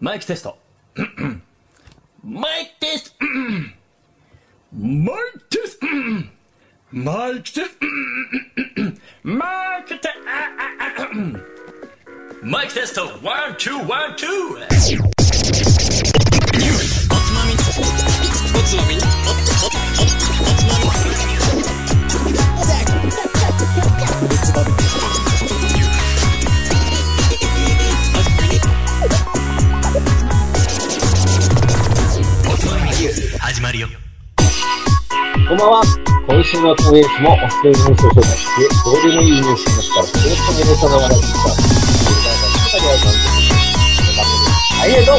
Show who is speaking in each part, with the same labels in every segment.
Speaker 1: マイクテスト。 マイクテスト。 マイクテスト。 マイクテスト。 マイクテスト。 マイクテスト。ワン、ツー、ワン、ツー。
Speaker 2: こんばんは。今週のトゲニュースもおすすめニュースを紹介して、どうでもいいニュースになったら、そのトゲネタの話にした。ありが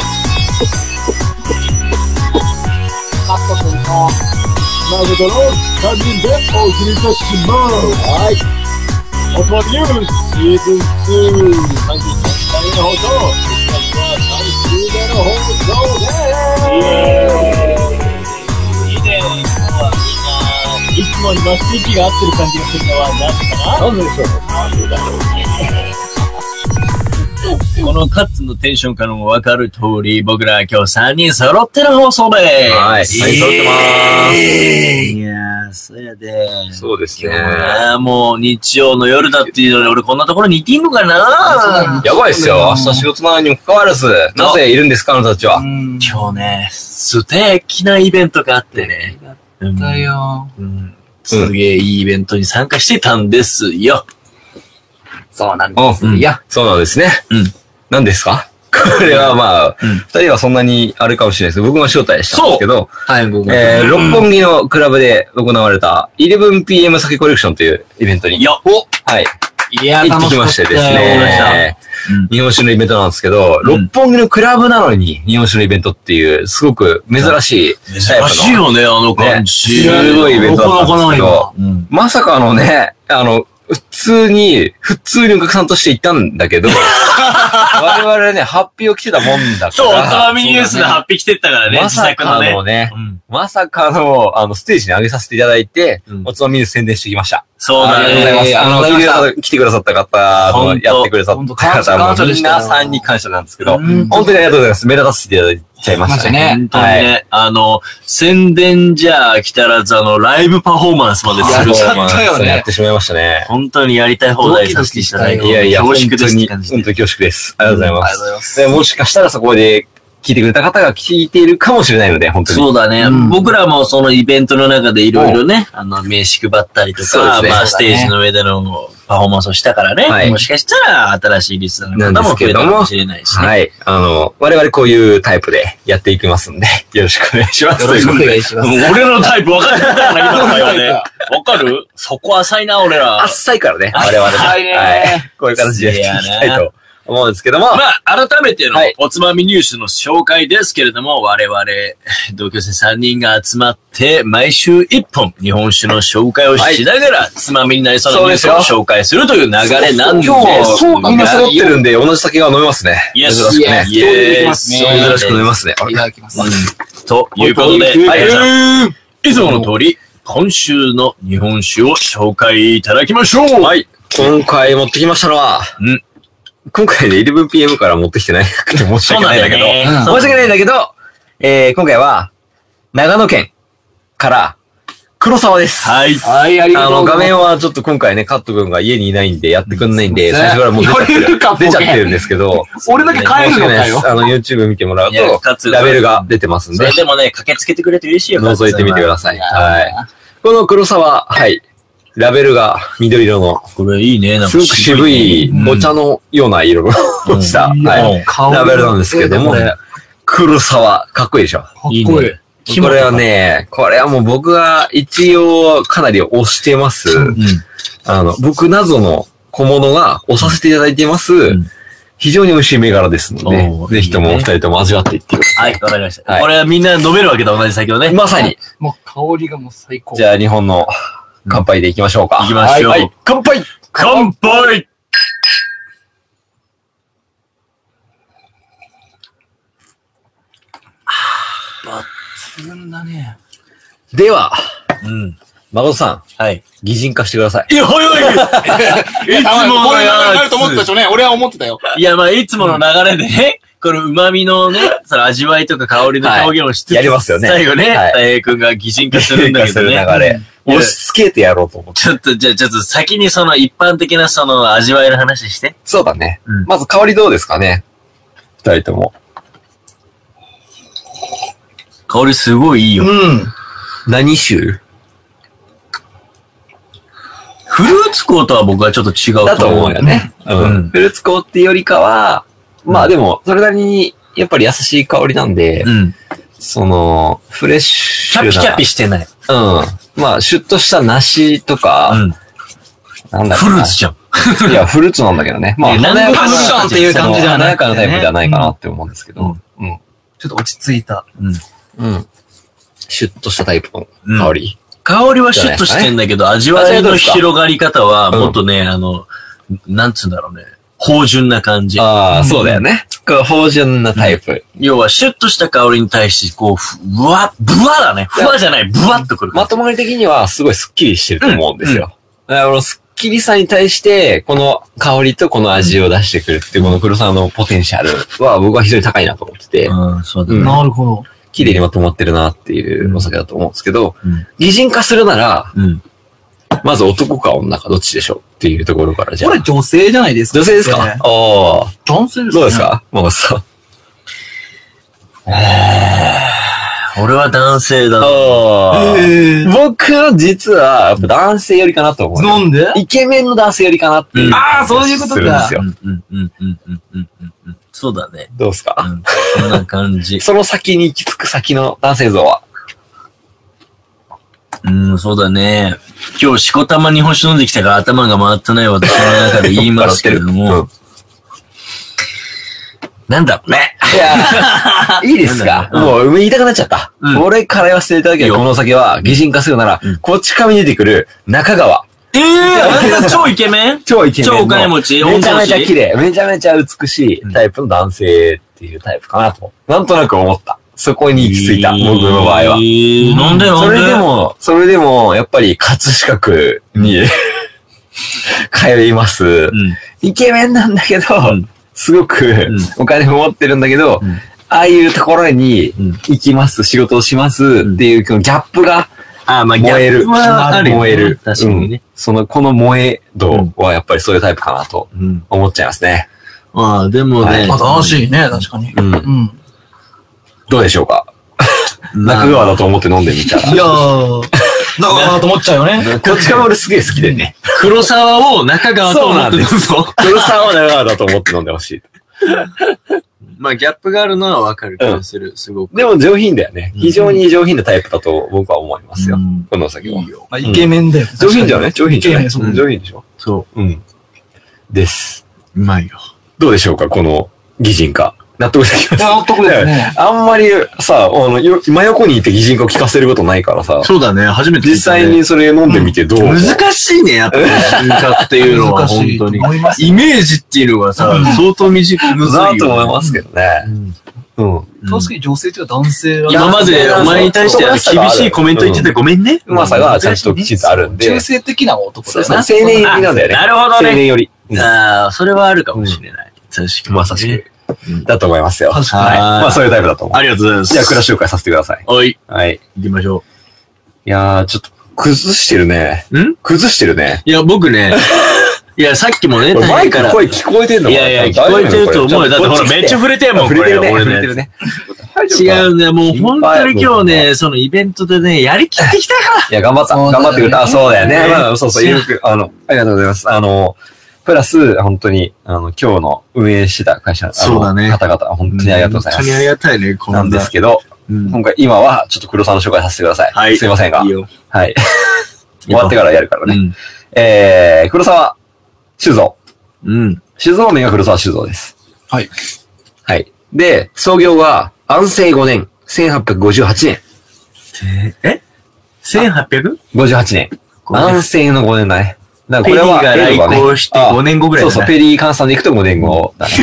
Speaker 2: とう。カット君と、なるほど、3人でお送りいたします。はい。おつまみニュース、シーズン2、33回目の放送。今週は最終回の放送です。
Speaker 3: いいね、今はみんな、いつもに増して息が合ってる感じがするのは何でかな
Speaker 2: なんでしょう
Speaker 3: このカッツのテンションからもわかる通り、僕ら今日3人揃っての放送で
Speaker 4: はいはい揃ってます
Speaker 3: いやー、そうやで。
Speaker 4: そうですね。や
Speaker 3: あーもう日曜の夜だっていうのに俺こんなところにいていいのかな
Speaker 4: ばいっすよ。明日仕事なのにもかかわらず、なぜいるんですか、あなたたちは。
Speaker 3: 今日ね、素敵なイベントがあってね。
Speaker 5: だよ。
Speaker 3: うんすげえいいイベントに参加してたんですよ。
Speaker 5: そうなん
Speaker 4: うん
Speaker 5: です。いや、
Speaker 4: そうなんですね。
Speaker 3: うん。
Speaker 4: 何ですか これはまあ、
Speaker 3: うん
Speaker 4: 二人はそんなにあれかもしれないですけど、僕も招待したんですけど、
Speaker 5: はい、僕も。
Speaker 4: えー、六本木のクラブで行われた 11PM 酒コレクションというイベントに、
Speaker 3: よお
Speaker 4: はい、
Speaker 5: いや、
Speaker 4: 行って
Speaker 5: 楽
Speaker 4: き
Speaker 5: しか
Speaker 4: ま
Speaker 5: っ
Speaker 4: して
Speaker 5: た
Speaker 4: です
Speaker 5: よ。
Speaker 4: ね。日本酒のイベントなんですけど、六本木のクラブなのに日本酒のイベントっていう、すごく珍しいタイプの。
Speaker 3: 珍しいよね、あの感じ。
Speaker 4: ねすごいイベントだったんですけど、
Speaker 3: うん。
Speaker 4: まさかあのね、あの、普通に、普通にお客さんとして行ったんだけど、我々ね、ハッピーを着てたもんだから。
Speaker 3: そう、おつまみニュースで発匹来てったからね、
Speaker 4: ま
Speaker 3: 自
Speaker 4: さ
Speaker 3: 作
Speaker 4: か
Speaker 3: のね
Speaker 4: の。ね、
Speaker 3: うん
Speaker 4: まさかの、あの、ステージに上げさせていただいて、
Speaker 3: うん
Speaker 4: おつまみニュース宣伝してきました。
Speaker 3: そうだ
Speaker 4: ありがとうございます。
Speaker 3: ね。
Speaker 4: あの、
Speaker 5: ありがとうございました
Speaker 4: 聞いて来てくださった方、あ
Speaker 3: ほ
Speaker 4: の
Speaker 3: んと
Speaker 4: やってくださ
Speaker 5: ほんと
Speaker 4: った
Speaker 5: 感謝
Speaker 4: 方、
Speaker 5: 感謝
Speaker 4: も
Speaker 5: で
Speaker 4: みん
Speaker 5: したよ
Speaker 4: なさんに感謝なんですけど、
Speaker 3: うん
Speaker 4: 本当にありがとうございます。目立たせていただいちゃいましたね。
Speaker 5: ね
Speaker 3: 本当にね、あの、宣伝じゃ来たらず、あの、ライブパフォーマンスまです
Speaker 4: あ
Speaker 3: る
Speaker 4: の。
Speaker 5: やっちゃったよね
Speaker 4: やってしまいましたね。
Speaker 3: 本当にやりたい放題させていただいて、
Speaker 4: いやいや、
Speaker 3: 恐縮ですって
Speaker 4: 本
Speaker 3: 感
Speaker 4: 当に
Speaker 3: じ
Speaker 4: 本
Speaker 3: で。
Speaker 4: 当に恐縮です。ありがとうござい
Speaker 5: あ
Speaker 4: ます。
Speaker 5: りがとうございます
Speaker 4: でもしかしたらそこで聞いてくれた方が聞いているかもしれないので、本当に。
Speaker 3: そうだね、
Speaker 5: ん
Speaker 3: 僕らもそのイベントの中でいろいろね、あの、名刺配ったりと
Speaker 4: そうで
Speaker 3: か、
Speaker 4: すね
Speaker 3: まあ、ス
Speaker 4: そうだ
Speaker 3: テ
Speaker 4: ね
Speaker 3: ージの上でのパフォーマンスをしたからね、
Speaker 4: はい
Speaker 3: もしかしたら新しいリスナー
Speaker 4: なん
Speaker 3: の
Speaker 4: で
Speaker 3: 方
Speaker 4: す
Speaker 3: も増
Speaker 4: け
Speaker 3: え
Speaker 4: れ
Speaker 3: た
Speaker 4: ども
Speaker 3: かもしれないしね。
Speaker 4: はい。あの、我々こういうタイプでやっていきますんで、よろしくお願いします。
Speaker 5: よろしくお願いします。
Speaker 3: もう俺のタイプ分かんないから、今の会話ね。わかるそこ浅いな、俺ら。
Speaker 4: あっさいからね、我々ね。
Speaker 5: 浅いね
Speaker 4: はい。こういう形でやっていきたいと思うんですけども、
Speaker 3: まあ、改めての
Speaker 4: はい
Speaker 3: おつまみニュースの紹介ですけれども、我々、 同居生3人が集まって、毎週1本、日本酒の紹介をしながら、つまみになりそうなニュース
Speaker 4: そう
Speaker 3: を
Speaker 4: です
Speaker 3: 紹介するという流れなんです
Speaker 4: 今日、
Speaker 3: が
Speaker 4: みんな揃ってるんで、同じ酒が飲めますね。
Speaker 3: イエス
Speaker 4: 珍しくね。
Speaker 3: イエス
Speaker 5: イエス
Speaker 4: 珍しく飲めますね。あ
Speaker 5: い
Speaker 4: れ
Speaker 5: ただきます。
Speaker 3: ということで、
Speaker 4: 本当に
Speaker 3: あやさん、いつもの通り、今週の日本酒を紹介いただきましょう
Speaker 4: はい。今回持ってきましたのは、
Speaker 3: うん
Speaker 4: 今回ね、11PM から持ってきてないくて申し
Speaker 3: そうな
Speaker 4: 訳なんい
Speaker 3: だ
Speaker 4: んだけ
Speaker 3: け
Speaker 4: ど、
Speaker 3: ど、
Speaker 5: うん
Speaker 4: 申し訳ないんだけど、えー、今回は、長野県から、黒沢です。
Speaker 3: はい。
Speaker 5: はい、ありが
Speaker 4: あ
Speaker 5: とう
Speaker 4: の、
Speaker 5: ござい
Speaker 4: 画
Speaker 5: ます。
Speaker 4: 面はちょっと今回ね、カット君が家にいないんで、やってくんないんで、
Speaker 5: うん
Speaker 4: 最初からもう出ちゃって
Speaker 5: 言われるか
Speaker 4: る
Speaker 5: ボケ
Speaker 4: 出ちゃってるんですけど、
Speaker 5: 俺だけ帰るのか
Speaker 4: ね申し訳ないで
Speaker 5: よ
Speaker 4: す。あの、YouTube 見てもらう
Speaker 3: いやか
Speaker 4: と、
Speaker 3: つ
Speaker 4: ラベルが出てますん
Speaker 3: そ
Speaker 4: で
Speaker 3: れ、でもね、駆けつけてくれて嬉しいよ。
Speaker 4: 覗いてみてください。はい。この黒沢、はい。ラベルが緑色の、
Speaker 3: これいいね、なんか。
Speaker 4: すごく渋いお茶のような色
Speaker 3: う
Speaker 4: を
Speaker 3: ん
Speaker 4: した、
Speaker 3: うん
Speaker 4: は
Speaker 3: う
Speaker 4: い
Speaker 3: ん
Speaker 4: ラベルなんですけども
Speaker 3: うん、
Speaker 4: 黒沢、かっこいいでしょ。
Speaker 5: かっこいい。こ
Speaker 3: ね
Speaker 4: これはね、これはもう僕が一応かなり推してます。あの、僕謎の小物が押させていただいています。
Speaker 3: ん
Speaker 4: 非常に美味しい銘柄ですので
Speaker 3: お、ー
Speaker 4: ぜひと
Speaker 3: いい
Speaker 4: もお
Speaker 3: ね
Speaker 4: 二人とも味わっていってくださ
Speaker 3: はい、わかりました。
Speaker 4: はい
Speaker 3: これはみんな飲めるわけだ、同じ酒をね。
Speaker 4: い。まさに、
Speaker 5: もう香りがもう最高。
Speaker 4: じゃあ日本の乾杯でいきましょうか。
Speaker 3: いきましょう
Speaker 4: はい、乾杯
Speaker 3: 乾杯
Speaker 5: 自分だね。
Speaker 4: では、
Speaker 3: うん。
Speaker 4: 誠さん、
Speaker 3: はい。
Speaker 4: 擬人化してください。
Speaker 3: いや、早 いいつも
Speaker 5: こういう流
Speaker 3: の
Speaker 5: れになると思ってた
Speaker 3: や
Speaker 5: でしょうね。俺は思ってたよ。
Speaker 3: つ。いや、まあ、いつもの流れでね、この旨味のね、その味わいとか香りの表現をしつつ、
Speaker 4: はいやりますよね
Speaker 3: 最後ね、
Speaker 4: はい
Speaker 3: 大平くんが擬人化するんだけど
Speaker 4: 喧
Speaker 3: ね
Speaker 4: 嘩。する流れ。押し付けてやろうと思って。
Speaker 3: ちょっと、じゃあ、ちょっと先にその一般的なその味わいの話して。
Speaker 4: そうだね。
Speaker 3: うん
Speaker 4: まず香りどうですかね二人とも。
Speaker 3: 香りすごいいいよ。
Speaker 2: うん。
Speaker 4: 何種
Speaker 3: フルーツ香とは僕はちょっと違うと思う。
Speaker 4: だと思うよ。ね。
Speaker 3: ん
Speaker 4: う
Speaker 3: うん
Speaker 4: ん。フルーツ香ってよりかは、まあでも、それなりに、やっぱり優しい香りなんで
Speaker 3: う、ん。
Speaker 4: その、フレッシ
Speaker 3: キ
Speaker 4: ュ
Speaker 3: ャ
Speaker 4: な。
Speaker 3: ピキャピしてない。
Speaker 4: うん。まあ、シュッとした梨と
Speaker 3: う
Speaker 4: か、
Speaker 3: ん。
Speaker 4: なんだろ
Speaker 3: フ
Speaker 4: うな
Speaker 3: ルーツじゃん。
Speaker 4: いや、フルーツなんだけどね。まあ、
Speaker 3: ね
Speaker 4: 華や
Speaker 3: なん
Speaker 4: か
Speaker 3: か
Speaker 4: な
Speaker 3: ファッションっていう感じではな
Speaker 4: 華
Speaker 3: い
Speaker 4: やかなタイプではないかなって思うんですけど。うん。
Speaker 2: ちょっと落ち着いた。
Speaker 4: うん。シュッとしたタイプの香り。
Speaker 3: 香りはシュッとしてんだけど、味わいの広がり方は、
Speaker 4: うん
Speaker 3: もっとね、あの、なんつうんだろうね。芳醇な感じ。
Speaker 4: ああ、そうだよね。こう芳醇なタイプ。
Speaker 3: 要は、シュッとした香りに対して、こう、ふぶわ、ぶわだね。ふわじゃない、ぶわっとくる。
Speaker 4: まとまり的にはすごいスッキリしてると思うんですよ。だからこのスッキリさに対して、この香りとこの味を出してくるっていう、この黒さんのポテンシャルは僕は非常に高いなと思ってて、
Speaker 3: うん、そうだね。
Speaker 4: うん
Speaker 2: なるほど。
Speaker 4: 綺麗にまとまってるなっていうお酒だと思うんですけど
Speaker 3: うん、
Speaker 4: 擬人化するなら、
Speaker 3: うん。
Speaker 4: まず男か女かどっちでしょうっていうところからじゃ
Speaker 2: これ
Speaker 4: あ。
Speaker 2: 女性じゃないですか
Speaker 4: 女性ですか
Speaker 2: ね
Speaker 4: ああ。
Speaker 2: 男性ですね
Speaker 4: どうですかママさん。
Speaker 3: 俺は男性だな。
Speaker 4: あー
Speaker 2: え
Speaker 4: 僕は実はやっぱ男性よりかなと思う
Speaker 2: ー。
Speaker 4: よ。
Speaker 2: 飲んで
Speaker 4: イケメンの男性よりかなっていう。
Speaker 2: あーそういうことか
Speaker 4: するんです
Speaker 3: う
Speaker 4: よ。
Speaker 3: んうんうんうんうんうんうんうん。そうだね。
Speaker 4: どうです
Speaker 3: う
Speaker 4: か
Speaker 3: ん。そんな感じ。
Speaker 4: その先に行き着く先の男性像は。
Speaker 3: うん、そうだね。今日、しこたま日本酒飲んできたから頭が回ってない私の中で言いますけれど
Speaker 4: 酔っ払
Speaker 3: も
Speaker 4: っ。
Speaker 3: なんだろうね。
Speaker 4: いや ー、いいですか
Speaker 3: なんだ
Speaker 4: もう言いたくなっちゃった
Speaker 3: うん。
Speaker 4: 俺から言わせていただ
Speaker 3: い
Speaker 4: け
Speaker 3: い
Speaker 4: る
Speaker 3: よ
Speaker 4: このお酒は擬人化するなら
Speaker 3: うん、
Speaker 4: こっち亀に出てくる中川。
Speaker 3: ええー、あんな超イケメン
Speaker 4: 超イケメンの。
Speaker 3: 超お金持ち
Speaker 4: めちゃめちゃ綺
Speaker 3: 麗。
Speaker 4: 麗、めちゃめちゃ美しいタイプの男性っていうタイプかなと。なんとなく思った。そこに行き着いた、僕の場合は
Speaker 3: え。ーなんでなん
Speaker 4: そ
Speaker 3: で
Speaker 4: れでも、それでも、やっぱり、葛飾区に、通います
Speaker 3: う。ん。
Speaker 4: イケメンなんだけど、
Speaker 3: ん
Speaker 4: すごく
Speaker 3: ん、
Speaker 4: お金も持ってるんだけど、
Speaker 3: うん
Speaker 4: ああいうところに
Speaker 3: うん
Speaker 4: 行きます、仕事をしますっていう、このギャップが
Speaker 3: あー、まあ、ギャ
Speaker 4: 燃え
Speaker 3: ッ
Speaker 4: る。
Speaker 3: プはあるよね
Speaker 4: 燃える。
Speaker 3: 確かにね
Speaker 4: うん。その、この燃え度はやっぱりそういうタイプかなと
Speaker 3: うん。
Speaker 4: 思っちゃいますね。
Speaker 3: ああ、でも
Speaker 4: は
Speaker 3: ね。
Speaker 4: い
Speaker 2: まあ楽しいね、確かに。
Speaker 4: うん
Speaker 2: うん。
Speaker 4: どうでしょうか
Speaker 3: まあ
Speaker 4: 中川だと思って飲んでみた ら。
Speaker 2: いやー、だからなと思っちゃうよね。
Speaker 4: こっち側俺すげえ好きでね。
Speaker 3: 黒沢を中川と思ってるぞ。
Speaker 4: 黒沢は中川だと思って飲んでほしい。
Speaker 3: まあ、ギャップがあるのはわかる気がする。すごく。
Speaker 4: でも上品だよね。非常に上品なタイプだと僕は思いますよ。
Speaker 3: うん
Speaker 4: このお酒は。
Speaker 2: まあイケメンだよ。
Speaker 4: 上品じゃない上品じゃない
Speaker 2: 上品そう
Speaker 4: うん上品でしょ
Speaker 3: そ
Speaker 4: うん。です。
Speaker 3: う。うまいよ。
Speaker 4: どうでしょうかこの擬人化。納得できます。
Speaker 2: 納得ですね。
Speaker 4: あんまりさ、あの、よ真横にいて擬人化を聞かせることないからさ、
Speaker 3: そうだね。初めて
Speaker 4: 実際にそれ飲んでみてどう、
Speaker 3: 難しいね、やっぱり。進化っていうのは、
Speaker 2: 難
Speaker 3: 本
Speaker 2: しいと
Speaker 3: 当に。
Speaker 2: 思います。
Speaker 3: イメージっていうのがさ、相当短い。むずいよ
Speaker 4: な
Speaker 3: ね
Speaker 4: と思いますけどね。うん。
Speaker 2: 確かに女性というか男性は、
Speaker 3: 今までお前に対しては厳しいコメント言っててごめんね。
Speaker 4: うまさがちゃんときちんとあるんで
Speaker 2: 中。性的な男だ
Speaker 4: そう
Speaker 2: よ
Speaker 4: そう、
Speaker 2: な。
Speaker 4: 青年寄りなんだよね。
Speaker 3: あなるほどね
Speaker 4: 青年寄り。うん
Speaker 3: ああ、それはあるかもしれない。確かに。
Speaker 4: まさしく。だと思いますよ。
Speaker 2: 確かに
Speaker 4: はい。まあそういうタイプだと思う。
Speaker 3: ありがとうございます。
Speaker 4: じゃあ、クラ紹介させてください。
Speaker 3: おい、
Speaker 4: はい。
Speaker 3: 行きましょ
Speaker 4: いやー、ちょっと、崩してるね。
Speaker 3: う。ん
Speaker 4: 崩してるね。
Speaker 3: いや、僕ね、いや、さっきもね、
Speaker 4: これマイク
Speaker 3: 大変
Speaker 4: 声聞こえてんの
Speaker 3: い
Speaker 4: かな
Speaker 3: やいや、聞こえてると思うよ。だってほら、めっちゃ触れてんもん、こ
Speaker 4: 触れて
Speaker 3: れ。
Speaker 4: るね。
Speaker 3: 俺
Speaker 4: 触れ
Speaker 3: ね
Speaker 4: てる。ね。
Speaker 3: 違
Speaker 4: う。
Speaker 3: うね、もう本当に今日ね、そのイベントでね、やりきってきたから。
Speaker 4: いや、頑張った。
Speaker 2: そう
Speaker 4: 頑
Speaker 2: だよね
Speaker 4: 張ってくれた。あ、そうだよね。
Speaker 3: ね
Speaker 4: まあ、そうそう、よく、あの、ありがとうございます。あの、プラス、本当に、あの、今日の運営してた会社、あの
Speaker 3: そうだね
Speaker 4: 方々、本当にありがとうございま
Speaker 3: 本当にあり
Speaker 4: す。
Speaker 3: がたいね、こん
Speaker 4: なんですけど、
Speaker 3: うん
Speaker 4: 今回、今は、ちょっと黒さんの紹介させてください。
Speaker 3: はい
Speaker 4: すいません が。
Speaker 3: いいよ。
Speaker 4: はい。終わってからやるから
Speaker 3: う
Speaker 4: ね。
Speaker 3: ん。
Speaker 4: えー、黒沢酒造。
Speaker 3: うん。
Speaker 4: 酒造名が黒沢酒造です。
Speaker 2: はい。
Speaker 4: はい。で、創業が安政5年、1858年。
Speaker 3: え ?1800?
Speaker 4: 58年。安政の5年だね。だからこれは、
Speaker 3: ペリーが来航して
Speaker 4: あ
Speaker 3: 5年後ぐらいだ
Speaker 4: そ
Speaker 3: ね
Speaker 4: うそう、ペリー換算でいくと5年後だね。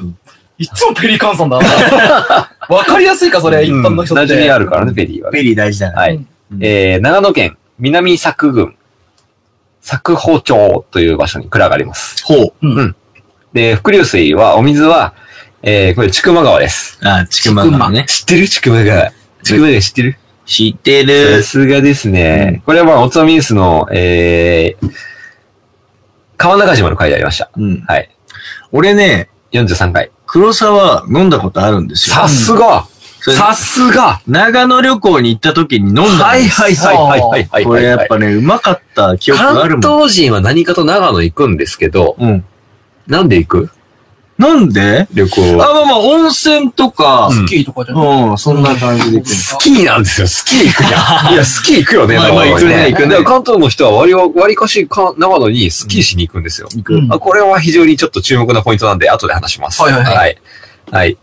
Speaker 4: うん。
Speaker 2: いつもペリカンさんだな。 わかりやすいか、それ、一般の人
Speaker 4: 馴
Speaker 2: っ
Speaker 4: 染み
Speaker 2: て。
Speaker 4: あるからね、ペリーはね。
Speaker 3: ペリー大事だな。
Speaker 4: はい。えー、長野県南佐久郡、佐久保町という場所に蔵があります。
Speaker 3: ほう。
Speaker 4: で、伏流水は、お水は、えー、これ、千曲川です。
Speaker 3: あ、ちくまがね。
Speaker 4: 知ってる千曲川。千曲川知ってる
Speaker 3: 知って
Speaker 4: さ
Speaker 3: る。
Speaker 4: すがですね。これは、まあ、おつまみニュースの、えー、川中島の回でありました。
Speaker 3: うん。
Speaker 4: はい。
Speaker 3: 俺ね、
Speaker 4: 43回。
Speaker 3: 黒沢飲んだことあるんですよ。
Speaker 4: さすが
Speaker 3: それ
Speaker 4: さすが
Speaker 3: 長野旅行に行った時に飲んだんです
Speaker 4: はいはいはいはいはいはい。
Speaker 3: これやっぱね、うまかった記憶がある
Speaker 4: 関
Speaker 3: もん。
Speaker 4: 東人は何かと長野行くんですけど、
Speaker 3: うん。
Speaker 4: なんで行く
Speaker 3: なんで
Speaker 4: 旅
Speaker 3: あ、
Speaker 4: 行。
Speaker 3: まあまあ、温泉とか、
Speaker 4: うん
Speaker 3: う
Speaker 1: スキーとかじゃない
Speaker 3: ん、そんな感じで行く
Speaker 4: スキーなんですよ、スキー行く じゃん。いや、スキー行くよね、
Speaker 3: まあ
Speaker 4: 長野は
Speaker 3: まあ行くね行くね
Speaker 4: だから関東の人は割は割かしか長野にスキーしに行くんですよ。
Speaker 1: うん
Speaker 4: あこれは非常にちょっと注目なポイントなんで、後で話します。
Speaker 1: はいはいはい
Speaker 4: はい。はい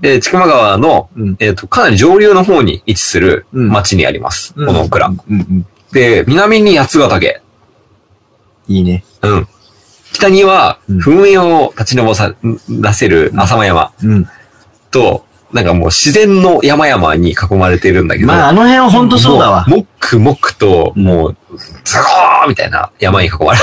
Speaker 4: で、千曲川の、
Speaker 3: うん
Speaker 4: えっ、と、かなり上流の方に位置する
Speaker 3: うん
Speaker 4: 町にあります。この蔵。
Speaker 3: うんうん。
Speaker 4: で、南に八ヶ岳。
Speaker 3: いいね。
Speaker 4: うん。北には、
Speaker 3: うん
Speaker 4: 噴煙を立ち上さ、出せる浅間山
Speaker 3: うん。
Speaker 4: と、なんかもう自然の山々に囲まれてるんだけど、
Speaker 3: まあ、あの辺はほんとそうだわ。
Speaker 4: もうもっくもくと、もう、ズゴーみたいな山に囲まれ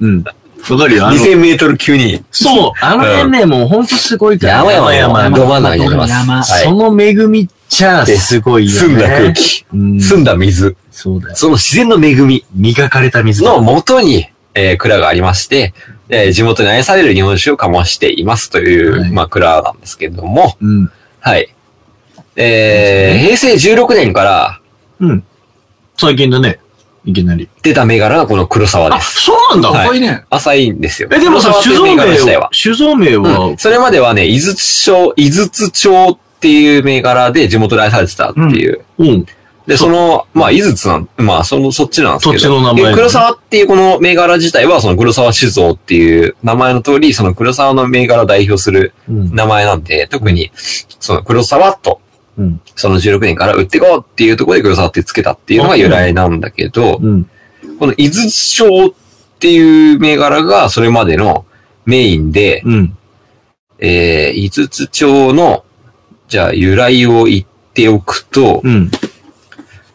Speaker 3: うん。わかる よ、あの。
Speaker 4: 2000メートル級に。
Speaker 3: そう、あの辺ね、もうほんとすごいから。
Speaker 4: 山々
Speaker 3: 山々
Speaker 4: のど真ん中にあります。
Speaker 1: 山
Speaker 4: はい
Speaker 3: その恵みっちゃ、すごいよね。
Speaker 4: 澄んだ空気、
Speaker 3: うん。
Speaker 4: 澄んだ水、
Speaker 3: そうだよ。
Speaker 4: その自然の恵み
Speaker 3: 磨かれた水
Speaker 4: の元に、えー蔵がありまして、えー地元に愛される日本酒を醸していますという、
Speaker 3: はい
Speaker 4: まあ、蔵なんですけれども、
Speaker 3: うん。
Speaker 4: はい。えー平成16年から
Speaker 3: うん。最近だね。いきなり。
Speaker 4: 出た銘柄がこの黒沢
Speaker 3: あ、
Speaker 4: です。
Speaker 3: そうなんだ。
Speaker 4: はい
Speaker 1: いね。
Speaker 4: 浅いんですよ。
Speaker 3: え、でもさ、酒
Speaker 4: 黒沢ってい
Speaker 3: 造名
Speaker 4: う銘柄自体
Speaker 3: は
Speaker 4: は、。
Speaker 3: 酒造名は、
Speaker 4: それまではね、伊豆町、伊豆町っていう銘柄で地元で愛されてたっていう。
Speaker 3: うん。そ
Speaker 4: で、その、まあ、伊豆なん、まあ、その、そっちなんですけ
Speaker 3: そ
Speaker 4: ど。
Speaker 3: っちの名前
Speaker 4: で黒沢っていうこの銘柄自体は、その黒沢酒造っていう名前の通り、その黒沢の銘柄を代表する
Speaker 3: うん。
Speaker 4: 名前なんで、特に、その黒沢と、
Speaker 3: うん。
Speaker 4: その16年から売っていこうっていうところで黒沢ってつけたっていうのが由来なんだけど、
Speaker 3: うん。
Speaker 4: この伊豆町っていう銘柄がそれまでのメインで、
Speaker 3: うん。
Speaker 4: えー、伊豆町の、じゃあ由来を言っておくと、
Speaker 3: うん。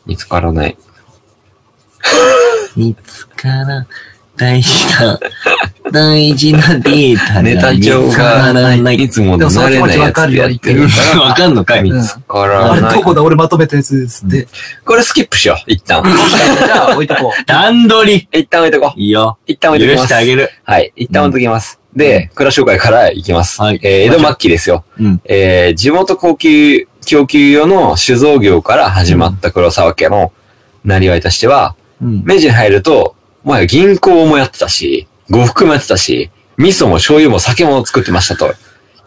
Speaker 4: 見つからない。
Speaker 3: 見つ から、大事な、大事なデータ
Speaker 4: ネタ帳が、いつもの慣れないやつでやってる か
Speaker 3: わかんのかい、
Speaker 4: ら、
Speaker 3: み
Speaker 4: 見
Speaker 3: んな
Speaker 4: つから
Speaker 1: あれ、
Speaker 4: ない
Speaker 1: ど。こだ俺まとめたやつですって。
Speaker 4: これスキップしよう、一旦。
Speaker 1: じゃあ、置いとこ う。
Speaker 3: 段取り。
Speaker 4: 一旦置いとこう。
Speaker 3: いいよ。
Speaker 4: 一旦
Speaker 3: 許
Speaker 4: 置いときま
Speaker 3: してあ
Speaker 4: す。
Speaker 3: げる。
Speaker 4: はい、一旦置いときます。で、蔵紹介からいきます。
Speaker 3: はい
Speaker 4: えー江戸末期ですよ。
Speaker 3: うん。
Speaker 4: えー地元高級、供給用の酒造業から始まった黒沢家のなりわいとしては、
Speaker 3: うん。
Speaker 4: 明治に入ると、もはや銀行もやってたし、呉服もやってたし、味噌も醤油も酒も作ってましたと。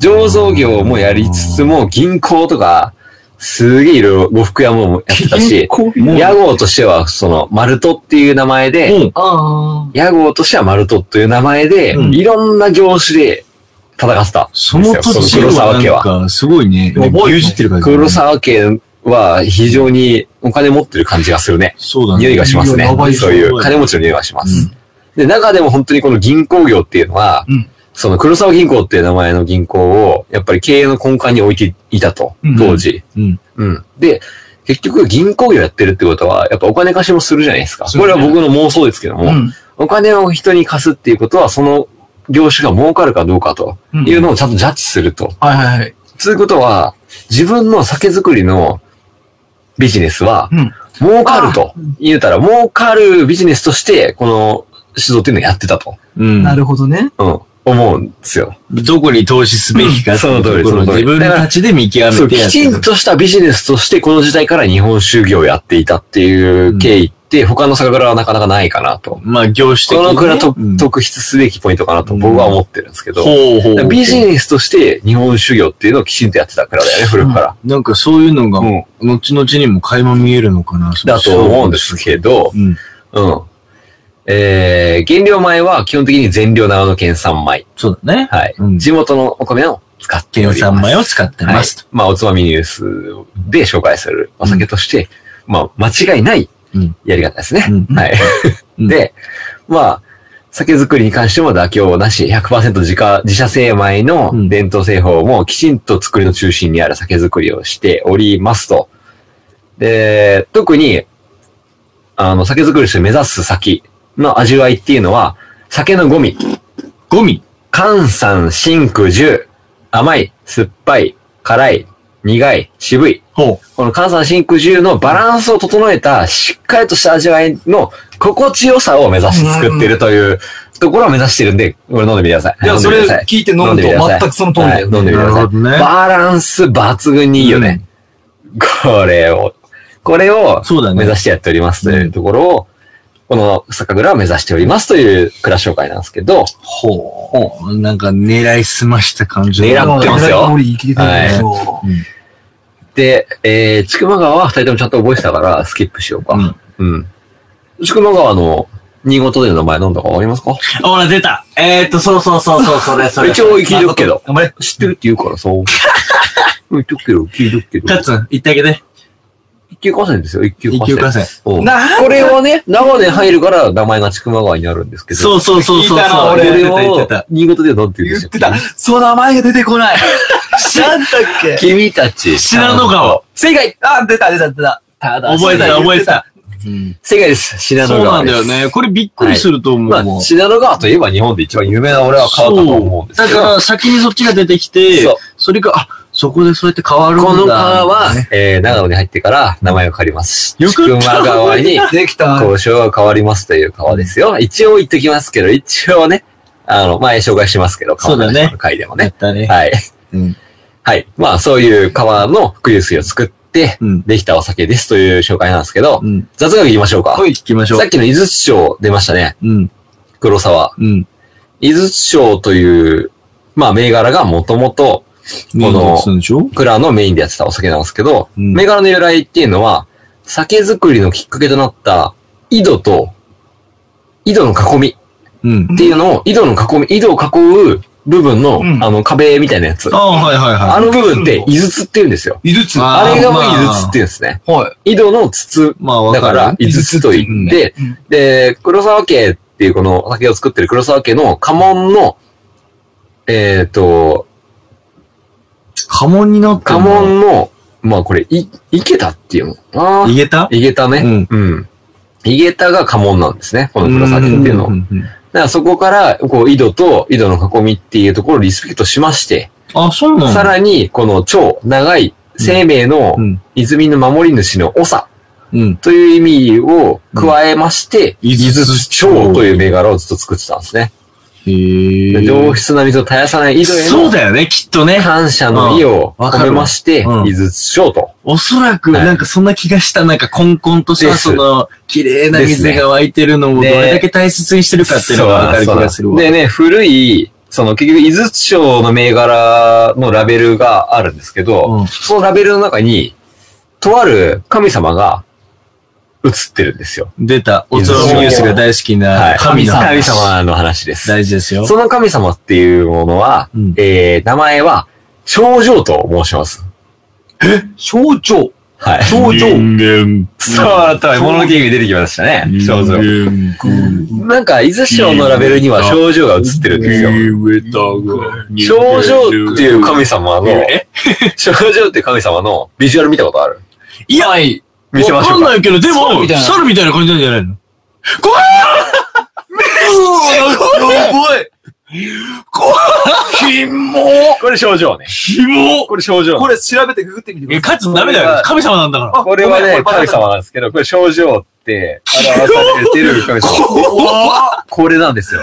Speaker 4: 醸造業もやりつつも、銀行とか、すげえいろいろ呉服屋もやってたし、屋号としては、その、マルトっていう名前で、
Speaker 3: うん。
Speaker 1: あ
Speaker 4: 屋号としてはマルトという名前で、
Speaker 3: うん
Speaker 4: いろんな業種で戦ってた。
Speaker 3: その土地はなんか、すごいね。
Speaker 1: 覚えてない
Speaker 3: 牛耳ってる感じ。
Speaker 4: 黒沢家は非常にお金持ってる感じがするね。
Speaker 3: そうだね。
Speaker 4: 匂いがしますね
Speaker 1: 匂いがやばい。
Speaker 4: そういう金持ちの匂いがします。で、中でも本当にこの銀行業っていうのは、
Speaker 1: うん
Speaker 4: その黒沢銀行っていう名前の銀行を、やっぱり経営の根幹に置いていたと
Speaker 1: うん、
Speaker 4: 当時。
Speaker 3: うん。
Speaker 4: うん。で、結局銀行業やってるってことは、やっぱお金貸しもするじゃないですか。
Speaker 1: する
Speaker 4: こ
Speaker 1: ね
Speaker 4: れは僕の妄想ですけど
Speaker 1: あ。
Speaker 4: も、
Speaker 1: うん。
Speaker 4: お金を人に貸すっていうことは、その業種が儲かるかどうかと
Speaker 1: うん
Speaker 4: いうのをちゃんとジャッジすると。
Speaker 1: はいはいはい。
Speaker 4: つうことは、自分の酒造りのビジネスは、
Speaker 1: うん。
Speaker 4: 儲かると言うたら、儲かるビジネスとして、この酒造っていうのをやってたと、
Speaker 3: うん。
Speaker 1: なるほどね。
Speaker 4: うん、思うんですよ。
Speaker 3: どこに投資すべきかっていうところを
Speaker 4: うんその通
Speaker 3: 自
Speaker 4: り
Speaker 3: 分たちで見極
Speaker 4: そう、
Speaker 3: めてや
Speaker 4: き
Speaker 3: っ
Speaker 4: ち
Speaker 3: て
Speaker 4: ん
Speaker 3: る。
Speaker 4: としたビジネスとして、この時代から日本酒業をやっていたっていう経緯って、他の酒蔵はなかなかないかなと。
Speaker 3: まあ、業種的
Speaker 4: こ
Speaker 3: にね。
Speaker 4: の蔵と
Speaker 3: うん
Speaker 4: 特筆すべきポイントかなと僕は思ってるんですけど、
Speaker 3: ほうほうほう。
Speaker 4: ビジネスとして日本酒業っていうのをきちんとやってた蔵だよね、古くから。
Speaker 3: なんかそういうのが、
Speaker 4: うん
Speaker 3: 後々にも垣間見えるのかな。
Speaker 4: だと思うんですけど
Speaker 3: う、ん。
Speaker 4: うん。えー、原料米は基本的に全量長野県産米。
Speaker 3: そうだね。
Speaker 4: はい。
Speaker 3: うん
Speaker 4: 地元のお米を使って
Speaker 3: 県
Speaker 4: おります。
Speaker 3: 産米を使って
Speaker 4: は
Speaker 3: ま
Speaker 4: い
Speaker 3: す。。
Speaker 4: まあ、おつまみニュースで紹介するお酒として、まあ、間違いない
Speaker 3: うん
Speaker 4: やり方ですね。
Speaker 3: うん
Speaker 4: はい。
Speaker 3: うん
Speaker 4: で、まあ、酒造りに関しても妥協なし、100%自家、自社製米の
Speaker 3: うん
Speaker 4: 伝統製法もきちんと作りの中心にある酒造りをしておりますと。で、特に、あの、酒造りとして目指す先の味わいっていうのは、酒のゴミ、
Speaker 3: ゴミ。
Speaker 4: 関山真空十、甘い、酸っぱい、辛い、苦い、渋い。
Speaker 2: ほ
Speaker 4: この関西真空中のバランスを整えた、しっかりとした味わいの心地よさを目指して作ってるというところを目指してるんで、これ飲んでみてください。
Speaker 2: いや、
Speaker 4: 飲ん
Speaker 2: そ
Speaker 4: でみ
Speaker 2: れ
Speaker 4: てください
Speaker 2: 聞いて飲むと全くその通りだよ
Speaker 4: はい飲んでみてください。
Speaker 3: なるほどね
Speaker 4: バランス抜群にいいよね。これを、これを
Speaker 3: そうだね
Speaker 4: 目指してやっておりますというところを、この酒蔵を目指しておりますという蔵紹介なんですけど、
Speaker 3: ほう。なんか狙いすました感じ
Speaker 4: 狙ってますよ
Speaker 3: 狙い通り生きてたんだよ
Speaker 4: で、えー、千曲川は二人ともちゃんと覚えてたから、スキップしようか。うん。千曲川の、新潟での名前飲んだかわかりますか
Speaker 1: ほら、出た。えー、っと、そうそうそう、そう、それ、それ。
Speaker 4: 一応聞いとくけど。
Speaker 3: 頑張れ。
Speaker 4: 知ってるって言うからさ。言っとくけど、聞いとくけど。
Speaker 1: カッツン、言ってあげて。
Speaker 4: 一級河川ですよ、一級河
Speaker 3: 一級河
Speaker 4: 川。
Speaker 3: 川
Speaker 4: うん
Speaker 2: な
Speaker 4: これはね、名古屋に入るから名前が千曲川になるんですけど。。
Speaker 1: そううそうそうそう。
Speaker 2: 聞いたな
Speaker 1: そう
Speaker 2: 俺
Speaker 4: これ
Speaker 1: 言って
Speaker 4: を
Speaker 1: た言って、
Speaker 4: 新潟ではなんて言う
Speaker 2: 言
Speaker 4: んでし
Speaker 2: ったてた。その名前が出てこない。なんだっけ
Speaker 4: 君たち。
Speaker 1: 信濃川。
Speaker 2: 正解あ、出た、出た、出た。た
Speaker 1: た。覚えてた、覚えてた。
Speaker 4: 正解です。信濃
Speaker 1: そうな
Speaker 4: 川
Speaker 1: ん
Speaker 4: で
Speaker 1: だ
Speaker 4: す。
Speaker 1: よね。これびっくりすると思う。
Speaker 4: まあ、信濃川といえば日本で一番有名な俺は川だと思うんです
Speaker 1: だ
Speaker 4: けど。
Speaker 1: から先にそっちが出てきて、
Speaker 4: そう
Speaker 1: それが、あ、そこでそうやって変わるんだ。
Speaker 4: この川は、えー、長野に入ってから名前を借ります。
Speaker 1: よく
Speaker 4: 千曲川 に
Speaker 2: できた。
Speaker 4: 交渉が変わりますという川ですよ。一応言ってきますけど、一応ね、あの、前紹介しますけど、
Speaker 1: そうだね
Speaker 4: 川の回でも
Speaker 1: や
Speaker 4: ね
Speaker 1: っ。たね。
Speaker 4: はい。
Speaker 3: うん
Speaker 4: はい。まあ、そういう川の伏流水を作って
Speaker 3: うん、
Speaker 4: できたお酒ですという紹介なんですけど、
Speaker 3: うん
Speaker 4: 雑学言いましょうか。
Speaker 3: はい、行きましょう
Speaker 4: さっ。きの伊豆町出ましたね。
Speaker 3: うん。
Speaker 4: 黒沢。
Speaker 3: うん。
Speaker 4: 伊豆町という、まあ、銘柄がもともと、
Speaker 3: この、するんでしょ
Speaker 4: 蔵のメインでやってたお酒なんですけど、
Speaker 3: うん
Speaker 4: 銘柄の由来っていうのは、酒造りのきっかけとなった、井戸と、井戸の囲み
Speaker 3: うん。
Speaker 4: っていうのを、井戸の囲み、井戸を囲う部分の、
Speaker 2: うん
Speaker 4: あの壁みたいなやつ。
Speaker 3: あ
Speaker 4: あ
Speaker 3: あ、はいはいはい。
Speaker 4: の部分って、井筒って言うんですよ。
Speaker 2: 井筒。
Speaker 3: あ
Speaker 2: は
Speaker 4: あれがま
Speaker 3: まあ
Speaker 4: あ井筒って言うんですね。
Speaker 2: い。
Speaker 4: 井戸の筒
Speaker 3: まあ、わ
Speaker 4: だ
Speaker 3: か
Speaker 4: か
Speaker 3: る。
Speaker 4: ら、井筒と言って
Speaker 2: うん、
Speaker 4: で、黒沢家っていうこのお酒を作ってる黒沢家の家紋の、えっ、と、
Speaker 3: 家紋になって
Speaker 4: 家
Speaker 3: るの。
Speaker 4: 紋の、まあこれ、い、池田っていうのかな。
Speaker 3: 言えた
Speaker 4: イゲタね。うん。イゲタが家紋なんですね。この黒崎っていうの。
Speaker 3: ん
Speaker 4: だ
Speaker 3: んうん
Speaker 4: からそこから、こう、井戸と井戸の囲みっていうところをリスペクトしまして、
Speaker 3: あ、そうなの
Speaker 4: さらに、この超長い生命の
Speaker 3: うん。
Speaker 4: 泉の守り主の長
Speaker 3: うん。
Speaker 4: という意味を加えまして、
Speaker 3: うん
Speaker 4: 伊豆長という銘柄をずっと作ってたんですね。
Speaker 3: へえ。
Speaker 4: 良質な水を絶やさない井戸へ
Speaker 1: そう
Speaker 4: の
Speaker 1: だよね、きっとね。
Speaker 4: 感謝の意を
Speaker 3: うんわか
Speaker 4: 込
Speaker 3: る
Speaker 4: めまして、伊
Speaker 3: うん
Speaker 4: 豆長と。
Speaker 1: おそらく、
Speaker 4: はい
Speaker 1: なんかそんな気がした、なんかコンコンとし
Speaker 4: で
Speaker 1: た、
Speaker 4: す
Speaker 1: その、綺麗な水が湧いてるのをど
Speaker 4: ですね
Speaker 1: れだけ大切にしてるかっていうのがわかる気がするわ。
Speaker 4: でね、古い、その結局、伊豆町の銘柄のラベルがあるんですけど、
Speaker 3: うん
Speaker 4: そのラベルの中に、とある神様が映ってるんですよ。
Speaker 1: 出た、おつまみニュースが大好き
Speaker 4: は。
Speaker 1: ない神の
Speaker 4: 神
Speaker 1: 話。
Speaker 4: 様の話です。
Speaker 1: 大事ですよ。
Speaker 4: その神様っていうものは、
Speaker 3: うん
Speaker 4: えー、名前は、頂上と申します。
Speaker 2: 象徴。
Speaker 4: はい。
Speaker 2: 象徴。
Speaker 3: 間。
Speaker 4: そう、とは、もののけ姫出てきましたね。症状。
Speaker 3: 間。
Speaker 4: なんか、伊豆町のラベルには症状が映ってるんですよ。症状っていう神様の、症状っていう神様のビジュアル見たことある
Speaker 1: いや、
Speaker 4: 見せま
Speaker 1: わ
Speaker 4: しょ
Speaker 1: か
Speaker 4: うんか。
Speaker 1: ないけど、で
Speaker 2: 猿
Speaker 1: も
Speaker 2: みたい、な
Speaker 1: 猿みたいな感じなんじゃないの
Speaker 2: やばい。
Speaker 4: これ症状ね。
Speaker 1: ひも
Speaker 4: これ症状。
Speaker 2: これ調べてググってみてく
Speaker 1: え、
Speaker 2: ださい。
Speaker 1: カツダメだよ。神様なんだから。
Speaker 4: これはね、神様
Speaker 2: 様。
Speaker 4: なんですけど、これ症状って、表されてる神様。これなんですよ。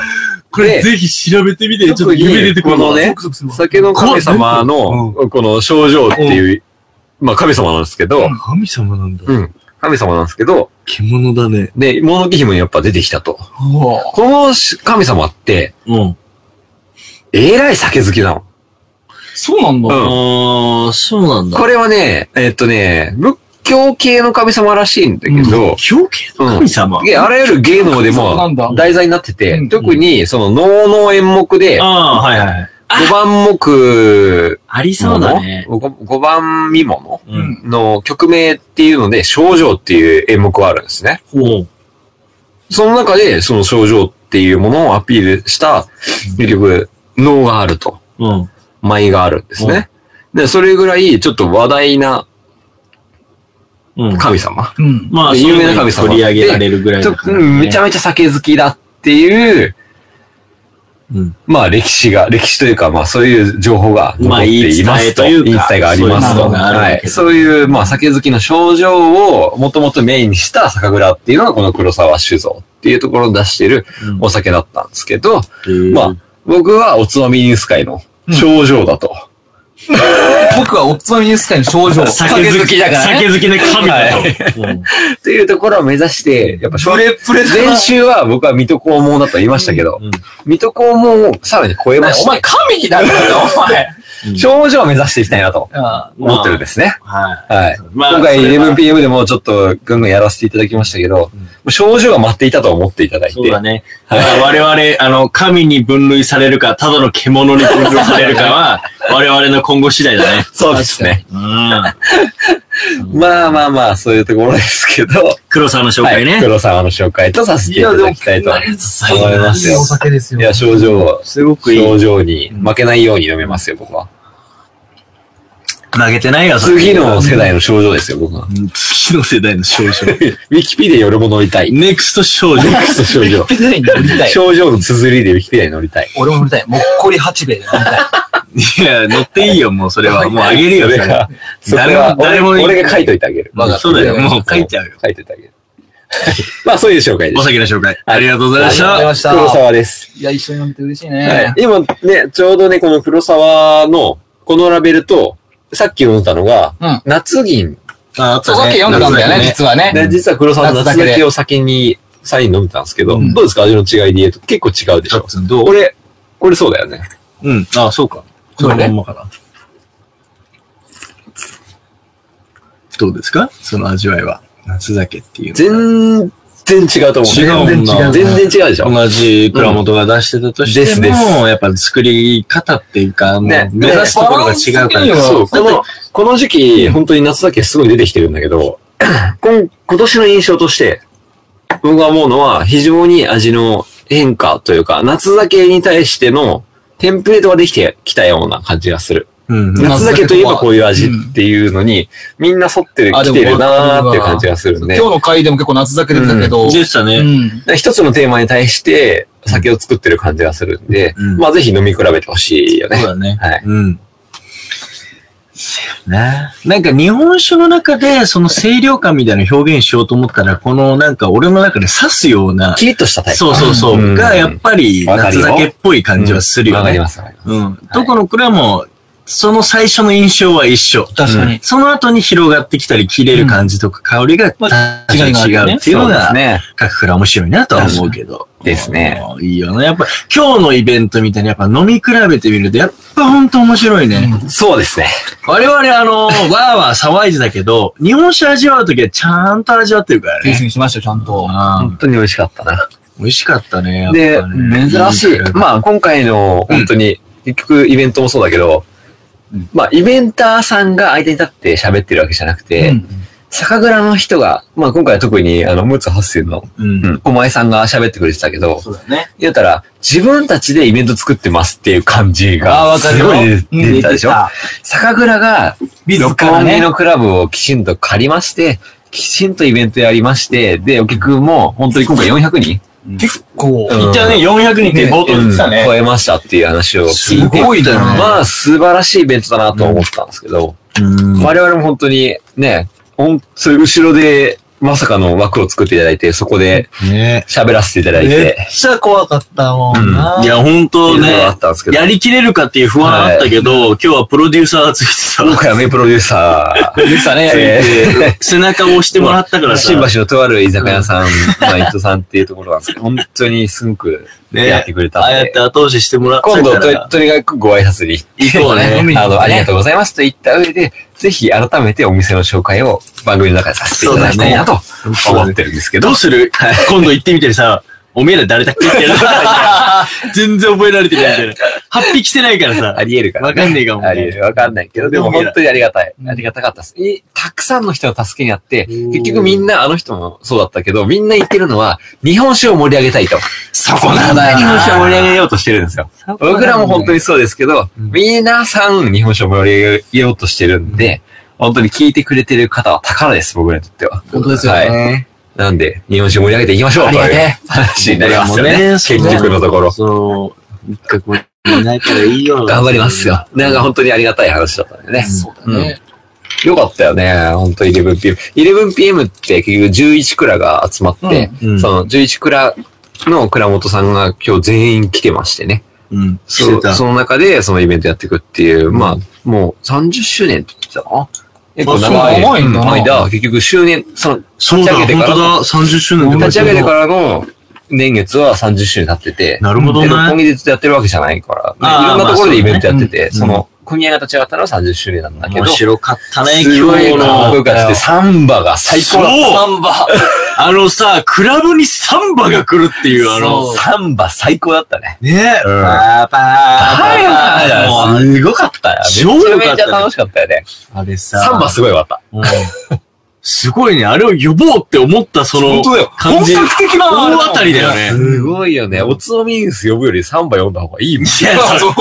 Speaker 4: これ、
Speaker 1: ぜひ調べてみて、ちょっと
Speaker 4: 特
Speaker 1: 夢出
Speaker 4: に
Speaker 1: てく
Speaker 4: こ
Speaker 1: る
Speaker 4: の
Speaker 1: の
Speaker 4: ね
Speaker 2: ゾクゾクする、わ
Speaker 4: 酒の神様の、この症状っていう、まあ神様なんですけど、
Speaker 1: 神様なんだ。
Speaker 4: うん。神様なんですけど、
Speaker 1: 獣だね。
Speaker 4: で、物置姫にやっぱ出てきたと。
Speaker 2: うわ
Speaker 4: この神様って、
Speaker 1: うん。
Speaker 4: えらい酒好きなの。
Speaker 2: そうなんだ。
Speaker 1: ああ、そうなんだ。
Speaker 4: これはね、えっとね、仏教系の神様らしいんだけど、
Speaker 1: 狂犬の神様
Speaker 4: であらゆる芸能で
Speaker 2: そうなんだ
Speaker 4: も題材になってて、
Speaker 2: うん
Speaker 4: 特にその能の演目で、
Speaker 1: ああ、はいはい。
Speaker 4: 五番目
Speaker 1: ありそ
Speaker 4: も
Speaker 1: う
Speaker 4: の
Speaker 1: だね。
Speaker 4: 五五番見物
Speaker 1: う
Speaker 2: うん
Speaker 1: ん。
Speaker 4: の曲名っていうので、症状っていう演目はあるんですね。
Speaker 1: ほう。
Speaker 4: その中で、その症状っていうものをアピールした、結局、能があると。
Speaker 1: うん。
Speaker 4: 舞があるんですね。で、それぐらい、ちょっと話題な
Speaker 1: うん。
Speaker 4: 神様。
Speaker 2: うん。
Speaker 1: まあ、
Speaker 4: で有名な神
Speaker 1: そ
Speaker 4: 様
Speaker 1: ういうのに取り上げられるぐらい
Speaker 4: ちょ
Speaker 1: だ
Speaker 4: っ
Speaker 1: か
Speaker 4: と
Speaker 1: ら
Speaker 4: うん
Speaker 1: ね
Speaker 4: めちゃめちゃ酒好きだっていう、
Speaker 1: うん
Speaker 4: まあ歴史が、歴史というか、まあそういう情報が残っていますと。
Speaker 1: まあ言い伝えというか
Speaker 4: があります
Speaker 1: そういう
Speaker 4: と。
Speaker 1: のがあるわけ
Speaker 4: は
Speaker 1: だ
Speaker 4: い。そういう、まあ酒好きの症状をもともとメインにした酒蔵っていうのがこの黒沢酒造っていうところを出しているお酒だったんですけど、まあ僕はおつまみニュース会の症状だと。
Speaker 2: 僕はおつまみニュース界の症 状。
Speaker 1: 酒好きだから、酒好きの神だと。
Speaker 4: っていうところを目指して、やっぱ
Speaker 2: プレプレだ
Speaker 4: 前週は僕は水戸黄門だと言いましたけど、水戸黄門をさらに超えま
Speaker 2: お
Speaker 4: し
Speaker 2: 前、神だからな、お前。
Speaker 4: て、 症状を目指していきたいなと
Speaker 2: あ
Speaker 4: 思ってるんですね。
Speaker 1: は
Speaker 4: はい。
Speaker 1: まあ
Speaker 4: 今回
Speaker 1: それは
Speaker 4: 11PM でもちょっとぐんぐんやらせていただきましたけど、症状が待っていたと思っていただい
Speaker 1: い。
Speaker 4: て、
Speaker 1: そうだね。
Speaker 4: はい
Speaker 1: まあ我々、あの、神に分類されるか、ただの獣に分類されるかは、 我々の今後次第だね。
Speaker 4: そうですね。
Speaker 1: うん。
Speaker 4: まあまあまあ、そういうところですけど、
Speaker 1: 黒沢の紹
Speaker 4: は
Speaker 1: 介
Speaker 4: い、
Speaker 1: ね。
Speaker 4: 黒沢の紹介とさせていただきたいと思います
Speaker 2: いい
Speaker 4: よ
Speaker 2: お。酒です
Speaker 4: い
Speaker 2: よ。
Speaker 4: や、症状は、
Speaker 1: すごくいい。
Speaker 4: 症状に負けないように飲めますよ、僕は。
Speaker 1: 投げてないよ、それ
Speaker 4: 次の世代の症状ですよ、僕は。
Speaker 3: 次の世代の少女。
Speaker 4: ウィキペディアよりも乗りたい。
Speaker 3: ネクスト少女。
Speaker 4: クス 症 状。
Speaker 2: 乗りたい。
Speaker 4: 症状の綴りでウィキペディアに乗りたい。
Speaker 2: 俺も乗りたい。もっこり八兵衛で乗りたい。
Speaker 3: いや、乗っていいよ、もうそれは。もうあげるよ、
Speaker 4: そ
Speaker 3: そ
Speaker 4: れ
Speaker 3: れは。
Speaker 4: が、 それ
Speaker 3: 誰
Speaker 4: は
Speaker 3: も
Speaker 4: 俺
Speaker 3: 誰も
Speaker 4: 俺が書いといてあげる。
Speaker 2: 我が
Speaker 3: そうだよ、もう書いちゃうよ。
Speaker 4: 書いといてあげる。 まあ、そういう紹介で
Speaker 3: お
Speaker 4: す。
Speaker 3: 酒の紹介。ありがとうございまし
Speaker 2: あり
Speaker 3: た。
Speaker 2: がとうござい
Speaker 4: 黒
Speaker 2: ました。
Speaker 4: 沢です。
Speaker 2: いや、一緒に飲めて嬉しい
Speaker 4: はい
Speaker 2: ね。。
Speaker 4: 今ね、ちょうどね、この黒沢の、このラベルと、さっき読んだのが
Speaker 2: うん、
Speaker 4: 夏銀。
Speaker 3: あ、あっ
Speaker 2: そう、さっき読んだんだよね、。実はね。
Speaker 4: で、実は黒沢の
Speaker 2: 夏だ
Speaker 4: 夏
Speaker 2: けで
Speaker 4: だけを先に、サイン飲んでたんですけど、
Speaker 2: ん
Speaker 4: どうですか味の違いで言うと結構違うでし
Speaker 3: ジャ
Speaker 4: ょ
Speaker 3: ッ。ツンどう
Speaker 4: これ、これそうだよね。
Speaker 3: うん。あ、そうか。
Speaker 2: そうね
Speaker 3: のまんまかな。どうですかその味わいは。夏酒っていうのは。
Speaker 4: 全然違うと思う。
Speaker 3: 違うもんな
Speaker 4: 全然違う。全然違うでしょ。
Speaker 3: 同じ蔵元が出してたとしても、
Speaker 4: うんですです
Speaker 3: やっぱ作り方っていうか、もう
Speaker 4: ね
Speaker 3: 目指すところが違うから。
Speaker 4: そう、この、この時期、本当に夏だけすごい出てきてるんだけど、今今年の印象として、僕が思うのは、非常に味の変化というか、夏だけに対してのテンプレートができてきたような感じがする。
Speaker 3: うんうん。
Speaker 4: 夏だけといえばこういう味っていうのに、みんな沿って
Speaker 2: あで
Speaker 4: き
Speaker 2: も
Speaker 4: てるなーっていう感じがするん
Speaker 2: 今
Speaker 4: で
Speaker 2: 日、の回でも結構夏酒出てたけど。
Speaker 1: でした
Speaker 2: う
Speaker 1: ね。
Speaker 2: ん。
Speaker 4: 一つのテーマに対して酒を作ってる感じがするんで、
Speaker 3: うん
Speaker 4: まあぜひ飲み比べてほしいよね
Speaker 3: そう。だね。
Speaker 4: はい。
Speaker 3: うん。そうやな。なんか日本酒の中で、その清涼感みたいな表現しようと思ったら、このなんか俺の中で刺すような、
Speaker 4: キリッとしたタイプ。
Speaker 3: そうそうそう、
Speaker 4: うん
Speaker 3: がやっぱり
Speaker 4: わかる
Speaker 3: 夏
Speaker 4: よ
Speaker 3: 酒っぽい感じはするよ
Speaker 4: わかり
Speaker 3: ね。
Speaker 4: ます、わかります。
Speaker 3: うん。どこの蔵も、その最初の印象は一緒。
Speaker 2: 確かに。
Speaker 3: その後に広がってきたり、切れる感じとか香りが、違
Speaker 2: 違いがあるよね
Speaker 3: 違うっていうの
Speaker 4: そう
Speaker 3: が、
Speaker 4: ですね。
Speaker 3: 各蔵面白いなとは思うけど。
Speaker 4: ですね。
Speaker 3: うん。いいよね。やっぱ、今日のイベントみたいに、やっぱ飲み比べてみると、やっぱほんと面白いね。
Speaker 4: そうですね。
Speaker 3: 我々、あの、わ ーわー騒いでたけど、日本酒味わうときはちゃんと味わってるから
Speaker 2: ケース
Speaker 3: ね。
Speaker 2: にしましたよ、ちゃんと。
Speaker 3: あ
Speaker 4: 本当に美味しかったな。
Speaker 3: 美味しかったね。やっ
Speaker 4: で
Speaker 3: ぱね、
Speaker 4: 珍しい。まあ、今回の、本当に、結局イベントもそうだけど、まあ、イベンターさんが相手に立って喋ってるわけじゃなくて、
Speaker 2: うん
Speaker 4: 酒蔵の人が、まあ、今回は特に、あの、ムツ発生の、
Speaker 3: うん
Speaker 4: う。ん、お前さんが喋ってくれてたけど、
Speaker 3: そうだね。
Speaker 4: 言ったら、自分たちでイベント作ってますっていう感じ
Speaker 2: あー
Speaker 4: が、
Speaker 2: わかる
Speaker 4: す
Speaker 2: よ
Speaker 4: ごい出
Speaker 2: うん
Speaker 4: 出てたでしょ酒蔵が、
Speaker 2: 自
Speaker 4: 六
Speaker 2: ら
Speaker 4: 本木
Speaker 2: ね。
Speaker 4: のクラブをきちんと借りまして、きちんとイベントやりまして、で、お客も本当に今回400人
Speaker 2: 結構。
Speaker 4: うん
Speaker 1: じゃあね、400人って冒頭言ってた
Speaker 4: うん
Speaker 1: ね
Speaker 4: 超。えましたっていう話を聞いて、
Speaker 2: いだ
Speaker 4: まあ素晴らしいイベントだなと思ったんですけど、
Speaker 3: うん。
Speaker 4: 我々も本当にね、ほん、そういう後ろでまさかの枠を作っていただいて、そこで
Speaker 3: ね
Speaker 4: 喋らせていただい、
Speaker 2: めってちゃ怖かったもんな。
Speaker 3: いや、ほん
Speaker 4: ってい
Speaker 3: と
Speaker 4: うのがあ
Speaker 3: ね
Speaker 4: っ、たんですけど、
Speaker 3: やりきれるかっていう不安あったけど、今日はプロデューサーがついてた
Speaker 4: 今回は名プロデューサー、
Speaker 2: でしたね。
Speaker 4: えー
Speaker 3: 背中を押してもらったからさ
Speaker 4: 新。橋のとある居酒屋さん、まあ伊藤さんっていうところなんですけど、本当にすごくやってくれたん
Speaker 3: あ
Speaker 4: で。
Speaker 3: あやって後押ししてもらったか
Speaker 4: 今
Speaker 3: ら。
Speaker 4: 度と、とにかくご挨拶に行って
Speaker 3: 行こうね
Speaker 4: あの、ありがとうございますと言った上で、ぜひ改めてお店の紹介を番組の中でさせていただきたいなと思ってるんですけど。
Speaker 3: どうする今度行ってみてさ、おめえら誰だっけって やる全然覚えられてないみたいな。発匹してないからさ
Speaker 4: あ。り得るから、
Speaker 3: わかんねえかもね
Speaker 4: あり得る。わかんないけど、でも本当にありがたい。ありがたかったです。いたくさんの人の助けにあって、結局みんな、あの人もそうだったけど、みんな言ってるのは、日本酒を盛り上げ たいと。
Speaker 3: そ
Speaker 4: 日本酒を盛り上げようとしてるんですよ。僕らも本当にそうですけど、皆さん日本酒を盛り上げようとしてるんで、本当に聞いてくれてる方は宝です、僕らにとっては。
Speaker 2: 本当ですよね
Speaker 4: はい。なんで、日本酒盛り上げていきましょうという話になりますよ
Speaker 3: あり
Speaker 4: ね。
Speaker 3: が
Speaker 4: 結
Speaker 3: てえ
Speaker 4: 局のところ。
Speaker 3: そう。 3日後にいないからいいよ。
Speaker 4: 頑張りますよ。なんか本当にありがたい話だったんだよね。
Speaker 2: そうだね。
Speaker 4: よかったよね。本当 11PM。11PM って結局11クラが集まって、
Speaker 3: うんうん
Speaker 4: その11クラの倉本さんが今日全員来てましてね。
Speaker 3: うん。し
Speaker 4: そ
Speaker 3: て
Speaker 4: う
Speaker 3: た。
Speaker 4: その中でそのイベントやっていくっていう、まあ、もう30周年って言ってたかな。結構
Speaker 2: あ
Speaker 4: 長
Speaker 2: そ
Speaker 4: いう
Speaker 2: 長いんだな
Speaker 4: 間、結局周年、その、
Speaker 3: そうだ、
Speaker 4: 立ち上
Speaker 3: 本
Speaker 4: げてから
Speaker 3: 当だ、30周年。
Speaker 4: 立ち上げてかららの年月は30周年経ってて、
Speaker 3: なるほど
Speaker 4: でも今
Speaker 3: ね。
Speaker 4: 月やってるわけじゃないから、
Speaker 3: あー
Speaker 4: ね、いろんなところでイベントやって
Speaker 3: ま
Speaker 4: て、
Speaker 3: あそ
Speaker 4: そう
Speaker 3: ね
Speaker 4: の、組合が立ち上がったのは30周年なんだけど、
Speaker 3: 面白かったね、
Speaker 4: すご
Speaker 3: 今日
Speaker 4: いかっこよ
Speaker 3: の。
Speaker 4: かったしサンバが最高だった。
Speaker 3: そう
Speaker 4: ンバ。
Speaker 3: あのさ、クラブにサンバが来るっていう、あの、
Speaker 4: サンバ最高だったね。
Speaker 3: ねえ。
Speaker 4: うん
Speaker 3: パーパ
Speaker 4: はい
Speaker 3: ーパーもう
Speaker 4: すごかったよ。
Speaker 3: 超良
Speaker 4: めち
Speaker 3: か
Speaker 4: ゃ
Speaker 3: っ
Speaker 4: めち
Speaker 3: た
Speaker 4: ゃ
Speaker 3: ね
Speaker 4: 楽。しかったよね。
Speaker 3: あれさ、
Speaker 4: サンバすごいわかっ
Speaker 3: うんすごいね。あれを呼ぼうって思った、そ
Speaker 4: た。
Speaker 3: の、
Speaker 4: だよ。
Speaker 3: 感じ
Speaker 4: 的
Speaker 3: 大当たりだよね
Speaker 4: すごいよね。おつまみニュース呼ぶよりサンバ呼んだ方がいいもん。
Speaker 3: いやそう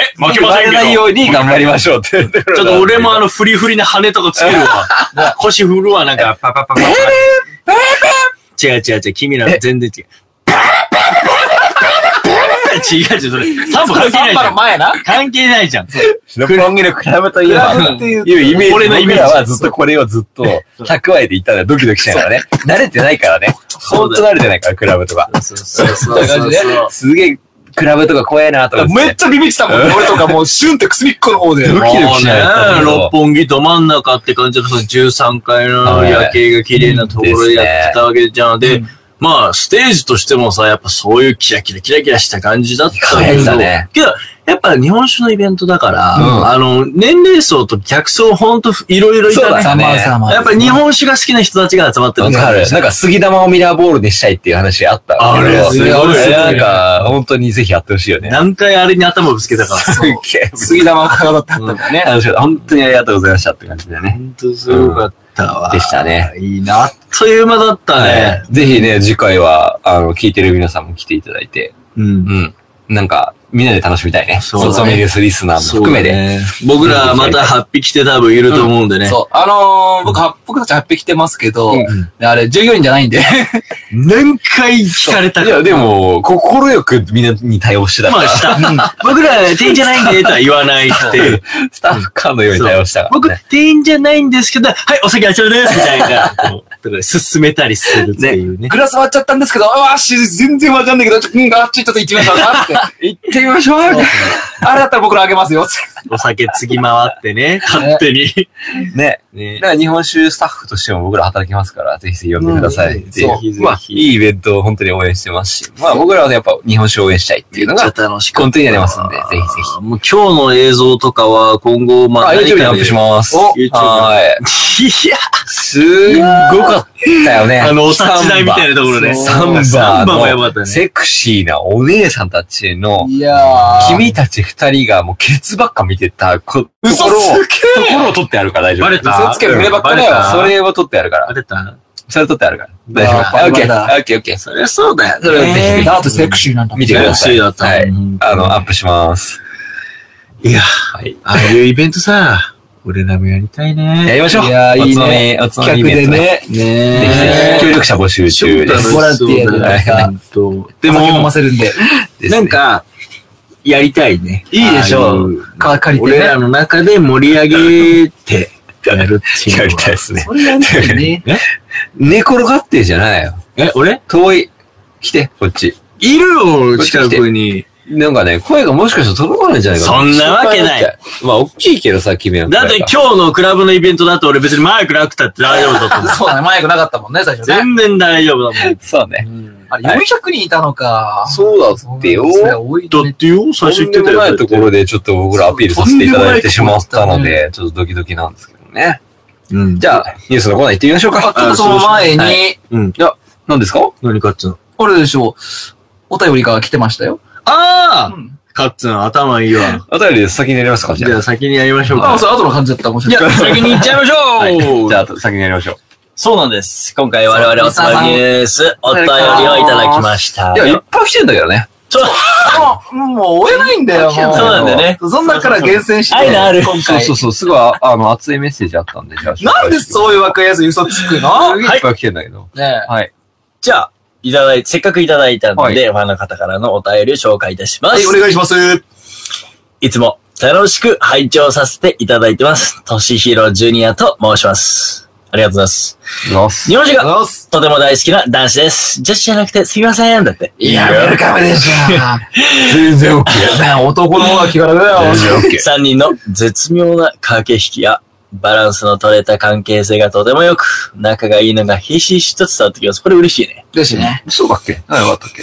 Speaker 4: え、負けませんないように頑張りましょうって。ちょっ
Speaker 3: ちょっと俺もあの、フリフリな羽とかつけるわ。腰振るわ、なんか、パパパパパ。違う違う違う、君ら全然違う。違う違う、それ。サンバ関係ないじゃん。
Speaker 2: 前な。
Speaker 3: 関係ないじゃん。
Speaker 4: 六本木のクラブといえば、いうイメージ。
Speaker 3: 俺のイメージ
Speaker 4: 僕らはずっとこれをずっと、蓄えていたらドキドキしながらね。慣れてないからね。ほ
Speaker 3: そ
Speaker 4: ん
Speaker 3: う
Speaker 4: と
Speaker 3: だ
Speaker 4: 慣れてないから、クラブとか。
Speaker 3: そうそう
Speaker 4: そんな感じですげえ、クラブとか怖いなと思って。
Speaker 2: めっちゃビビってたもん。俺とかもう、シュンってくすみっこの方で。
Speaker 4: ドキドキしながら。
Speaker 3: 六本木ど真ん中って感じで、その13階の夜景が綺麗なところでやってたわけじゃん。で、まあ、ステージとしてもさ、やっぱそういうキラキラキラキラした感じだったけ
Speaker 4: 輝いて
Speaker 3: ど、
Speaker 4: たね
Speaker 3: けど、やっぱ日本酒のイベントだから、
Speaker 4: うん
Speaker 3: あの、年齢層と客層ほんといろいろい
Speaker 4: そう
Speaker 3: たね。
Speaker 4: だね。
Speaker 3: やっぱ日本酒が好きな人たちが集まって
Speaker 4: わ
Speaker 3: る
Speaker 4: かる。なんか、杉玉をミラーボールにしたいっていう話あったんだけど
Speaker 3: あれすごいね
Speaker 4: なんか、本当にぜひやってほしいよね。
Speaker 3: 何回あれに頭ぶつけたか。
Speaker 4: すっげ え。
Speaker 2: 杉玉かだったんだよね。
Speaker 4: 楽しかった本当にありがとうございましたって感じだね。
Speaker 3: ほんとすごかったわ。
Speaker 4: でしたね。
Speaker 3: いいな。あっという間だったね。
Speaker 4: はいぜひね、次回は、あの、聞いてる皆さんも来ていただいて、
Speaker 3: うん。
Speaker 4: うん。なんか、みんなで楽しみたいね。
Speaker 3: そうだね
Speaker 4: ソーシャルメディアスリスナーも含めて。
Speaker 3: そうだね僕らまた8匹て多分いると思うんでね。
Speaker 2: そう。あのー、僕、は僕たち8匹来てますけど、あれ、従業員じゃないんで。
Speaker 3: 何回聞かれた
Speaker 4: いや、でも、心よくみんなに対応してた
Speaker 3: ま
Speaker 4: か
Speaker 3: あ
Speaker 4: ら、
Speaker 3: した。僕ら店員じゃないんでとは言わないって。
Speaker 4: スタッフ間のように対応したから、ね。
Speaker 3: 僕店員じゃないんですけど、はい、お酒あちらですみたいな。こうだから進めたりするっていうね。
Speaker 2: グラス割っちゃったんですけど、あーし、全然わかんないけど、ちょうん、あっちちょっと行ってみましょうかって。 行ってみましょう。あれだったら僕らあげますよ。
Speaker 3: お酒継ぎ回ってね、勝手に。
Speaker 4: ね。
Speaker 3: ね
Speaker 4: だ。から日本酒スタッフとしても僕ら働きますから、ぜひぜひ呼んでください。
Speaker 3: うん
Speaker 4: ぜひ
Speaker 3: そうぜひぜひ
Speaker 4: まあ、いいイベントを本当に応援してますし、まあ僕らはね、やっぱ日本酒を応援したいっていうの
Speaker 3: めっ
Speaker 4: が、
Speaker 3: ちゃ楽し
Speaker 4: コンテになりますんで、ぜひぜひ。
Speaker 3: もう今日の映像とかは今後、まあ、
Speaker 4: あ、YouTube にアップし
Speaker 3: ま
Speaker 4: ます。
Speaker 3: お YouTube
Speaker 4: はい。
Speaker 3: す。いや、
Speaker 4: すっごかったよね。
Speaker 3: あの、お立ち台みたいなところね。
Speaker 4: サンバ
Speaker 3: サンバもやばか
Speaker 4: の
Speaker 3: ったね。
Speaker 4: セクシーなお姉さんたちの、
Speaker 2: いやー。
Speaker 4: 君たち二人がもうケツばっか見てたこ、
Speaker 2: 嘘
Speaker 4: ところを、
Speaker 2: つ
Speaker 4: ところを取ってやるから大丈夫。
Speaker 3: バレた
Speaker 2: 嘘つけ触ればっかだよ
Speaker 3: バレた
Speaker 4: それを取ってやるから
Speaker 3: バ。レた
Speaker 4: それ取ってあるから。大
Speaker 2: あー
Speaker 4: 丈夫。オッケ
Speaker 2: バレ
Speaker 4: ー、オッケー、オッケー。
Speaker 3: そりゃそうだよね。
Speaker 4: それをぜひぜひ
Speaker 2: だってセクシーなんだ。
Speaker 4: 見てくださ
Speaker 3: セクシ
Speaker 4: い。
Speaker 3: ーだった
Speaker 4: はい
Speaker 3: うん。
Speaker 4: あの、アップします。
Speaker 3: いや、ああいうイベントさ、俺らもやりたい
Speaker 4: や
Speaker 3: ね。
Speaker 4: りましょう。
Speaker 2: いやーいいね
Speaker 4: おつまみ、おつまみ
Speaker 2: 企
Speaker 4: イ
Speaker 2: 画
Speaker 4: ベ
Speaker 2: で
Speaker 4: ントね。
Speaker 2: ね。
Speaker 4: ぜひぜ
Speaker 3: ね
Speaker 4: ひ協力者募集中です。
Speaker 2: ボランティアで
Speaker 4: なんか
Speaker 3: で
Speaker 2: お酒飲
Speaker 3: も
Speaker 2: ま、せるんで。
Speaker 4: です
Speaker 3: な
Speaker 4: ね
Speaker 3: ん、か、やりたいね。
Speaker 4: いいでしょ
Speaker 3: う。
Speaker 2: か借りて
Speaker 3: 俺
Speaker 2: ね。
Speaker 3: らの中で盛り上げて、やるっていうのは。
Speaker 4: やりたいですね。
Speaker 2: 俺やんないよね。
Speaker 4: 寝転がってじゃないよ。
Speaker 3: え、俺
Speaker 4: 遠い。来て、こっち。
Speaker 3: いるよ、
Speaker 4: こっち来
Speaker 3: 近
Speaker 4: て
Speaker 3: くに。
Speaker 4: なんかね、声がもしかしたら届かないんじゃないか
Speaker 3: そんなわけない
Speaker 4: 心配にっちゃう。まあ、大きいけどさ、君は。
Speaker 3: だって今日のクラブのイベントだと俺別にマイクなくたって大丈夫だったも ん
Speaker 2: そうだね、マイクなかったもんね、 最初ね。
Speaker 3: 全然大丈夫だもん。
Speaker 4: 日。そうね。
Speaker 2: あれ、400人いたのか。
Speaker 4: そうだってよ。
Speaker 2: それ多い
Speaker 3: だ
Speaker 2: ね。
Speaker 3: ってよ、最初
Speaker 4: と
Speaker 3: 言
Speaker 4: ん
Speaker 3: って
Speaker 4: で
Speaker 3: た
Speaker 4: も
Speaker 3: よ。
Speaker 4: ないところでちょっと僕らアピールさせていただいてしまったので、ちょっとドキドキなんですけどね。
Speaker 3: うん。
Speaker 4: じゃあ、ニュースのコーナー行ってみましょう
Speaker 2: あ
Speaker 4: か。
Speaker 2: ちょっとその前
Speaker 4: は
Speaker 2: に、
Speaker 4: 何ですか
Speaker 3: 何かっつうの
Speaker 2: 俺でしょ、お便りが来てましたよ。
Speaker 3: ああ、
Speaker 2: うん
Speaker 3: カッツン頭いいわ。
Speaker 4: あたりで先にやりますかじ
Speaker 3: じ
Speaker 4: ゃ
Speaker 3: ゃ
Speaker 4: あ。
Speaker 3: あ先にやりましょう
Speaker 2: あ、
Speaker 3: か。
Speaker 2: それ後の感じだったら面
Speaker 3: い
Speaker 2: 白
Speaker 3: や、
Speaker 2: い。
Speaker 3: 先 に行っちゃいましょう
Speaker 4: じゃあ、後先にやりましょう。
Speaker 3: そうなんです。今回我々おつまみニュース、お便りをいただきました。
Speaker 4: いや、いっぱい来てんだけどね。
Speaker 3: そう、
Speaker 2: もう、もう追えないんだよ、もう。
Speaker 3: そうなんだよね。
Speaker 2: そん中から厳選して。
Speaker 3: 愛のある。
Speaker 2: 今
Speaker 4: そう
Speaker 2: 回
Speaker 4: そ。うそう、すぐあ、 あの、熱いメッセージあったんで、じゃあ。
Speaker 2: なんでそういう若いやつ嘘つくの
Speaker 4: ういっぱい来てんだけど。
Speaker 2: ね
Speaker 4: はい。
Speaker 3: じゃあ、いただい、せっかくいただいたので、
Speaker 2: はい
Speaker 3: ファンの方からのお便りを紹介いたします。
Speaker 2: はい、お願いします。
Speaker 3: いつも楽しく拝聴させていただいてます。としひろジュニアと申します。ありがとうございます。
Speaker 4: よし。
Speaker 3: 日本
Speaker 2: あ
Speaker 3: 人
Speaker 2: りがとうござい
Speaker 3: が
Speaker 2: ます。
Speaker 3: とても大好きな男子です。女子じゃなくてすみません。だって。
Speaker 2: いや、ウェルカムでし
Speaker 4: 全然 OK。
Speaker 2: ょ。男の方が気軽だよ。
Speaker 3: 3人の絶妙な駆け引きやバランスの取れた関係性がとても良く、仲がいいのがひしひしと伝わってきます。これ嬉しいね。
Speaker 2: 嬉しいね。そうだっけあ、よかったっけ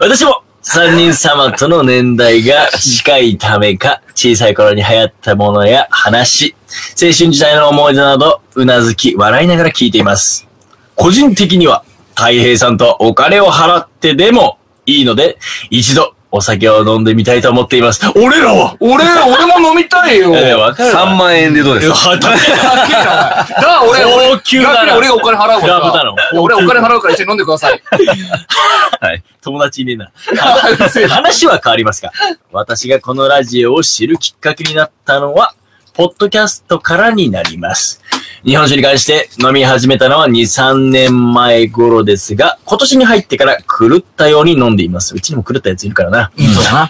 Speaker 3: 私も3人様との年代が近いためか、小さい頃に流行ったものや話、青春時代の思い出など、うなずき、笑いながら聞いています。個人的には、太平さんとお金を払ってでもいいので、一度お酒を飲んでみたいと思っています。俺らは
Speaker 2: 俺、俺も飲みたいよ。
Speaker 3: いやいやわかるわ
Speaker 4: 3万円でどうですか
Speaker 3: 高
Speaker 2: 高えなお前だから俺、俺、
Speaker 3: 級
Speaker 2: 逆
Speaker 3: だ
Speaker 2: に
Speaker 3: な。
Speaker 2: 俺がお金払うか
Speaker 3: ラブだろ
Speaker 2: ら。俺お金払うから一緒に飲んでください。
Speaker 3: はい。友達いねえな。 話は変わりますが、私がこのラジオを知るきっかけになったのは、ポッドキャストからになります。日本酒に関して飲み始めたのは2、3年前頃ですが、今年に入ってから狂ったように飲んでいます。うちにも狂ったやついるからな。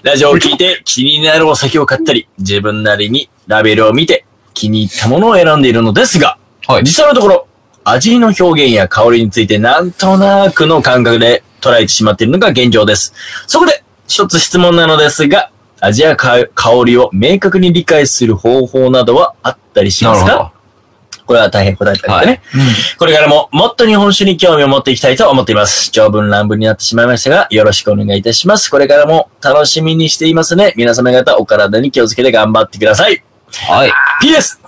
Speaker 3: ラジオを聞いて気になるお酒を買ったり、自分なりにラベルを見て気に入ったものを選んでいるのですが、
Speaker 2: はい
Speaker 3: 実際のところ、味の表現や香りについてなんとなくの感覚で捉えてしまっているのが現状です。そこで、一つ質問なのですが、味やか香りを明確に理解する方法などはあったりしますかこれは大変答えたんでね、これからももっと日本酒に興味を持っていきたいと思っています。長文乱文になってしまいましたが、よろしくお願いいたします。これからも楽しみにしていますね。皆様方お体に気をつけて頑張ってください。
Speaker 4: はい。
Speaker 3: PS!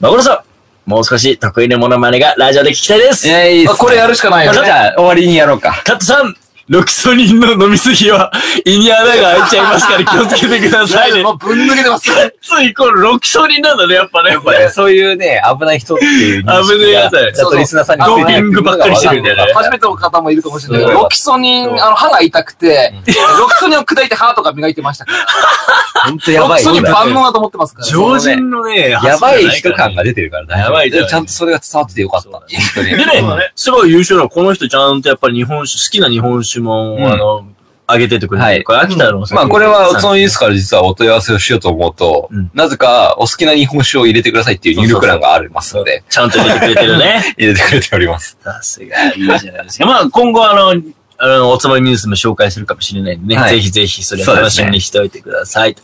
Speaker 3: まごろさんもう少し得意なモノマネがラジオで聞きたいです、
Speaker 4: えいいっす
Speaker 2: あこれやるしかないよ
Speaker 4: じ
Speaker 2: ね。
Speaker 4: ゃあ、終わりにやろうか。
Speaker 3: カットさんロキソニンの飲みすぎは胃に穴が開いちゃいます から気をつけてくださいね
Speaker 2: も。うぶん抜けてます。
Speaker 3: ついこれロキソニンなんだね、やっぱね。やっぱね
Speaker 4: そういうね、危ない人っていう。
Speaker 3: 危ねえやつだよ
Speaker 4: ちょっとリスナーさんに
Speaker 3: ドーピングばっかりしてるんだよね
Speaker 2: 初めての方もいるかもしれないけ
Speaker 4: う
Speaker 2: ど、
Speaker 4: ん
Speaker 2: ロキソニン、あの、歯が痛くて、ロキソニンを砕いて歯とか磨いてましたから。
Speaker 4: 本当や
Speaker 2: ロ
Speaker 4: ば
Speaker 2: キ
Speaker 4: い。
Speaker 2: ソニン万能だと思ってますから。
Speaker 3: 常人のね、
Speaker 4: やばい人
Speaker 3: 感
Speaker 4: 感が出てるから
Speaker 3: やばいじゃない
Speaker 4: ちゃんとそれが伝わっててよかった。本当に。
Speaker 3: でね、すごい優秀な、この人ちゃんとやっぱり日本酒、好きな日本酒も、
Speaker 4: うん
Speaker 3: あの、あげててくれてる、
Speaker 4: はい
Speaker 3: これ秋田のお酒
Speaker 4: まあこれは、そ
Speaker 3: そう
Speaker 4: のニュースから実はお問い合わせをしようと思うと
Speaker 3: うん、
Speaker 4: なぜかお好きな日本酒を入れてくださいっていう入力欄がありますので、
Speaker 3: ちゃんと入れてくれてるね。
Speaker 4: 入れてくれております。
Speaker 3: さすが、いいじゃないですか。まあ今後あの、あの、おつまみニュースも紹介するかもしれないんでね、
Speaker 4: はい
Speaker 3: ぜひぜひそれ
Speaker 4: そうですね
Speaker 3: 楽しみにしておいてください。と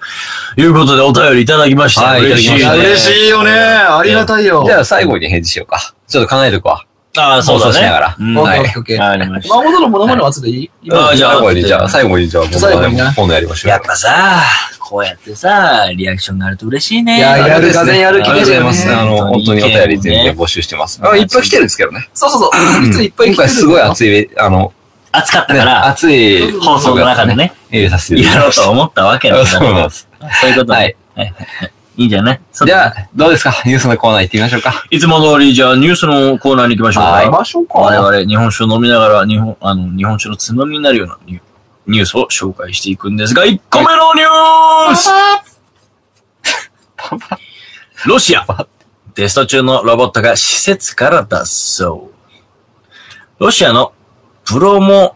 Speaker 3: いうことでお便りいただきました。
Speaker 4: はい
Speaker 3: 嬉しい
Speaker 4: いただきま
Speaker 3: ね。
Speaker 4: し
Speaker 2: いよね。あたいよ
Speaker 4: じゃあ最後に返事しようか。ちょっと考えとくわ。
Speaker 3: ああ、そうだ
Speaker 4: 放
Speaker 3: ね。
Speaker 4: 送しながら
Speaker 3: うん
Speaker 2: オッ
Speaker 3: は
Speaker 2: ケーオッケ
Speaker 3: い
Speaker 2: ーオッケー。
Speaker 3: わかりました
Speaker 2: 孫とのモノマネは後でいい
Speaker 3: ああ、じゃ
Speaker 4: 最
Speaker 3: あ
Speaker 4: 後、に、じゃあ、最後に、じゃあ、
Speaker 2: 最後にな
Speaker 4: 今度やりましょう
Speaker 3: やっ。ぱさ、こうやってさ、リアクションがあると嬉しいね。
Speaker 2: いややるがぜやる気
Speaker 4: ありがとうございます。
Speaker 2: ね
Speaker 4: あの、本当にお便り全然募集してます。あ、いっぱい来てるんですけどね。
Speaker 2: そうそうそう。いついっぱい
Speaker 4: 今
Speaker 2: 来て
Speaker 4: 回
Speaker 2: る
Speaker 4: すごい熱い、あの、
Speaker 3: 暑かった
Speaker 4: ね
Speaker 3: から、
Speaker 4: 熱い
Speaker 3: 放送の中でね、
Speaker 4: 入れさせてい
Speaker 3: やろ
Speaker 4: ただきま
Speaker 3: う
Speaker 4: した
Speaker 3: と思ったわけなんだ
Speaker 4: そう
Speaker 3: か
Speaker 4: なん
Speaker 3: ら
Speaker 4: です。
Speaker 3: そういうことね
Speaker 4: はい。
Speaker 3: はいはいはいいいんじゃないそう
Speaker 4: じ
Speaker 3: だ
Speaker 4: ゃ
Speaker 3: ね
Speaker 4: あ、どうですかニュースのコーナー行ってみましょうか。
Speaker 3: いつも通り、じゃあニュースのコーナーに行きましょう
Speaker 4: はい
Speaker 3: か。
Speaker 2: ましょう
Speaker 3: 我々、日本酒を飲みながら、日本、あの、日本酒のつまみになるようなニュニュースを紹介していくんですが、1個目のニュースロシア、テスト中のロボットが施設から脱走。ロシアのプロモ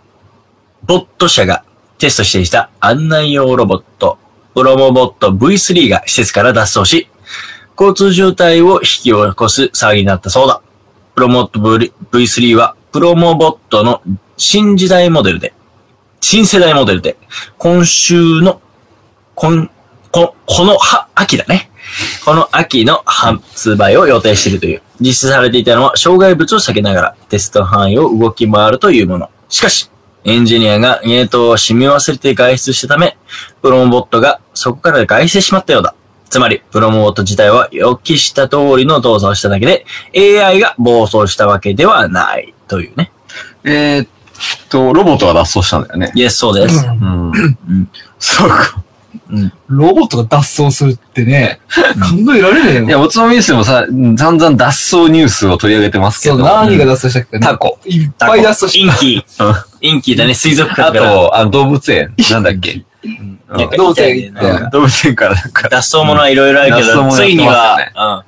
Speaker 3: ボット社がテストしていた案内用ロボット、プロモボット V3 が施設から脱走し、交通渋滞を引き起こす騒ぎになったそうだ。プロモット V- V3 は、プロモボットの新時代モデルで、新世代モデルで、今週の、こん、こ、このは、秋だね。この秋の発売を予定しているという。実施されていたのは、障害物を避けながらテスト範囲を動き回るというもの。しかし、エンジニアがゲートを閉め忘れて外出したため、プロモボットがそこから外出してしまったようだ。つまり、プロモボット自体は予期した通りの動作をしただけで、AI が暴走したわけではない。というね。
Speaker 4: えーっと、ロボットが脱走したんだよね。
Speaker 3: イエス、そうです。
Speaker 4: うん。
Speaker 2: そうか
Speaker 3: うん。
Speaker 2: ロボットが脱走するってね、考えられねえよ
Speaker 4: い。や、おつまみニュースでもさ、散々脱走ニュースを取り上げてますけ
Speaker 2: そ
Speaker 4: ど。
Speaker 2: う、何が脱走したっけ
Speaker 4: タコ。
Speaker 2: いっぱい脱走し
Speaker 3: インキー。インキーだね、水族
Speaker 4: あ
Speaker 3: 館から。
Speaker 4: と、あの動物園。なんだっけ
Speaker 3: うん
Speaker 4: うん
Speaker 2: 動物園行って
Speaker 4: 動物園からなんか、
Speaker 3: 脱走ものはいろいろあるけ
Speaker 4: 脱走
Speaker 3: ど、
Speaker 4: もの
Speaker 3: つ
Speaker 4: やって
Speaker 3: いに
Speaker 4: ますよね
Speaker 3: は、うん
Speaker 2: た。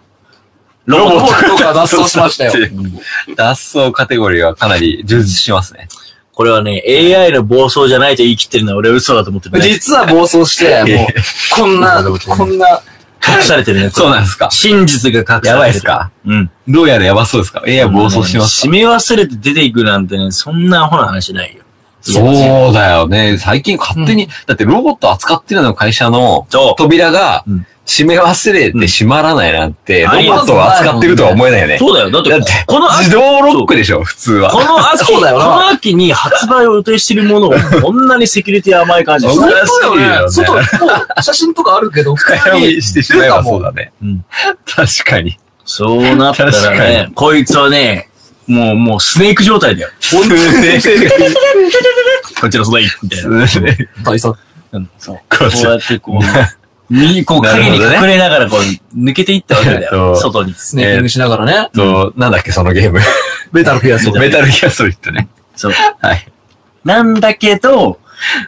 Speaker 3: ロ
Speaker 2: ロ
Speaker 3: ボ
Speaker 2: ボ
Speaker 3: ット。
Speaker 2: ットが脱走しましたよ。
Speaker 4: 脱走カテゴリーはかなり充実しますね。
Speaker 3: これはね、AI の暴走じゃないと言い切ってるのは俺は嘘だと思って る、ね。
Speaker 2: 実は暴走して、もう、こんな、こんな、
Speaker 3: 隠されてるね。これ
Speaker 4: そうなんですか
Speaker 3: 真実が隠されてる。
Speaker 4: やばいですか
Speaker 3: うん。
Speaker 4: どうやらやばそうですか ?AI 暴走してますか
Speaker 3: 締め忘れて出ていくなんてね、そんなアホな話ないよ。
Speaker 4: そうだよね。最近勝手に、だってロボット扱ってるの会社の
Speaker 3: そ
Speaker 4: 扉が
Speaker 3: うん
Speaker 4: 閉め忘れて閉まらないなんて、ロ
Speaker 3: ありえない
Speaker 4: ボットを扱ってるとは思えないよ
Speaker 3: う。
Speaker 4: ね。
Speaker 3: そうだよ。だって
Speaker 4: だって、
Speaker 3: この秋
Speaker 4: 自動ロックでしょ、普通は。
Speaker 3: この秋、この秋に発売を予定してるものを、こんなにセキュリティ甘い感じ
Speaker 4: そ
Speaker 3: す
Speaker 4: う
Speaker 3: る
Speaker 4: だよね
Speaker 2: 外、もう、写真とかあるけ ど、普
Speaker 4: 早
Speaker 2: 通
Speaker 4: め
Speaker 2: に
Speaker 4: にしてしまえばそうだね。
Speaker 3: うん
Speaker 4: 確かに。
Speaker 3: そうなったら
Speaker 4: 確か
Speaker 3: ね、こいつはね、もう、もうスネーク状態だよ。
Speaker 4: 本当に。
Speaker 3: こっちのそばいいみたいな。
Speaker 2: 大佐。
Speaker 3: うんそう。
Speaker 4: こ
Speaker 3: こ
Speaker 4: っち
Speaker 3: うやってこ う、右、こう影に隠れながらこう、抜けていったわけだ
Speaker 4: そ
Speaker 3: よ。
Speaker 4: う
Speaker 3: 外に。
Speaker 2: スネーキングしながらね。
Speaker 4: と、なんだっけ、そのゲーム。
Speaker 2: メタルフィアス
Speaker 4: メタルギアソリッドね。
Speaker 3: そう。
Speaker 4: はい。
Speaker 3: なんだけど、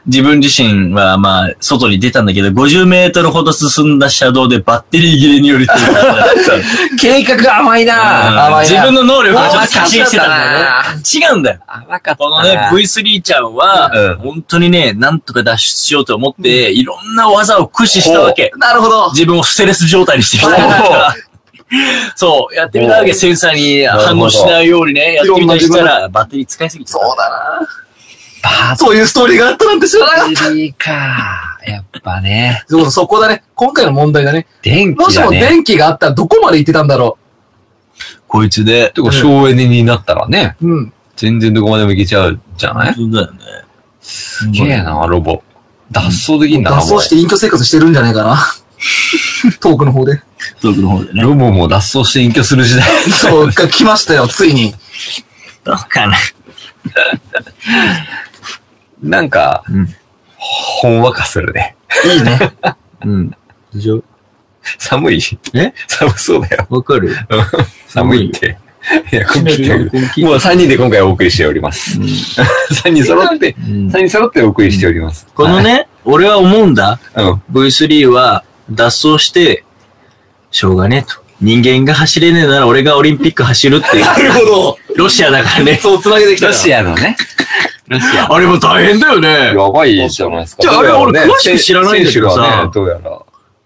Speaker 3: 自分自身はまあ、外に出たんだけど、50メートルほど進んだ車道でバッテリー切れによりっていうか
Speaker 2: 計画甘い な
Speaker 3: うん
Speaker 2: 甘い
Speaker 3: 自
Speaker 2: な
Speaker 3: 分の能力がちょっと過信してたん
Speaker 2: 甘か
Speaker 3: だよね。違うんだよ。
Speaker 2: 甘かった
Speaker 3: このね、V3 ちゃんは、本当にね、なんとか脱出しようと思って、いろんな技を駆使したわけ。
Speaker 2: なるほど。
Speaker 3: 自分をステレス状態にしてみたから。 そう、やってみたわけ、センサーに反応しないようにね、やってみたりしたら、バッテリー使いすぎちゃっ
Speaker 2: そうだなそういうストーリーがあったなんて知らなかった。
Speaker 4: いいか。やっぱね。
Speaker 2: そうそこだね。今回の問題だね。
Speaker 4: 電
Speaker 2: も
Speaker 4: 気
Speaker 2: しも
Speaker 4: だね。
Speaker 2: 電気があったらどこまで行ってたんだろ
Speaker 3: た。こいつで。
Speaker 4: てか、省エネになったらね、
Speaker 2: う。うん。
Speaker 4: 全然どこまでもいけちゃうじゃない
Speaker 3: そうだよね。
Speaker 4: すげえな、ロボ。脱走できんだ
Speaker 2: 脱
Speaker 4: な、
Speaker 2: 走
Speaker 4: こ
Speaker 2: して隠居生活してるんじゃないか な。遠くの方 で。
Speaker 3: トークの方で
Speaker 4: れ。
Speaker 3: ね。
Speaker 4: ロボも脱走して隠居する時代。
Speaker 2: そう、が来ましたよ、ついに。
Speaker 3: どうかな。
Speaker 4: なんか
Speaker 3: うん、
Speaker 4: ほんわかするね。
Speaker 2: いい ね。
Speaker 3: うん。でしょ
Speaker 4: 寒い
Speaker 3: え
Speaker 4: 寒そうだよ。
Speaker 3: わかる
Speaker 4: 寒いって。いや、こ
Speaker 3: めるよ、
Speaker 4: もう3人で今回お送りしております。3 人揃って、
Speaker 3: うん
Speaker 4: 3人揃ってお送りしております。
Speaker 3: このね、俺は思うんだ。
Speaker 4: はい、うん。
Speaker 3: V3 は脱走して、しょうがねえと。人間が走れねえなら俺がオリンピック走るっていう。
Speaker 2: なるほど。
Speaker 3: ロシアだから ね。
Speaker 2: そう、繋げてきた
Speaker 4: ロ
Speaker 2: よ。
Speaker 4: シアのね。
Speaker 3: あれも大変だよね。
Speaker 4: やばいじゃないですか。
Speaker 3: じゃああれ
Speaker 4: どうやらね
Speaker 3: 俺詳しく知らないんだけどさ
Speaker 4: 選手がね、どうやら。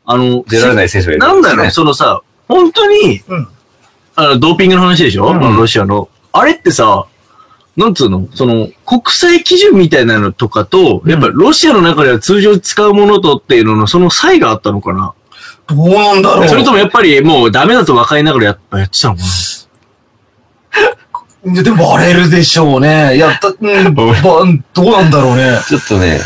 Speaker 3: あの、
Speaker 4: 出られない選手がいる
Speaker 3: なんだろう、
Speaker 4: ね。
Speaker 3: そのさ、本当に、
Speaker 2: うん
Speaker 3: あの、ドーピングの話でしょ、あのロシアの。あれってさ、なんつうのその、国際基準みたいなのとかと、やっぱロシアの中では通常使うものとっていうのの、その差異があったのかな、
Speaker 2: どうなんだろう。
Speaker 3: それともやっぱりもうダメだと分かりながらやっやってたのか
Speaker 2: いやでもバレるでしょうね。やった、 うん、ばどうなんだろうね。
Speaker 4: ちょっとね、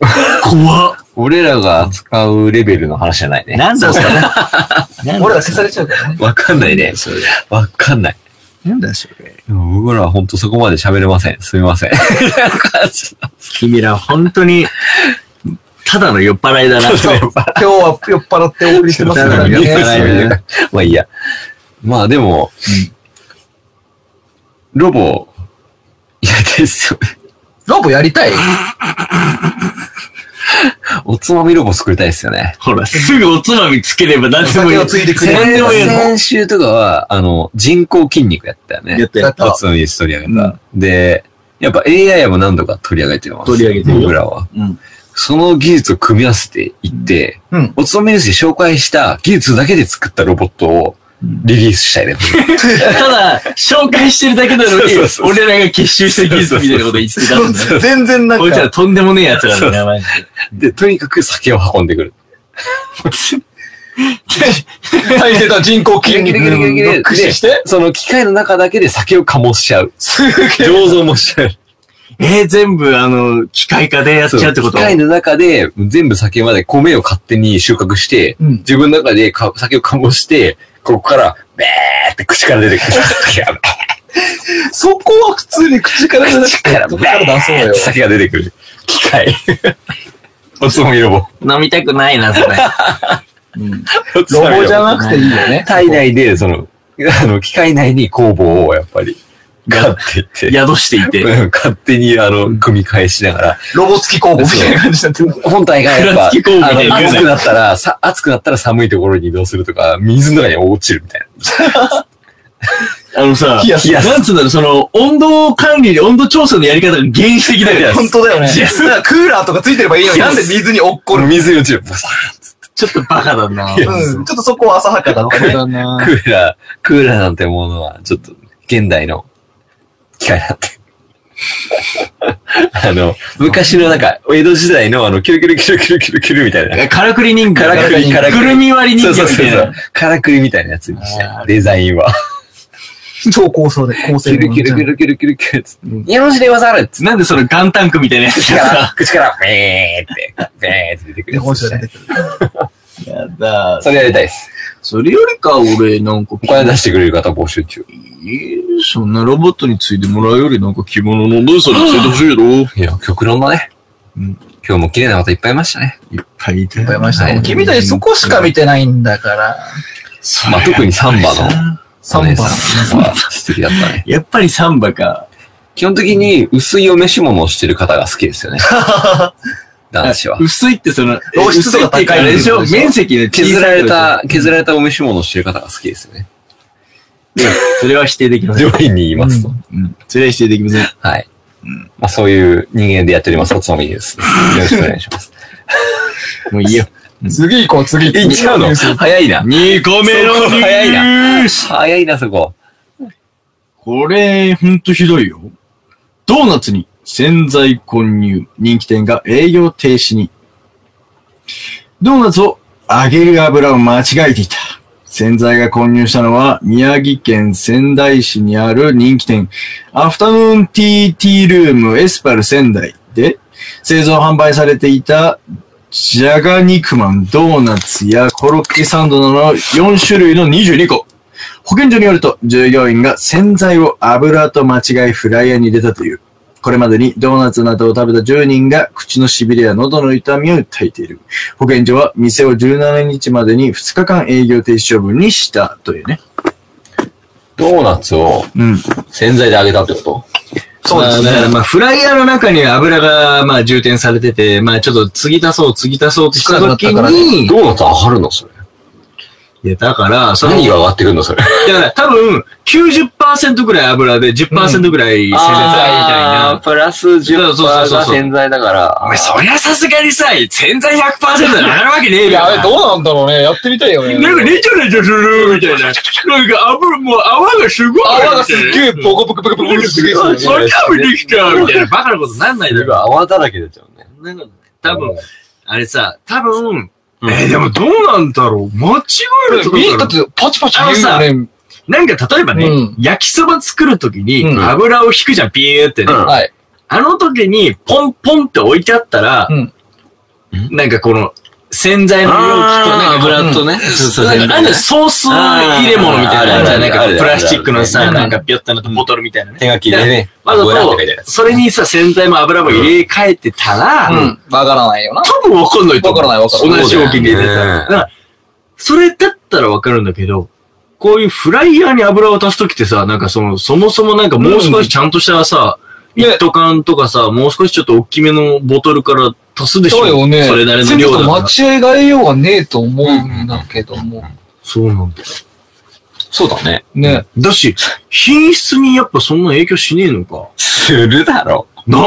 Speaker 3: な怖っ。
Speaker 4: 俺らが扱うレベルの話じゃないね。
Speaker 3: なんだそれ。な ん
Speaker 2: 俺
Speaker 3: だ
Speaker 2: ら消されちゃうからね。
Speaker 4: わかんないね。わかんない。
Speaker 3: なんだそれ。
Speaker 4: でも僕らはほんとそこまで喋れません。すみません。
Speaker 3: 君ら本当に、ただの酔っ払いだな。
Speaker 2: 今日は酔っ払ってお送りしてますから
Speaker 3: 酔っ払い
Speaker 2: ね。
Speaker 4: まあいいや。まあでも、ロボ、いやですよね。
Speaker 2: ロボやりたい
Speaker 4: おつまみロボ作りたいですよね。
Speaker 3: ほら、すぐおつまみつければ何でもいい。
Speaker 2: お酒をついてくれる
Speaker 3: 何でもいいの。
Speaker 4: 先週とかは、あの、人工筋肉やったよ
Speaker 3: やっ
Speaker 4: ね。
Speaker 3: た
Speaker 2: や
Speaker 3: よ
Speaker 2: っ。
Speaker 4: お
Speaker 2: た。
Speaker 4: つまみです取り上げた。で、やっぱ AI も何度か取り上げてます。
Speaker 3: 取り上げてるよ
Speaker 4: 僕らは。
Speaker 3: うん
Speaker 4: その技術を組み合わせていって、
Speaker 2: うん
Speaker 4: おつまみニュースで紹介した技術だけで作ったロボットをリリース したいね。
Speaker 3: ただ、紹介してるだけなのに
Speaker 4: そうそう、そう
Speaker 3: 俺らが結集した技術みたいなこと言ってたんだよ。
Speaker 2: 全然なん
Speaker 3: こいつ、
Speaker 2: から
Speaker 3: とんでもねえやつら
Speaker 4: そう
Speaker 3: だね、マジで。
Speaker 4: で、とにかく酒を運んでくる。
Speaker 2: 大してた人工筋肉を駆使して、
Speaker 4: その機械の中だけで酒を醸しちゃう。醸造もしちゃう。
Speaker 3: えー、全部、あの、機械化でやっちゃうってこと
Speaker 4: 機械の中で、全部酒まで米を勝手に収穫して、
Speaker 2: うん
Speaker 4: 自分の中でか酒を醸して、ここから、べーって口から出てく る。酒が
Speaker 2: そこは普通に口から出
Speaker 4: 口 から、べ
Speaker 2: 口から出そう
Speaker 4: ーっ
Speaker 2: よ
Speaker 4: て。酒が出てくる。機械。 おつもみロボ。
Speaker 3: 飲みたくないな、それ。
Speaker 4: おつまみ
Speaker 2: ロボじゃ
Speaker 4: ロ
Speaker 2: なくていいよね
Speaker 4: ボ。。体内で、その、あの、機械内に工房をやっぱり、買っていって。
Speaker 3: 宿していて。
Speaker 4: うん勝手に、あの、組み返しながら、
Speaker 2: ロボ付き工房みたいな感じ になってる。
Speaker 4: 本体がやっぱ、
Speaker 3: ふらつき工具みたいな
Speaker 4: あの
Speaker 3: 言う
Speaker 4: 暑
Speaker 3: な
Speaker 4: くなったら、さ、暑くなったら寒いところに移動するとか、水の中に落ちるみたい
Speaker 3: あのさ、
Speaker 2: 冷やす
Speaker 3: なんつうんだろう、その、温度管理、温度調整のやり方が原始的だよね。
Speaker 2: 本当だよね。だからクーラーとかついてればいいのに、なんで水に落っこる
Speaker 4: 水に落ちる。バサ
Speaker 3: ちょっとバカだな。
Speaker 2: うん、ちょっとそこは浅はかだな。
Speaker 6: だ
Speaker 4: ッ
Speaker 6: な
Speaker 4: クーラー、クーラーなんてものは、ちょっと、現代の機械だって。あの、昔のなんか、江戸時代のあの、キュルキュルキュルキュルキュルキュルみたいな。
Speaker 3: カラクリ人形。
Speaker 4: カラクリ、カラク
Speaker 3: く
Speaker 4: リ。
Speaker 3: るみ割り
Speaker 4: そ
Speaker 3: 人
Speaker 4: う
Speaker 3: 形
Speaker 4: そう
Speaker 3: み
Speaker 4: そう
Speaker 3: たい
Speaker 4: そ
Speaker 3: な
Speaker 4: う。。からくりみたいなやつにした。デザインは。
Speaker 6: 超高層で、高
Speaker 4: キ
Speaker 6: 性
Speaker 4: ュル
Speaker 6: 能
Speaker 4: キュルキュルキュルキュルキュルつって。よろしでござるっつって
Speaker 3: なんでそのガンタンクみたいなやつ
Speaker 4: 口から、口から、ベーって、ベーって出てくる
Speaker 6: で、
Speaker 4: や
Speaker 6: 本
Speaker 4: つ
Speaker 6: 社。出てくる。
Speaker 3: やだ。
Speaker 4: それやりたいです。
Speaker 3: それよりか、俺、なんか、
Speaker 4: お金出してくれる方募集中。
Speaker 3: そんなロボットについてもらうより、なんか着物の動作についてほしいやろ。いっ
Speaker 4: いや、極論だね。
Speaker 3: うん
Speaker 4: 今日も綺麗な方いっぱいいましたね。
Speaker 3: ぱいいた
Speaker 6: 覚えました
Speaker 4: は
Speaker 6: ね。
Speaker 4: い
Speaker 6: 君たちそこしか見てないんだから。
Speaker 4: まあ、特にサンバのお
Speaker 6: 3
Speaker 4: 姉さ
Speaker 6: 番。
Speaker 4: んは素敵だったね。
Speaker 3: やっぱりサンバか。
Speaker 4: 基本的に薄いお召し物をしてる方が好きです よね。男子は。
Speaker 3: 薄いってその、
Speaker 2: 露出
Speaker 3: 薄い
Speaker 2: 度
Speaker 3: っ
Speaker 2: が高
Speaker 3: て
Speaker 2: い
Speaker 3: いうかあれでしょ面積で
Speaker 4: 削られ。た、削られたお召し物をしてる方が好きですよね。
Speaker 3: それは否定できません。
Speaker 4: 上位に言いますと。
Speaker 3: うんそれは否定できません。
Speaker 4: はい。まあ、そういう人間でやっております。おつまみです。よろしくお願いします。
Speaker 3: もういいよ。
Speaker 6: 次行こう、次行こう。
Speaker 4: いっちゃうの 早いな。
Speaker 3: 2個目のニュース
Speaker 4: 早いな、そこ。
Speaker 3: これ、ほんとひどいよ。ドーナツに洗剤混入。人気店が営業停止に。ドーナツを揚げる油を間違えていた。洗剤が混入したのは宮城県仙台市にある人気店、アフタヌーンティーティールームエスパル仙台で製造販売されていたジャガ肉まん、ドーナツやコロッケサンドなどの4種類の22個。保健所によると、従業員が洗剤を油と間違いフライヤーに入れたという。これまでにドーナツなどを食べた10人が口の痺れや喉の痛みを訴えている。保健所は店を17日までに2日間営業停止処分にしたというね。
Speaker 4: ドーナツを
Speaker 3: うん。
Speaker 4: 洗剤で揚げたってこと
Speaker 2: そうですね
Speaker 3: まあだからまあ、フライヤーの中には油が、まあ、充填されてて、まあ、ちょっと継ぎ足そう、継ぎ足そうとした時
Speaker 6: 少なくなったから
Speaker 3: に、
Speaker 4: ドーナツ上がるのそれ。
Speaker 3: いや、だから、その、
Speaker 4: 何が上がってくるのそれ。
Speaker 3: だから多分、90%ぐらい油で10%ぐらい洗剤みたいな。
Speaker 4: プラス
Speaker 3: そ
Speaker 4: 10%
Speaker 3: うそうそう
Speaker 4: が
Speaker 3: そう
Speaker 4: 洗剤だから。
Speaker 3: お前、そりゃさすがにさ、洗剤100%でなるわけねえよ。
Speaker 6: いや、あれどうなんだろうね。やってみたいよね。
Speaker 3: なんかネチャネチャするみたいな。なんか油、もう泡がすごい。
Speaker 2: 泡がすっげえボコボコボコボコすげえする
Speaker 3: あ
Speaker 2: ね
Speaker 3: それ食べてきたみたいな。バカなことなんないだろ。
Speaker 4: 泡だらけ出ちゃうね。
Speaker 3: 多分、あれさ、多分、えー、でもどうなんだろう間違えると
Speaker 6: みんな
Speaker 3: だ
Speaker 6: だっ
Speaker 3: って
Speaker 6: てパチパチ言うよね。
Speaker 3: なんか例えばね、
Speaker 6: うん
Speaker 3: 焼きそば作るときに
Speaker 6: うん
Speaker 3: 油を引くじゃん、ピーってね。
Speaker 4: うん
Speaker 6: はい。
Speaker 3: あの時にポンポンって置いてあったら、
Speaker 6: うん
Speaker 3: なんかこの洗剤の容器となんかこう
Speaker 4: 油とね。そう
Speaker 3: なんかあのソース入れ物みたいなのあるじゃん
Speaker 4: あ
Speaker 3: な
Speaker 4: ー
Speaker 3: んかこうプラスチックの
Speaker 4: あ
Speaker 3: さ、
Speaker 6: るある
Speaker 3: なんかピョッタのボトルみたいなね。
Speaker 4: 手書きでね。
Speaker 3: わざ
Speaker 4: 油って書いてある
Speaker 3: と、それにさ、洗剤も油も入れ替えてたら、
Speaker 6: うん。わからないよな。
Speaker 3: 多分わかんないと思う。
Speaker 6: わからないわからない
Speaker 3: 同じ容器に入れてたら。
Speaker 4: そうだよ
Speaker 3: だ
Speaker 4: ね
Speaker 3: からそれだったらわかるんだけど、こういうフライヤーに油を足すときってさ、なんかその、そもそもなんかもう少しちゃんとしたさ、一斗缶とかさ、もう少しちょっと大きめのボトルから足すでしょ。
Speaker 6: そうよね。
Speaker 3: それなりの量だから
Speaker 6: 間。違えようがねえと思うんだけども。
Speaker 3: そうなんだよ。
Speaker 4: そうだね。
Speaker 6: ね。
Speaker 3: だし、品質にやっぱそんな影響しねえのか。
Speaker 4: するだろ。
Speaker 3: な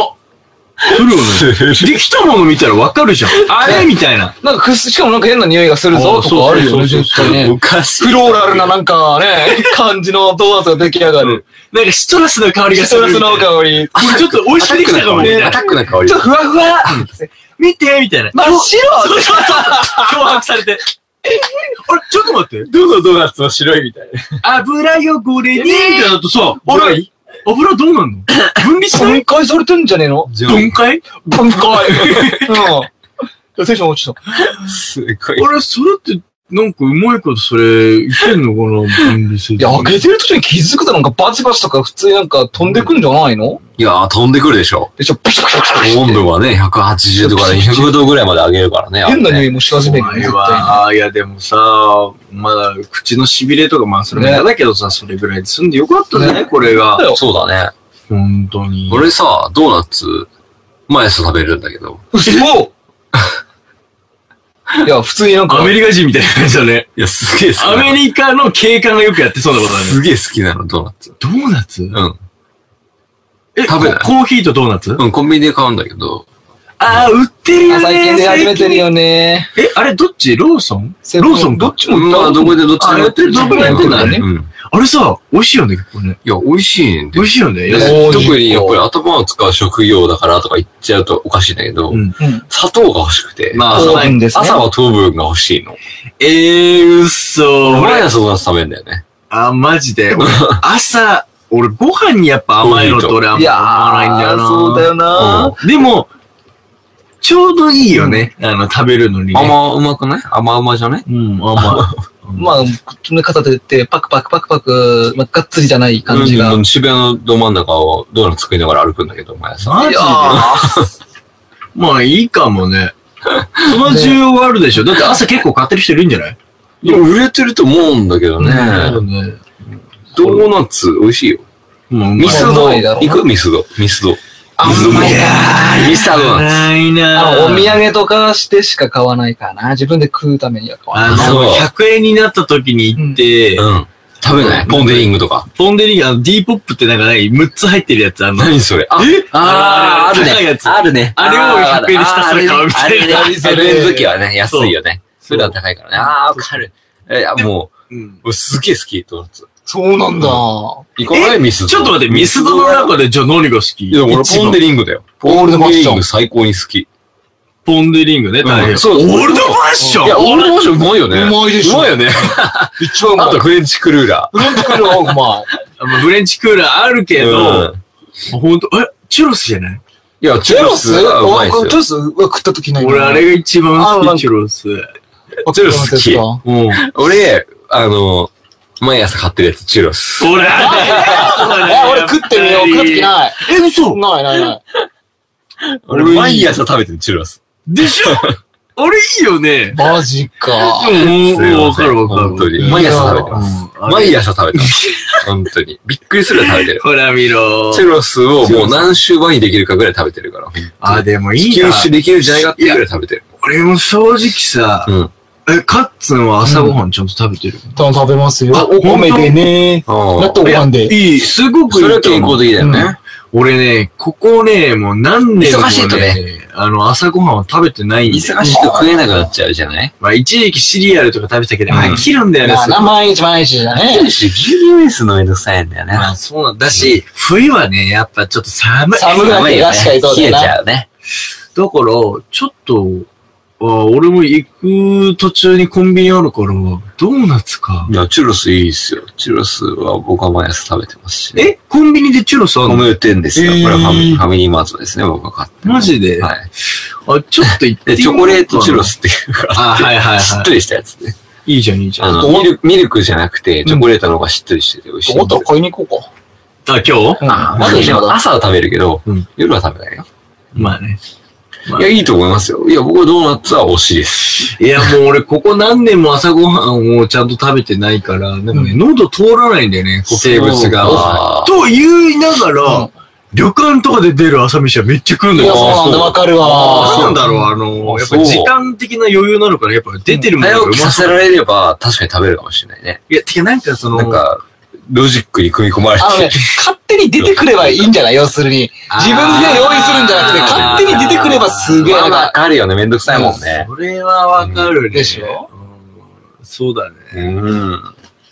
Speaker 3: するよ ね。
Speaker 4: する。
Speaker 3: できたもの見たらわかるじゃん。あれみたいな。
Speaker 6: なんかくす、しかもなんか変な匂いがする
Speaker 3: あ
Speaker 6: ぞと
Speaker 3: そう
Speaker 6: かあるよね、
Speaker 3: そうそう
Speaker 6: 絶対ね。
Speaker 4: おかしい。
Speaker 6: フローラルななんかね、感じのドーナツが出来上がる。
Speaker 3: なんかシトラスの香りが
Speaker 6: シ
Speaker 3: す
Speaker 6: ト
Speaker 3: る
Speaker 6: ラス
Speaker 3: みたいな。
Speaker 6: の香り。
Speaker 3: これちょっと美味しくできたかもね。
Speaker 4: アタックな香り
Speaker 6: ちょっ。とふわふわ
Speaker 3: 見てみたいな。
Speaker 6: 真っ
Speaker 3: そう
Speaker 6: 白
Speaker 3: そうそう脅迫されて。あれ、ちょっと待って。
Speaker 4: どのドーナツも白いみたいな。
Speaker 3: 油汚れに、みたいなのとさ、あれ、油どうなんの分離しない
Speaker 6: 分解されてんじゃねえの
Speaker 3: 分解
Speaker 6: 分解うん。テンション落ちた。
Speaker 4: すごい。
Speaker 3: 俺、それって、なんかうまいことそれ、いけんのかな分離する。
Speaker 6: いや、開けてる途中に気づくとなんかバチバチとか普通になんか飛んでくんじゃないの
Speaker 4: いやー、飛んでくるでしょ。
Speaker 6: でしょ、ピシャピシャピシャピシャっ
Speaker 4: 温度がね、180度から200度ぐらいまで上げるからね。
Speaker 6: て変な匂
Speaker 4: い。
Speaker 6: いもし始める
Speaker 3: 怖いわ。いや、でもさ、まだ口の痺れとか、まあ、それも
Speaker 6: ね
Speaker 3: 嫌だけどさ、それぐらいで済んでよかったね、これが。
Speaker 4: そうだね。
Speaker 3: 本当に。
Speaker 4: 俺さ、ドーナツ、毎朝食べるんだけど、
Speaker 6: 嘘
Speaker 2: いや、普通になんか、
Speaker 3: アメリカ人みたいな感じだね。
Speaker 4: いや、すげえ好きな
Speaker 3: ア
Speaker 4: の。
Speaker 3: メリカの警官がよくやってそうなことだね。
Speaker 4: すげえ好きなの、ドーナツ。
Speaker 3: ドーナツ
Speaker 4: うん。
Speaker 3: え、
Speaker 4: 食べない
Speaker 3: ココーヒーとドーナツ
Speaker 4: うん、コンビニで買うんだけど、
Speaker 3: ああ、売ってるよ
Speaker 2: あ
Speaker 3: ね。
Speaker 2: 最近で始めてるよね。
Speaker 3: 最近。え、あれどっちローソンローソン
Speaker 2: ど
Speaker 3: ど
Speaker 2: っ
Speaker 3: っ
Speaker 2: ち
Speaker 3: ち
Speaker 2: も
Speaker 3: も
Speaker 2: 売
Speaker 4: まあ、どこでどっちでも
Speaker 3: あどこでもやってんだね
Speaker 4: うん。い
Speaker 3: あれさ、美味しいよね、結構ね。
Speaker 4: や、美味しいねんで
Speaker 3: 美味しいよね。
Speaker 4: で
Speaker 3: 安い
Speaker 2: おー
Speaker 4: 特にやっぱり頭を使う職業だからとか言っちゃうとおかしいんだけど、
Speaker 3: うん
Speaker 4: 砂糖が欲しくて、
Speaker 3: まあ
Speaker 4: 朝
Speaker 3: そう
Speaker 2: なんですね
Speaker 4: 朝は糖分が欲しいの。
Speaker 3: えー、嘘。
Speaker 4: 毎
Speaker 3: 俺、
Speaker 4: 朝ドーナツ食べるんだよね。
Speaker 3: あ、マジで。俺朝、俺ご飯にやっぱ甘いのと俺あん
Speaker 2: いや
Speaker 3: ま思わないんだよ
Speaker 2: ー、
Speaker 3: な。
Speaker 2: そうだよな。
Speaker 3: でも、ちょうどいいよね。あの、食べるのにね。
Speaker 4: 甘うまくない甘うまじゃね
Speaker 3: うん、甘
Speaker 2: まあ、爪片手ってパクパクパクパク、まあ、がっつりじゃない感じが。
Speaker 4: う
Speaker 2: い
Speaker 4: ん渋谷のど真ん中をドーナツ食いながら歩くんだけど、毎
Speaker 3: い。
Speaker 4: 朝。
Speaker 3: マ
Speaker 2: や
Speaker 3: ジで
Speaker 2: ー
Speaker 3: まあいいかもね。その需要はあるでしょ。だって朝結構買ってる人いるんじゃない
Speaker 4: いや、売れてると思うんだけどね。
Speaker 3: うね。
Speaker 4: ドーナツ美味しいよ。
Speaker 3: もう、
Speaker 4: ミスド、
Speaker 2: うまいだろう
Speaker 4: 行
Speaker 2: な
Speaker 4: くミスド。ミスド。ミスド
Speaker 3: いや
Speaker 4: ミスタードーナツ。
Speaker 3: ないな
Speaker 2: あ
Speaker 3: ぁ
Speaker 2: のお土産とかしてしか買わないからな。自分で食うためには買わない。
Speaker 3: あ
Speaker 4: そう
Speaker 3: の、100円になった時に行って、
Speaker 4: うん。食べないポンデリングとか。
Speaker 3: ポンデリング、あの、D ポップってなんかない ?6 つ入ってるやつ、あの、
Speaker 4: 何それあ、え
Speaker 3: あーあるね
Speaker 4: 高いやつ
Speaker 3: あ
Speaker 4: るね
Speaker 3: あれを100円にしたそれ買うみたいな
Speaker 4: あれね、あれねあれの時はね、安いよね。それは高いからね。ああ、わかる。え、いやもう、俺すげえ好き、ドーナツ。
Speaker 2: そうなんだ。
Speaker 4: 行かないミスド。
Speaker 3: ちょっと待って、ミスドの中で、じゃあ何が好き
Speaker 4: いや、俺ポンデリングだよ。ポンデリング最高に好き。
Speaker 3: ポンデリングね、大変。
Speaker 4: そう
Speaker 3: オールドファッション
Speaker 4: いや、俺もしうまいよね。
Speaker 2: うまいでしょ
Speaker 4: うまいよね。
Speaker 2: 一番
Speaker 4: あとフレンチクルーラー。
Speaker 2: フレンチクルーうま
Speaker 3: あのフレンチクーラーあるけど
Speaker 4: う、
Speaker 3: ほんと、え、チュロスじゃない
Speaker 4: いや、チュロスはうまいですよ。
Speaker 2: ロスは食った時な
Speaker 3: 俺、あれが一番
Speaker 2: あな
Speaker 3: 好
Speaker 2: んか
Speaker 3: き、チュロス。うん。
Speaker 4: チュロス好き。俺、あの、毎朝買ってるやつ、チュロス。
Speaker 3: 俺、あ
Speaker 2: 俺食ってみよう。食った時
Speaker 3: い。
Speaker 2: ない。
Speaker 3: え、嘘
Speaker 2: ないないない。
Speaker 4: 俺、毎朝食べてる、チュロス。
Speaker 3: で しょ俺いいよね。
Speaker 2: マジか。
Speaker 3: うん、
Speaker 4: すいません
Speaker 3: わかるわかる。
Speaker 4: 本当に。
Speaker 2: や
Speaker 4: 毎朝食べてます。
Speaker 3: うん
Speaker 4: 毎朝食べてます。本当に。びっくりするぐらい食べてる。
Speaker 3: ほら見ろ
Speaker 4: チ。ェロスをもう何週前にできるかぐらい食べてるから。
Speaker 3: あ、でもいい
Speaker 4: 吸
Speaker 3: な。
Speaker 4: 収できるんじゃないかっていうぐらい食べてる。
Speaker 3: 俺も正直さ、
Speaker 4: うん
Speaker 3: え、カッツンは朝ごはんちゃんと食べてる。
Speaker 2: 多分食べますよ。
Speaker 3: あ
Speaker 2: お米でね。
Speaker 4: あ
Speaker 2: 納豆ご飯で。
Speaker 3: いい、すごくいい
Speaker 4: そ
Speaker 3: と
Speaker 4: れ
Speaker 3: 思
Speaker 4: は
Speaker 3: う。
Speaker 4: 健康的だよね。
Speaker 3: 俺ね、ここね、もう何年も、ね、
Speaker 4: 忙しいと
Speaker 3: あの、朝ごはんを食べてないんで。
Speaker 4: 忙しいと食えなくなっちゃうじゃない
Speaker 3: まあ、一時期シリアルとか食べてたけど、飽きるんだよね。
Speaker 2: まあ
Speaker 3: すご
Speaker 2: な、
Speaker 3: い
Speaker 2: 毎日毎日だね。
Speaker 4: し、牛乳ベースのめんどくさいんだよね
Speaker 3: まあ、そうなんだし、冬はね、やっぱちょっと寒い。
Speaker 2: 寒くなって、確かにそうだよな。
Speaker 4: うね。
Speaker 3: だから、ちょっと、あ俺も行く途中にコンビニあるから、ドーナツか。
Speaker 4: いや、チュロスいいっすよ。チュロスは僕は毎朝食べてますし。
Speaker 3: えコンビニでチュロスある
Speaker 4: 飲
Speaker 3: の
Speaker 4: めてんですよ。
Speaker 3: えー
Speaker 4: これはファミファミリーマートですね、僕が買って。
Speaker 3: マジで、
Speaker 4: はい。
Speaker 3: あ、ちょっと行って
Speaker 4: で、
Speaker 3: み
Speaker 4: チ
Speaker 3: ようかな
Speaker 4: ョコレートチュロ。スっていうか、
Speaker 3: あ、はいはい
Speaker 4: しっ
Speaker 3: は
Speaker 4: とりしたやつね。
Speaker 3: い。いいじゃん、いいじゃ
Speaker 4: あ
Speaker 3: ん。
Speaker 4: の、ミルミルクじゃなくて、チョコレートの方がしっとりしてて美味しい。
Speaker 2: もっと買いに行こ
Speaker 3: あ、今日
Speaker 2: うか。
Speaker 4: あ
Speaker 2: うん。
Speaker 4: ま
Speaker 2: ま
Speaker 4: あ
Speaker 2: だいい
Speaker 4: で
Speaker 2: ま
Speaker 4: も
Speaker 2: だ。
Speaker 4: 朝は食べるけど
Speaker 3: うん、
Speaker 4: 夜は食べないよ。
Speaker 3: まあね。まあ
Speaker 4: いや、いいと思いますよ。いや、僕はドーナツは推しです。
Speaker 3: いや、もう俺、ここ何年も朝ごはんをちゃんと食べてないから、なんかね、喉通らないんだよね、
Speaker 4: 生物
Speaker 3: が。
Speaker 4: が。
Speaker 3: と言いながら、
Speaker 2: うん
Speaker 3: 旅館とかで出る朝飯はめっちゃ食うんだ
Speaker 2: い
Speaker 3: よ
Speaker 2: や、。そうなんだ、わかる
Speaker 3: なん
Speaker 2: わ。
Speaker 3: なんだろう、あの、
Speaker 4: あ
Speaker 3: やっぱ
Speaker 4: そう
Speaker 3: 時間的な余裕なのかな、やっぱ出てるものが
Speaker 4: 早
Speaker 3: う
Speaker 4: 起
Speaker 3: ま
Speaker 4: きさ
Speaker 3: そ
Speaker 4: せ
Speaker 3: う。
Speaker 4: られれば、確かに食べるかもしれないね。
Speaker 3: いや、てかなんかその、
Speaker 4: なんか、ロジックに組み 込まれて
Speaker 2: あ のね、勝手に出てくればいいんじゃない要するに。自分で用意するんじゃなくて、
Speaker 3: あー
Speaker 2: 勝手に出てくればすげえ
Speaker 4: ま
Speaker 2: な
Speaker 4: あ
Speaker 2: ん
Speaker 4: わ
Speaker 2: か。
Speaker 4: かるよね。めんどくさいもんね。
Speaker 3: それはわかるね。
Speaker 2: でしょ
Speaker 3: うんそうだね。
Speaker 4: うん。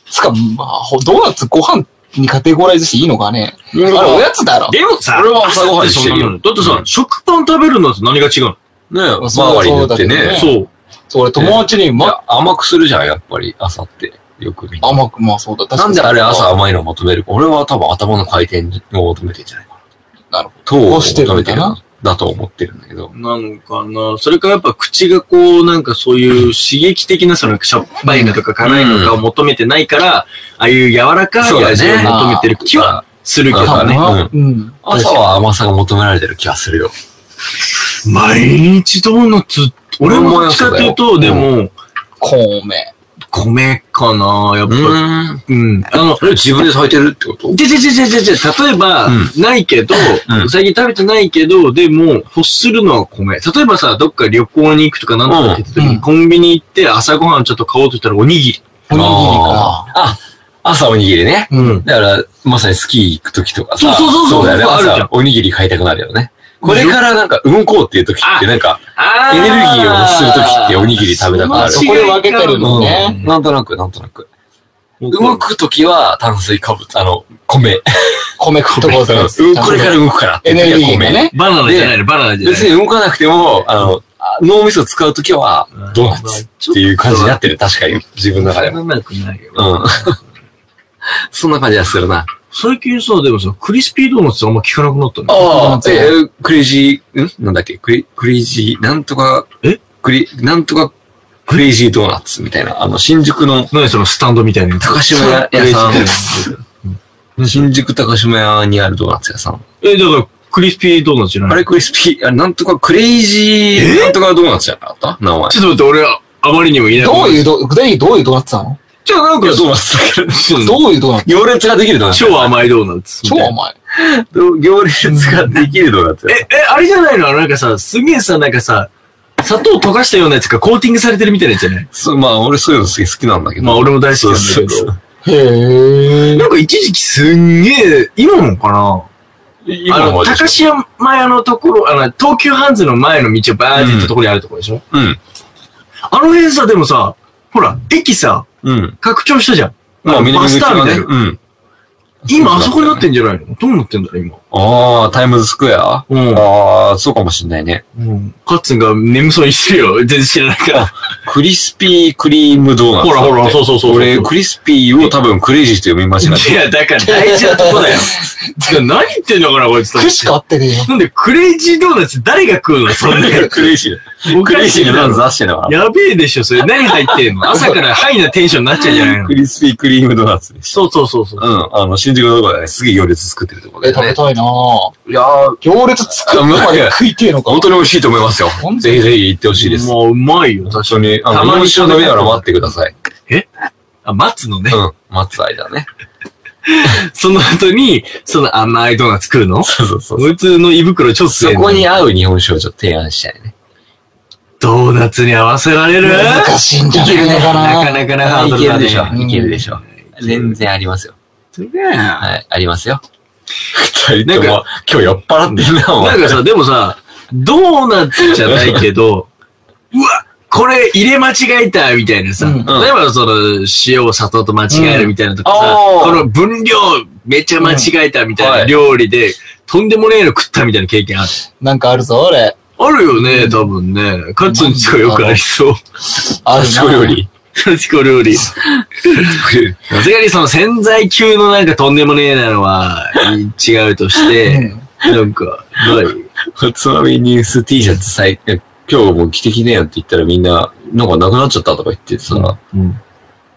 Speaker 2: つか、まあ、ドーナツご飯にカテゴライズしていいのかね。あれ、おやつだろ。
Speaker 3: でもさ、
Speaker 4: 俺は朝ごはん
Speaker 3: 朝って
Speaker 4: してる
Speaker 3: そ
Speaker 4: よ
Speaker 3: んなもんだってさ、
Speaker 4: うん
Speaker 3: 食パン食べるのと何が違うの、
Speaker 4: ね
Speaker 2: う
Speaker 4: 周りに塗
Speaker 2: そう
Speaker 4: って
Speaker 2: だけど
Speaker 4: ね。
Speaker 2: ね
Speaker 3: そう。
Speaker 2: そう、俺友達に、
Speaker 4: い
Speaker 2: ま、
Speaker 4: や甘くするじゃん、やっぱり、朝って。よくみんな。
Speaker 2: 甘く、まあそうだ。確か
Speaker 4: な
Speaker 2: に
Speaker 4: んであれ朝甘いの求めるか俺は多分頭の回転を求めてんじゃないかな。
Speaker 2: なる
Speaker 4: ほど。糖を
Speaker 2: こうしてる
Speaker 4: 求
Speaker 2: ん
Speaker 4: めて
Speaker 2: だ
Speaker 4: る
Speaker 2: な
Speaker 4: だと思ってるんだけど。
Speaker 3: なのかなそれからやっぱ口がこう、なんかそういう刺激的な、その、しょっぱいのとか辛いのとかを求めてないから、ああいう柔らかい味を求めてる気はするけど
Speaker 2: か
Speaker 3: ね。
Speaker 2: な。うん。
Speaker 4: 朝は甘さが求められてる気がするよ。
Speaker 3: 毎日ドーナツ、俺もどっちかっていうと、
Speaker 4: 俺
Speaker 3: で
Speaker 4: も
Speaker 3: も、
Speaker 2: 米。
Speaker 7: 米かなやっぱ。
Speaker 4: うん。
Speaker 7: うん。あの、
Speaker 4: 自分で咲いてるってこと
Speaker 7: でででででで、例えば、ないけど、
Speaker 4: うん
Speaker 7: 最近食べてないけど、でも、欲するのは米。例えばさ、どっか旅行に行くとかなんとかって言った時に、コンビニ行って朝ごはんちょっと買おうとしたらおにぎり。
Speaker 4: おにぎりか。あ、朝おにぎりね。
Speaker 7: うん。
Speaker 4: だから、まさにスキー行くときとかさ。
Speaker 7: そうそうそうそう
Speaker 4: だよね。
Speaker 7: あるじゃん
Speaker 4: 朝おにぎり買いたくなるよね。これからなんか動こうっていうときってなんか、エネルギーを欲するときっておにぎり食べたくなる。
Speaker 2: そこで分けてるのね。
Speaker 4: うんなんとなく、なんとなく。動くときは炭水化物、あの、米。
Speaker 2: 米食っとこうと思って
Speaker 4: うんこれから動くからって
Speaker 2: エ
Speaker 4: 時は
Speaker 2: ネ
Speaker 4: 米。
Speaker 2: ルギーがね。
Speaker 7: バナナじゃないの、バナナじゃな
Speaker 4: 別
Speaker 7: い
Speaker 4: に動かなくても、あの、あ脳みそ使うときは、ドーナツっていう感じになってる、確かに。自分の中でも。
Speaker 7: の。なくないよ。
Speaker 4: うん。そんな感じがするな。
Speaker 7: 最近さ、でもさ、クリスピードーナツあんま聞かなくなったね。
Speaker 4: ああ、え、クレイジー、んなんだっけクレクレイジー、なんとか、
Speaker 7: え
Speaker 4: クリ、なんとか、クレイジードーナツみたいな。あの、新宿の
Speaker 7: 何そのスタンドみたいなやつ。
Speaker 4: 高島屋屋さん。新宿高島屋にあるドーナツ屋さん。
Speaker 7: え、だから、クリスピードーナツじゃない
Speaker 4: あれクリスピー、あれなんとかクレイジー、なんとかドーナツじゃなかった名前。
Speaker 7: ちょっと待って、俺は、あまりにもいない。
Speaker 2: どういうど、具体的にどういうドーナツなの
Speaker 7: じゃあなん
Speaker 4: い
Speaker 7: か
Speaker 4: や、、ドーナツだけど。
Speaker 7: そう
Speaker 2: どういうドーナツ
Speaker 4: 行列ができるドーナツ。
Speaker 7: 超甘いドーナツ。
Speaker 2: 超お前。
Speaker 4: 行列ができるドーナツ。
Speaker 7: え、え、あれじゃないのなんかさ、すげえさ、なんかさ、砂糖溶かしたようなやつがコーティングされてるみたいなやつじゃない
Speaker 4: そう、まあ、俺そういうの好き好きなんだけど。
Speaker 7: まあ俺も大好きなんだけど。
Speaker 4: そうそう
Speaker 2: へえ。
Speaker 7: なんか一時期すんげえ、今もかな
Speaker 4: 今
Speaker 7: あ
Speaker 4: も
Speaker 7: の、
Speaker 4: でし
Speaker 7: 高
Speaker 4: ょ
Speaker 7: 島屋のところ、あの、東急ハンズの前の道をバーって行ったところにあるところでしょ、
Speaker 4: うん。
Speaker 7: あの辺さ、でもさ、ほら、駅さ、
Speaker 4: うん。
Speaker 7: 拡張したじゃん。
Speaker 4: まあ、南
Speaker 7: バス
Speaker 4: 口
Speaker 7: ター
Speaker 4: が
Speaker 7: ミ
Speaker 4: ね。
Speaker 7: ナル
Speaker 4: うん。
Speaker 7: 今、あそこになってんじゃないのどうなってんだろう、今。
Speaker 4: ああ、タイムズスクエア
Speaker 7: うん
Speaker 4: ああ、そうかもしんないね。
Speaker 7: うん。カッツンが眠そうにしてるよ。全然知らないから。
Speaker 4: クリスピークリームドーナツだって。
Speaker 7: ほらほらそうそうそうそう
Speaker 4: 俺、クリスピーを多分クレイジーって読み間違え
Speaker 7: いや、だから大事なと こだよ。てか何言ってんのかな、こいつと思
Speaker 2: く
Speaker 7: って。
Speaker 2: しか合ってねえよ。
Speaker 7: なんで、クレイジードーナツ誰が食うのそんな
Speaker 4: た。クレイジー。クレイジーのドーナツ出してんだから。
Speaker 7: やべえでしょ、それ。何入ってんの朝からハイなテンションになっちゃうじゃないの
Speaker 4: ク。リスピークリームドーナツでし
Speaker 7: そうそうそうそう
Speaker 4: ょ。。うん。あの、新宿のとこでね、すげえ行列作ってるとこ
Speaker 2: え、
Speaker 4: で、
Speaker 2: 食べ
Speaker 4: ね。
Speaker 2: たいなぁ。
Speaker 4: いやー、
Speaker 2: 行列作るまで食いてえのか
Speaker 4: 本。当に美味しいと思いますよ
Speaker 2: 本。当
Speaker 4: ぜひぜひ行ってほしいです。
Speaker 7: まあ、うまいよ。
Speaker 4: 一緒に、あ
Speaker 7: た
Speaker 4: の、
Speaker 7: まに
Speaker 4: もう一緒飲みながら待ってください。
Speaker 7: あ、 待つのね
Speaker 4: う。ん。待つ間ね。
Speaker 7: その後に、その甘いドーナツ食うの
Speaker 4: そうそうそう。
Speaker 7: こいつの胃袋ちょっと
Speaker 4: そこに合う日本酒をちょっと提案したいね。
Speaker 7: ドーナツに合わせられる
Speaker 2: 難しいんじゃないのか
Speaker 7: なか
Speaker 2: な
Speaker 7: なかなハード
Speaker 4: い
Speaker 7: ル
Speaker 4: け
Speaker 7: だ
Speaker 4: る
Speaker 7: ね
Speaker 4: でしょ。
Speaker 2: ん
Speaker 4: いけるでしょ。全然ありますよ。はい、ありますよ。二人とも、今日酔っ払ってるな、お
Speaker 7: な
Speaker 4: 前
Speaker 7: ん。かさ、でもさ、ドーナツじゃないけど、 うわこれ入れ間違えたみたいなさ、
Speaker 2: うん
Speaker 7: 例えばその塩を砂糖と間違えるみたいなとかさ、
Speaker 4: うんあー
Speaker 7: この分量めっちゃ間違えたみたい
Speaker 4: うん
Speaker 7: な
Speaker 4: はい
Speaker 7: 料理で、とんでもねえの食ったみたいな経験ある。
Speaker 2: なんかあるぞ、俺。
Speaker 7: あるよね、多分ね。カツンチコよくありそう。
Speaker 2: ある
Speaker 4: 立ちこよ。り。
Speaker 7: カチコ料理。 さすがにその洗剤級のなんかとんでもねえなのは違うと して、なんか、ない
Speaker 4: おつまみニュース T シャツ最、今日もう着てきねえよって言ったらみんな、なんかなくなっちゃったとか言ってさ、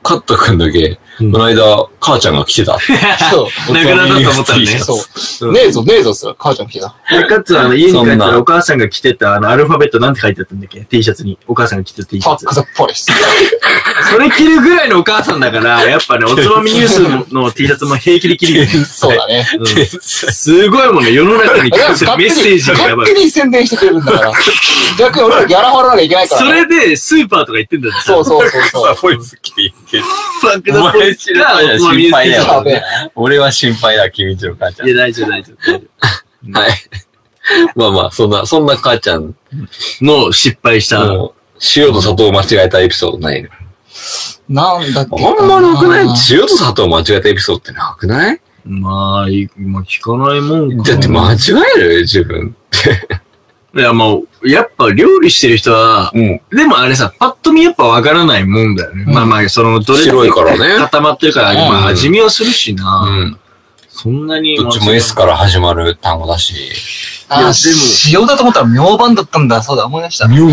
Speaker 4: カットくんだけ、
Speaker 7: うん
Speaker 4: この間、母ちゃんが着てた。
Speaker 2: そ
Speaker 7: なくなったと思ったらね。
Speaker 2: う。そう。ねえぞ、ねえぞ、それ。母ちゃん来た。
Speaker 7: で、かつ、あの、家に帰った
Speaker 4: そん
Speaker 7: ら
Speaker 4: な
Speaker 7: お母さんが着てた、あの、アルファベットなんて書いてあったんだっけ ?T シャツに。お母さんが着てた T シ
Speaker 2: ファ
Speaker 7: ャ
Speaker 2: ッ
Speaker 7: ツ。
Speaker 2: クザポリス。
Speaker 7: それ着るぐらいのお母さんだから、やっぱね、おつまみニュースの T シャツも平気で着るよね。
Speaker 2: そうだね。
Speaker 7: うん すごいもんね、世の中に
Speaker 2: だから
Speaker 7: か
Speaker 2: がっ
Speaker 7: つてるメッ
Speaker 2: つ
Speaker 7: セー
Speaker 2: り、
Speaker 7: ジがや
Speaker 2: が
Speaker 7: ば
Speaker 2: っ
Speaker 7: い
Speaker 2: つ。り宣伝してくれるんだ から。逆に俺らギャラ張らなきゃいけないから
Speaker 7: そ
Speaker 2: ね。
Speaker 7: れで、スーパーとか行ってんだってさ。
Speaker 2: そうそうそう そう。
Speaker 4: ポイズ着ていって。
Speaker 7: ファックだこいつがおつまみニュース T
Speaker 4: お前知ら
Speaker 7: シャ
Speaker 2: や
Speaker 4: ん
Speaker 2: べえ。
Speaker 4: 俺は心配だ、君んちの母ちゃ
Speaker 7: ツ。いや、大丈夫、大丈夫大丈
Speaker 4: ん。はい。まあまあ、そんな、そんな母ちゃん
Speaker 7: 夫。の失敗した。
Speaker 4: の、塩と砂糖を間違えたエピソードないね。
Speaker 2: なんだっけ。
Speaker 4: あんまなくない塩と砂糖を間違えたエピソードってなくない
Speaker 7: まあ、いまあ、聞かないもんか。
Speaker 4: だって間違える自分。
Speaker 7: いや、まあ、やっぱ料理してる人は、
Speaker 4: うん。
Speaker 7: でもあれさ、パッと見やっぱわからないもんだよね。
Speaker 2: うん
Speaker 7: まあまあ、その、どれだけ
Speaker 4: 白いからね
Speaker 7: 固まってるから、
Speaker 2: うん
Speaker 7: まあ味見はするし
Speaker 4: う
Speaker 7: な。
Speaker 4: ん。
Speaker 7: そんなに。
Speaker 4: どっちも S から始まる単語だし。
Speaker 2: あ
Speaker 7: いや
Speaker 2: ー、塩だと思ったら明晩だったんだ。そうだ、思い出した。
Speaker 4: 妙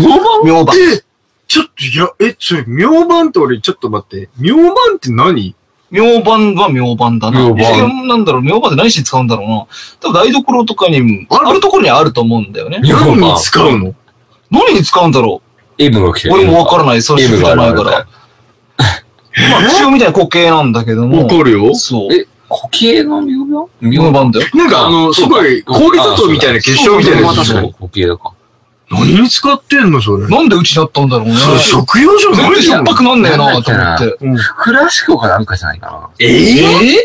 Speaker 2: 明晩。
Speaker 7: え、ちょっと、いや、え、ちょ、明晩って俺、ちょっと待って。明晩って何
Speaker 2: 明晩は明晩だな。
Speaker 4: 明晩
Speaker 2: えなんだろう、明晩って何しに使うんだろうな。多分台所とかにも、あるところにあると思うんだよね。
Speaker 4: 妙
Speaker 7: 何
Speaker 4: 盤
Speaker 7: に使うの
Speaker 2: 何に使うんだろ
Speaker 4: M が来て
Speaker 2: う
Speaker 4: る。
Speaker 2: 俺もわからない、それ知
Speaker 4: M
Speaker 2: るじ
Speaker 4: が
Speaker 2: ゃない
Speaker 4: 現
Speaker 2: か
Speaker 4: れた
Speaker 2: ら
Speaker 4: よ。。
Speaker 2: まあ、塩みたいな固形なんだけども。
Speaker 4: るよ
Speaker 2: そう。
Speaker 4: え固形の妙病
Speaker 2: 妙版だよ。
Speaker 4: なんかあの、すごい、氷砂糖みたいな結晶みたいなやつ
Speaker 2: そうそう
Speaker 4: そう固形だか。何に使ってんのそれ。
Speaker 2: なんでうちだったんだろうね。
Speaker 4: それ食用じゃ
Speaker 2: 全
Speaker 4: ない
Speaker 2: 然
Speaker 4: じゃ
Speaker 2: しょ
Speaker 4: ん
Speaker 2: っ。ぱくなんねえなと思って。うん
Speaker 4: クラシコかなんかじゃないか
Speaker 2: え
Speaker 4: な。違う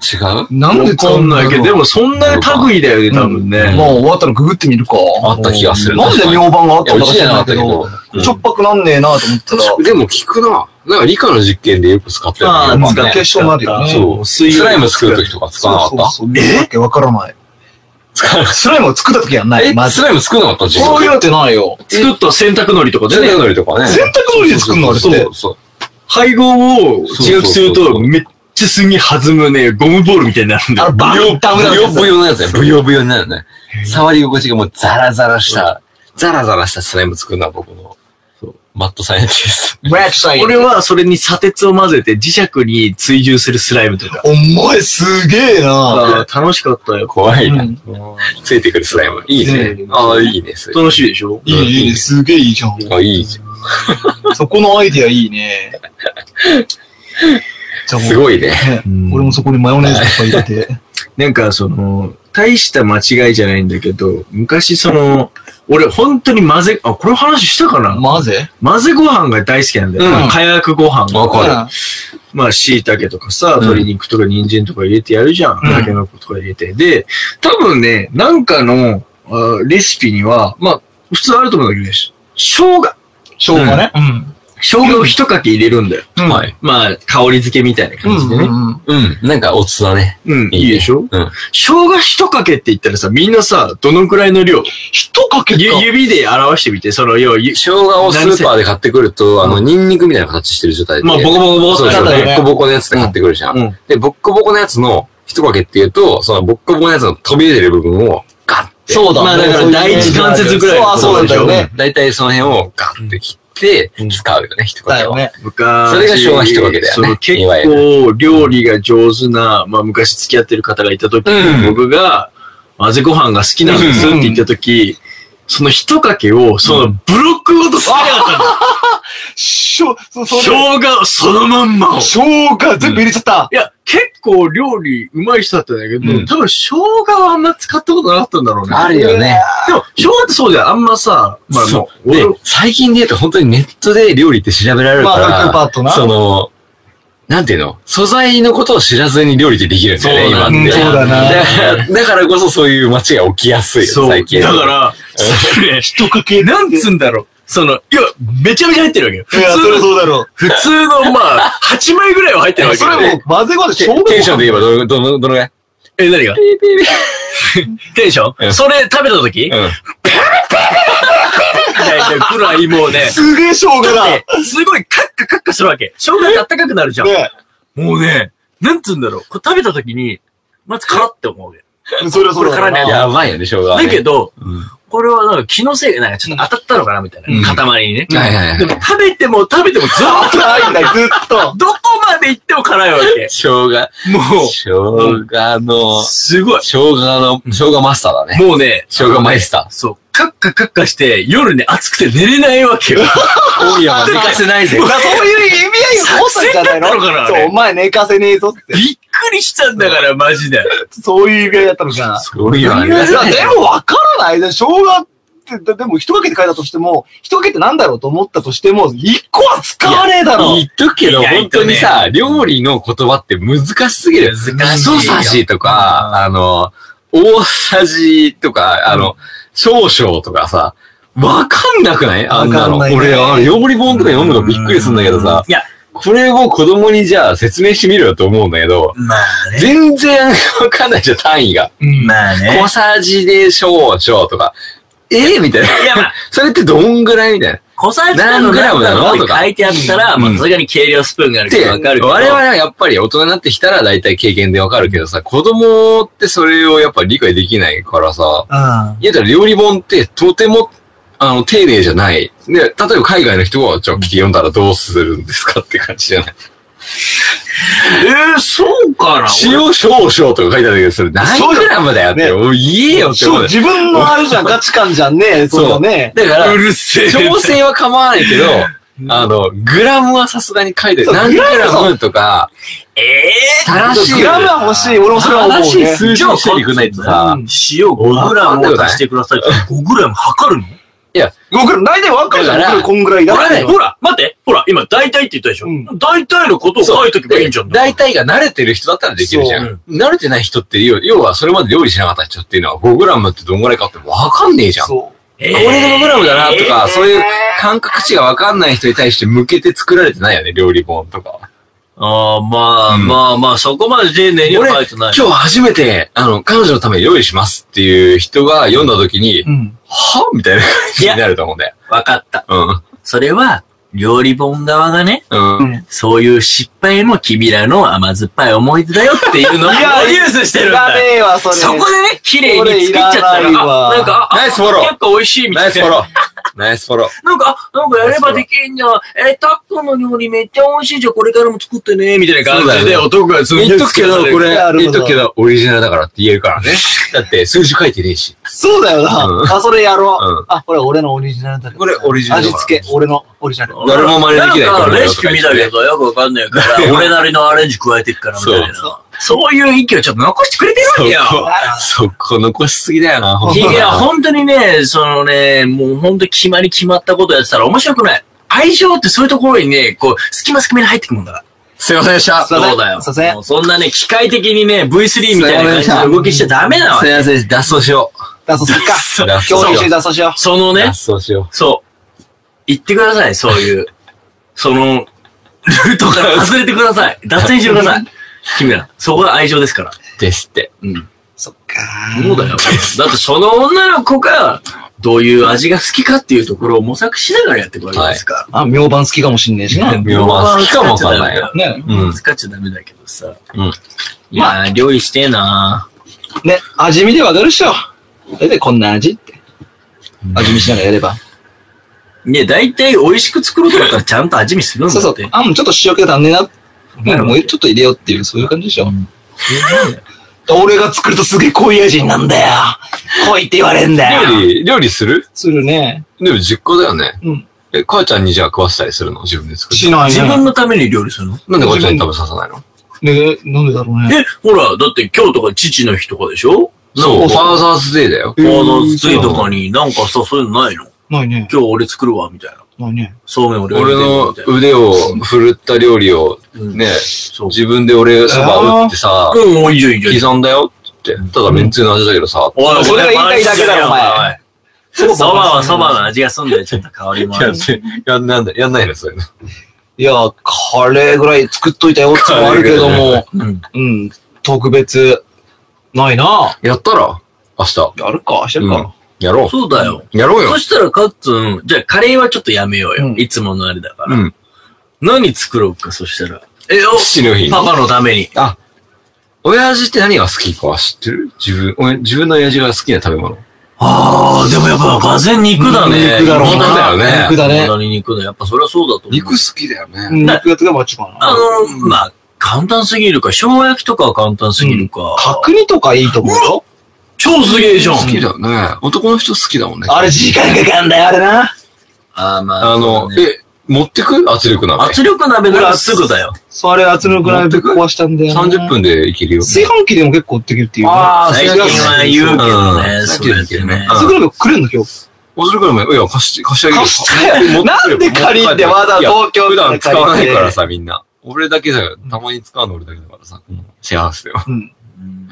Speaker 2: ーなんで使
Speaker 7: わ
Speaker 2: うんんだ
Speaker 7: ないけど、で
Speaker 2: ろう
Speaker 7: もそんな類だよね、多分ね。
Speaker 2: まあ、終わったらググってみるか。
Speaker 4: あった気がする
Speaker 2: なんで妙版があったのか知らないけ
Speaker 4: いやうちにはな
Speaker 2: ど
Speaker 4: かった、
Speaker 2: しょっぱくなんねえなと思ったら、
Speaker 4: でも聞くな。なんか理科の実験でよく使ってた
Speaker 7: あ
Speaker 4: よ
Speaker 7: ー
Speaker 4: ね
Speaker 2: まあ
Speaker 7: 使って
Speaker 2: 決勝になるよね。
Speaker 4: そう。
Speaker 7: 水
Speaker 4: スライム作るときとか使わな
Speaker 2: そう
Speaker 4: かっ
Speaker 2: そうそう。えわけわからない。スライムを作った時はな
Speaker 4: た
Speaker 2: い。
Speaker 4: え
Speaker 2: まず
Speaker 4: ス。ライム作んなかった自
Speaker 2: そういう
Speaker 4: 分。
Speaker 2: のってないよ。
Speaker 7: 作った洗濯のりとかで
Speaker 4: 洗
Speaker 7: ね
Speaker 4: 濯。のりとかね。
Speaker 2: 洗濯のりで作るのあれって
Speaker 4: そうそう。
Speaker 7: 配合を違くす
Speaker 4: そ
Speaker 7: る
Speaker 4: うそうそうそ
Speaker 7: と、
Speaker 4: う
Speaker 7: めっちゃすげえ弾むね、ゴムボールみたいになるんだ
Speaker 2: あ
Speaker 7: よ。
Speaker 2: の、バンダウン
Speaker 4: ブ
Speaker 2: だ
Speaker 4: ヨブヨのやつね。ブヨブヨになるね。触り心地がもうザラザラした、ザラザラしたスライム作るのは僕の、マットサイエンティス
Speaker 2: ブラックサイ
Speaker 7: 俺はそれに砂鉄を混ぜて磁石に追従するスライムとか。
Speaker 2: お前すげえな
Speaker 7: あー楽しかったよ。
Speaker 4: ト。怖いな
Speaker 2: うん。
Speaker 4: ついてくるスライム。いいね。ああ、いいね。それ
Speaker 7: 楽しいでしょ
Speaker 2: いいね、いいね、すげえいいじゃん。
Speaker 4: あ、いいじゃ
Speaker 2: そこのアイディアいい ね。じゃあ
Speaker 4: ん。
Speaker 2: もう
Speaker 4: すごいね。
Speaker 2: ね俺もそこにマヨネーズとか入れて。
Speaker 7: なんかその、大した間違いじゃないんだけど、昔その、俺本当に混ぜ、あ、これ話したかな
Speaker 2: 混ぜ
Speaker 7: 混ぜご飯が大好きなんだよ。
Speaker 2: うん
Speaker 7: 火薬ご飯
Speaker 4: わかる
Speaker 7: まあ、椎茸とかさ、鶏肉とか人参とか入れてやるじゃん。
Speaker 2: うん
Speaker 7: タケノコとか入れて。で、多分ね、なんかのあーレシピには、まあ、普通あると思うんだけどね、し生姜。
Speaker 2: 生姜ね。うん。
Speaker 7: 生姜を一かけ入れるんだよ。
Speaker 2: うん
Speaker 4: はい。
Speaker 7: まあ、香り付けみたいな感じでね。
Speaker 2: うん。
Speaker 4: うん。なんか、おつだね。
Speaker 7: うん、いいでしょ
Speaker 4: うん。
Speaker 7: 生姜一かけって言ったらさ、みんなさ、どのくらいの量
Speaker 2: 一かけ
Speaker 7: ゆ
Speaker 2: か。
Speaker 7: 指で表してみて、その、要は、ゆ
Speaker 4: 生姜をスーパーで買ってくると、あの、ニンニクみたいな形してる状態で。
Speaker 7: まあ、ボコボコボコ
Speaker 4: そう
Speaker 7: っ
Speaker 4: で
Speaker 7: て
Speaker 4: す
Speaker 7: な
Speaker 4: よ
Speaker 7: る
Speaker 4: ね。
Speaker 7: ね
Speaker 4: ボッコボコのやつで買ってくるじゃん。
Speaker 7: うん
Speaker 4: で、ボッコボコのやつの一かけっていうと、そのボッコボコのやつの飛び出てる部分をガッて。
Speaker 2: そうだ
Speaker 7: まあだから
Speaker 2: そういう
Speaker 7: 第一関節ぐらい
Speaker 2: そうあ、そうなんだよね。
Speaker 4: だいたいその辺をガッて切って、使うよね、一か
Speaker 2: だ
Speaker 4: け
Speaker 2: よ
Speaker 4: を。
Speaker 2: ね。
Speaker 7: 昔、
Speaker 4: それが昭和一かけだよね
Speaker 7: そう結
Speaker 4: いわゆ
Speaker 7: 構、料理が上手な、まあ、昔付き合ってる方がいた時、
Speaker 4: うん
Speaker 7: 僕が、混ぜご飯が好きなんですって言った時、その一かけを、そのブロックごと捨てなかったんだよ
Speaker 2: しょ、そ、それ。
Speaker 7: 生姜をそのまんまを。
Speaker 2: 生姜全部入れちゃった。
Speaker 7: いや、結構料理うまい人だったんだけど、
Speaker 4: うん
Speaker 7: 多分生姜はあんま使ったことなかったんだろうね。
Speaker 4: あるよね。
Speaker 7: でも、生姜ってそうじゃん。あんまさ、まあ、
Speaker 4: そう。
Speaker 7: 俺
Speaker 4: で、最近で言うと本当にネットで料理って調べられるか
Speaker 2: まあ
Speaker 4: ら、
Speaker 2: パートな
Speaker 4: その、なんていうの素材のことを知らずに料理ってできるんだよね、今
Speaker 2: う
Speaker 4: っ
Speaker 2: ん
Speaker 4: て。
Speaker 2: そうだな。
Speaker 4: だだからこそそういう間違い起きやすいよ、
Speaker 7: そう。
Speaker 4: 最近。
Speaker 7: だから、それ、
Speaker 2: 一かけ
Speaker 7: なんつんだろう。その、いや、めちゃめちゃ入ってるわけよ。普
Speaker 2: いや、それ
Speaker 7: 通の、
Speaker 2: そうだろ
Speaker 7: 普通の、ま あ、8枚ぐらいは入ってるわ
Speaker 2: う。
Speaker 7: け
Speaker 2: そ
Speaker 7: よ、
Speaker 2: れも
Speaker 7: ね。
Speaker 2: う、混ぜご飯で
Speaker 4: テ
Speaker 2: 生姜
Speaker 4: テンションで言えばどの、どの、どのぐらい
Speaker 7: え、何がテンショ
Speaker 4: う
Speaker 7: ン
Speaker 4: ん
Speaker 7: それ食べた時
Speaker 4: うん。
Speaker 7: ぐらいも うね、
Speaker 2: すげえ生姜だ。
Speaker 7: すごいカッカカッカするわけ。生姜があったかくなるじゃん。
Speaker 2: ね
Speaker 7: もうね、なんつうんだろう。これ食べた時に、まず辛って思うわけ。
Speaker 2: それはそうだろう
Speaker 7: これからね
Speaker 2: な。
Speaker 4: やばいよね、生姜はね。
Speaker 7: だけど、
Speaker 4: うん
Speaker 7: これはなんか気のせいで、なんかちょっと当たったのかなみたいな。
Speaker 4: うん
Speaker 7: 塊にね。
Speaker 4: はいはいはい
Speaker 7: でも食べても食べてもずっと、
Speaker 2: 辛いんだよ、ずっと。
Speaker 7: どこまで行っても辛いわけ。
Speaker 4: 生姜、
Speaker 7: も
Speaker 4: 生姜の
Speaker 7: う、、すごい。
Speaker 4: 生姜の、生姜マスターだね。
Speaker 7: もうね、
Speaker 4: 生姜マイスタ
Speaker 7: そう、カッカカッカして、夜ね、暑くて寝れないわけよ。
Speaker 4: ー。今夜は寝かせないぜ。
Speaker 2: だからそういう意味合いが持ったんじゃない
Speaker 7: 作戦だったのかなあ
Speaker 2: そ
Speaker 7: れ
Speaker 2: う、お前寝かせねえぞって
Speaker 7: び。っくりしたんだから、マジで。
Speaker 2: そういう意味合いだったのかな。
Speaker 4: 今夜は寝
Speaker 2: いや
Speaker 4: かせないぜ
Speaker 2: で。も分からない。で生姜って、ででも一かけって書いたとしても、一かけってなんだろうと思ったとしても、一個は使わねえだろ
Speaker 4: 言。っとくけど、本
Speaker 7: 意外
Speaker 4: 当
Speaker 7: と
Speaker 4: に
Speaker 7: ね
Speaker 4: さ、料理の言葉って難しすぎる。
Speaker 7: 難しいよ
Speaker 4: 一さじとか、あの、大さじとか、あの、少々とかさ、わかんなくないあんなの。
Speaker 2: わかんないね
Speaker 4: 俺、あの料理本とか読むのびっくりするんだけどさ、
Speaker 7: いや、
Speaker 4: これを子供にじゃあ説明してみろよと思うんだけど、
Speaker 7: まあね。
Speaker 4: 全然わかんないじゃん、単位が。
Speaker 7: まあね。
Speaker 4: 小さじで少々とか、えー、みたいな。
Speaker 7: いや、まあ、
Speaker 4: それってどんぐらいみたいな。
Speaker 7: 小さじなの
Speaker 4: 何グラムなの
Speaker 7: って書いてあったら、
Speaker 4: うん
Speaker 7: まあ、さすがに計量スプーンがある
Speaker 4: っ
Speaker 7: か
Speaker 4: て、
Speaker 7: らわかるけど。
Speaker 4: 我々はやっぱり大人になってきたら大体経験でわかるけどさ、子供ってそれをやっぱ理解できないからさ、
Speaker 2: うん。
Speaker 4: 言うたら料理本ってとても、あの、丁寧じゃない。で、例えば海外の人は、じゃあ来て読んだらどうするんですかって感じじゃない。
Speaker 7: えー、そうかな俺
Speaker 4: 塩少々とか書いてあるけど、それ何
Speaker 2: そうだ
Speaker 4: グラムだよって、
Speaker 2: ね
Speaker 4: おい言えよって
Speaker 2: そう、
Speaker 4: 思う。
Speaker 2: 自分のあるじゃん、価値観じゃんねえ、そうだね。
Speaker 4: だから
Speaker 7: う、るせえ。
Speaker 4: 調整は構わないけど、
Speaker 7: あの、グラムはさすがに書いてる。
Speaker 2: そう
Speaker 7: 何グラムとか、
Speaker 1: え
Speaker 7: 正しい。
Speaker 2: グラムは欲しい。俺もそれは思う
Speaker 7: 正しい
Speaker 2: ね。
Speaker 7: 数字にしていくないとさ
Speaker 1: ぇ、、塩5グラムを足してくださいって。5グラム測るの
Speaker 2: 僕ら大体わかるじゃ
Speaker 7: だから
Speaker 2: ん。こんぐらいだ
Speaker 7: わかんない
Speaker 1: ほら、待ってほら、今、大体って言ったでしょ
Speaker 2: うん
Speaker 1: 大体のことを書いとけばいいんじゃん。
Speaker 7: 大体が慣れてる人だったらできるじゃん。慣れてない人って、要要はそれまで料理しなかった人っていうのは5グラムってどんぐらいかってわかんねえじゃん。こ
Speaker 2: そ
Speaker 1: えー
Speaker 7: れが5グラムだなとか、そういう感覚値がわかんない人に対して向けて作られてないよね、料理本とか。
Speaker 1: ああ、まあ、
Speaker 7: うん
Speaker 1: まあまあ、そこまで丁寧には
Speaker 7: 俺、
Speaker 1: 書いてな
Speaker 7: 今
Speaker 1: い。
Speaker 7: 日初めて、あの、彼女のために料理しますっていう人が読んだ時に
Speaker 2: う。う、ん。
Speaker 7: はみたいな感じになると思うんだよ。
Speaker 1: わかった。
Speaker 7: うん。
Speaker 1: それは、料理本側がね、
Speaker 7: うん。
Speaker 1: そういう失敗も君らの甘酸っぱい思い出だよっていうのをプロ
Speaker 2: いや
Speaker 1: デュースしてるん
Speaker 2: だ
Speaker 1: だよ。
Speaker 2: ねえわ、それ。
Speaker 1: そこでね、綺麗に作っちゃった
Speaker 2: これいらない
Speaker 1: ら、
Speaker 2: わ
Speaker 1: あなんか、あ
Speaker 7: ナイスフォロー
Speaker 1: 結構美味しいみた
Speaker 7: ナイス
Speaker 1: い
Speaker 7: フォ
Speaker 1: な。
Speaker 7: ロー。 ナイスフォロー。
Speaker 1: なんか、あなんかやればできんじゃん。えー、タッコの料理めっちゃ美味しいじゃん。これからも作ってね、みたいな感じで。
Speaker 7: 男が言っとくけど、これ
Speaker 2: な、るほど
Speaker 7: 言っとくけど、オリジナルだからって言えるからね。だって、数字書いてねえし。
Speaker 2: そうだよ
Speaker 7: う
Speaker 2: な。
Speaker 7: ん
Speaker 2: あ、それやろ
Speaker 7: うん
Speaker 2: う。あ、これ俺のオリジナルだね
Speaker 7: これ、オリジナルだ
Speaker 2: 味
Speaker 7: から。
Speaker 2: 付け、俺のオリジナル。
Speaker 7: 誰も真似できない
Speaker 1: んか
Speaker 7: これ
Speaker 1: レシピ見たけど、よくわかんないから、俺なりのアレンジ加えてくから、みたいな。そういう域をちょっと残してくれてるわけよ。
Speaker 7: そこ、そこ残しすぎだよな、ほんと
Speaker 1: 君ら本当にね、そのね、もう本当に決まり決まったことやってたら面白くない。愛情ってそういうところにね、こう、隙間隙間に入ってくもんだから。
Speaker 7: すいませんでした。
Speaker 1: そうだよ。
Speaker 2: すいません
Speaker 1: もうそんなね、機械的にね、V3 みたいな感じの動きしちゃダメなわ
Speaker 7: す
Speaker 1: よ。
Speaker 7: いません、脱走しよう。
Speaker 2: 脱走するか。
Speaker 1: そう
Speaker 7: 脱
Speaker 2: 今日のうち
Speaker 7: 走
Speaker 2: に
Speaker 7: しよ
Speaker 2: 脱走しよ
Speaker 1: その
Speaker 7: う。
Speaker 1: ね、
Speaker 7: 脱走しよ
Speaker 1: そう。言ってください、そういう。その、ルートから外れてください。脱線してください。君ら、そこが愛情ですから。
Speaker 7: う。ですって。
Speaker 1: そうだよ。だってその女の子が、どういう味が好きかっていうところを模索しながらやっていくわけですから。
Speaker 2: う。あ、明晩好きかもしんねえしな。ね。
Speaker 7: 妙は好きかもわかんないよ。
Speaker 2: ね、
Speaker 7: うん
Speaker 1: 使っちゃダメだけどさ。
Speaker 7: うん。
Speaker 1: いやー、料理してえな
Speaker 2: 味見でわかるっしょ。だいたいこんな味って。味見しながらやれば。
Speaker 1: ー。ね、大体美味しく作ろうとだったらちゃんと味見するんだって。
Speaker 2: そうそう。あ、もうちょっと塩気が足んねえな。
Speaker 1: なるほど
Speaker 2: もうちょっと入れようっていう、そういう感じでしょ。俺が作るとすげえ濃い味になんだよ。濃いって言われんだ
Speaker 7: 料
Speaker 2: よ。
Speaker 7: 理、料理する
Speaker 2: するね。
Speaker 7: でも実家だよね。
Speaker 2: うん。
Speaker 7: え、母ちゃんにじゃあ食わせたりするの自分で作る。
Speaker 2: しない
Speaker 1: 自
Speaker 2: ね。
Speaker 1: 分のために料理するの
Speaker 7: なんで母ちゃんに食べさせないの
Speaker 2: ねなんでだろうね。
Speaker 1: え、ほら、だって今日とか父の日とかでしょ
Speaker 7: そ
Speaker 1: なん
Speaker 7: う、フ
Speaker 1: か
Speaker 7: ァーザーズデーだよ。
Speaker 1: ファーザーズデーとかになんかさ、そういうのないの
Speaker 2: ないね。
Speaker 1: 今日俺作るわ、みたいな。
Speaker 2: ないね。
Speaker 1: そうめん俺
Speaker 7: 俺
Speaker 1: が
Speaker 7: の
Speaker 1: 作るわみ
Speaker 7: 腕を振るった料理を
Speaker 1: うん
Speaker 7: ね、
Speaker 1: たいな。そう。
Speaker 7: 自分で俺そば打ってさ、
Speaker 1: うん、おいいじゃん、いいじゃん。
Speaker 7: 刻んだよって言って、ただめんつゆの味だけどさ、
Speaker 1: おい、
Speaker 2: それが言いたいだけだろお前
Speaker 1: そばはそばの味がすんだよ、ちょっと香りもあ
Speaker 7: や
Speaker 1: る
Speaker 7: ん
Speaker 1: し。
Speaker 7: やんなんだやんないのそういうの。
Speaker 2: いや、カレーぐらい作っといたよってのもあるけども、
Speaker 1: うん。
Speaker 2: うん、特別、ないな
Speaker 7: やったら明日。
Speaker 2: やるか、して
Speaker 7: う
Speaker 2: る
Speaker 7: ん
Speaker 2: か。。
Speaker 7: やろ
Speaker 1: そうだよ。
Speaker 7: う。やろうよ
Speaker 1: そ。したら、カッツン、じゃあカレーはちょっとやめようよ。
Speaker 2: うん
Speaker 1: いつものあれだから。
Speaker 7: うん。
Speaker 1: 何作ろうか、そしたら。え、
Speaker 7: 父の
Speaker 1: お
Speaker 7: 日に
Speaker 1: パパのために。
Speaker 7: あ、親父って何が好きかは知ってる自分、おや自分の親父が好きな食べ物。
Speaker 1: ああ、でもやっぱ、がぜ肉だね。
Speaker 2: 肉だろう
Speaker 7: 肉だよね
Speaker 2: な。肉だね。
Speaker 1: に肉だ。やっぱそれはそうだと思う。
Speaker 7: 肉好きだよね。
Speaker 2: 肉がつけばちか
Speaker 1: あ
Speaker 2: な。
Speaker 1: の、まあ、簡単すぎるか。生姜焼きとかは簡単すぎるか。
Speaker 2: 角煮とかいいと思うよ。
Speaker 1: 超すげえじゃん。
Speaker 7: 好きだよね。男の人好きだもんね。
Speaker 2: あれ時間かかんだよ、あれな。
Speaker 1: あーまあ。
Speaker 7: あの
Speaker 1: そう、だね
Speaker 7: え、持ってく圧力鍋。
Speaker 1: 圧力鍋ならすぐだよ。
Speaker 2: それ圧力鍋ぶっ壊したんだよな。
Speaker 7: 30分でいけるよ。
Speaker 2: 炊飯器でも結構できるっていうね。
Speaker 7: あ
Speaker 1: 最近は言うけどね、
Speaker 7: うん
Speaker 1: そうやってね。
Speaker 2: 圧力鍋くれんの今日。
Speaker 7: 面白くないいや、貸して、貸してあげるよ。
Speaker 2: なんで借りんでわざわざ東京
Speaker 7: 普
Speaker 2: か
Speaker 7: 段
Speaker 2: ら
Speaker 7: 使わないから
Speaker 2: 借りて。
Speaker 7: さ、みんな。俺だけだよ。たまに使うの俺だけだからさ。幸せよ。
Speaker 2: うん。
Speaker 7: うん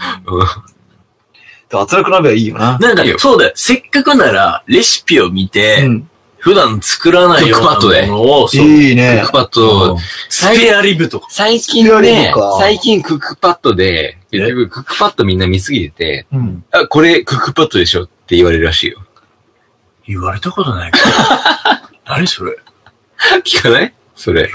Speaker 2: 圧力鍋はいいよな。
Speaker 1: なんか
Speaker 7: いい、よ
Speaker 1: そうだよ。せっかくなら、レシピを見て、
Speaker 2: うん。
Speaker 1: 普段作らないような
Speaker 7: クックパッドで
Speaker 1: ものを、そう
Speaker 2: いいね。
Speaker 7: クックパッ
Speaker 1: そう
Speaker 7: ド、
Speaker 1: スペアリブとか。
Speaker 7: 最近
Speaker 2: やれ
Speaker 7: ね
Speaker 2: るのか、
Speaker 7: 最近クックパッドで、結局クックパッドみんな見すぎてて、
Speaker 2: うん。
Speaker 7: あ、これクックパッドでしょって言われるらしいよ。
Speaker 1: 言われたことないけど。何それ
Speaker 7: 聞かないそれ。
Speaker 1: う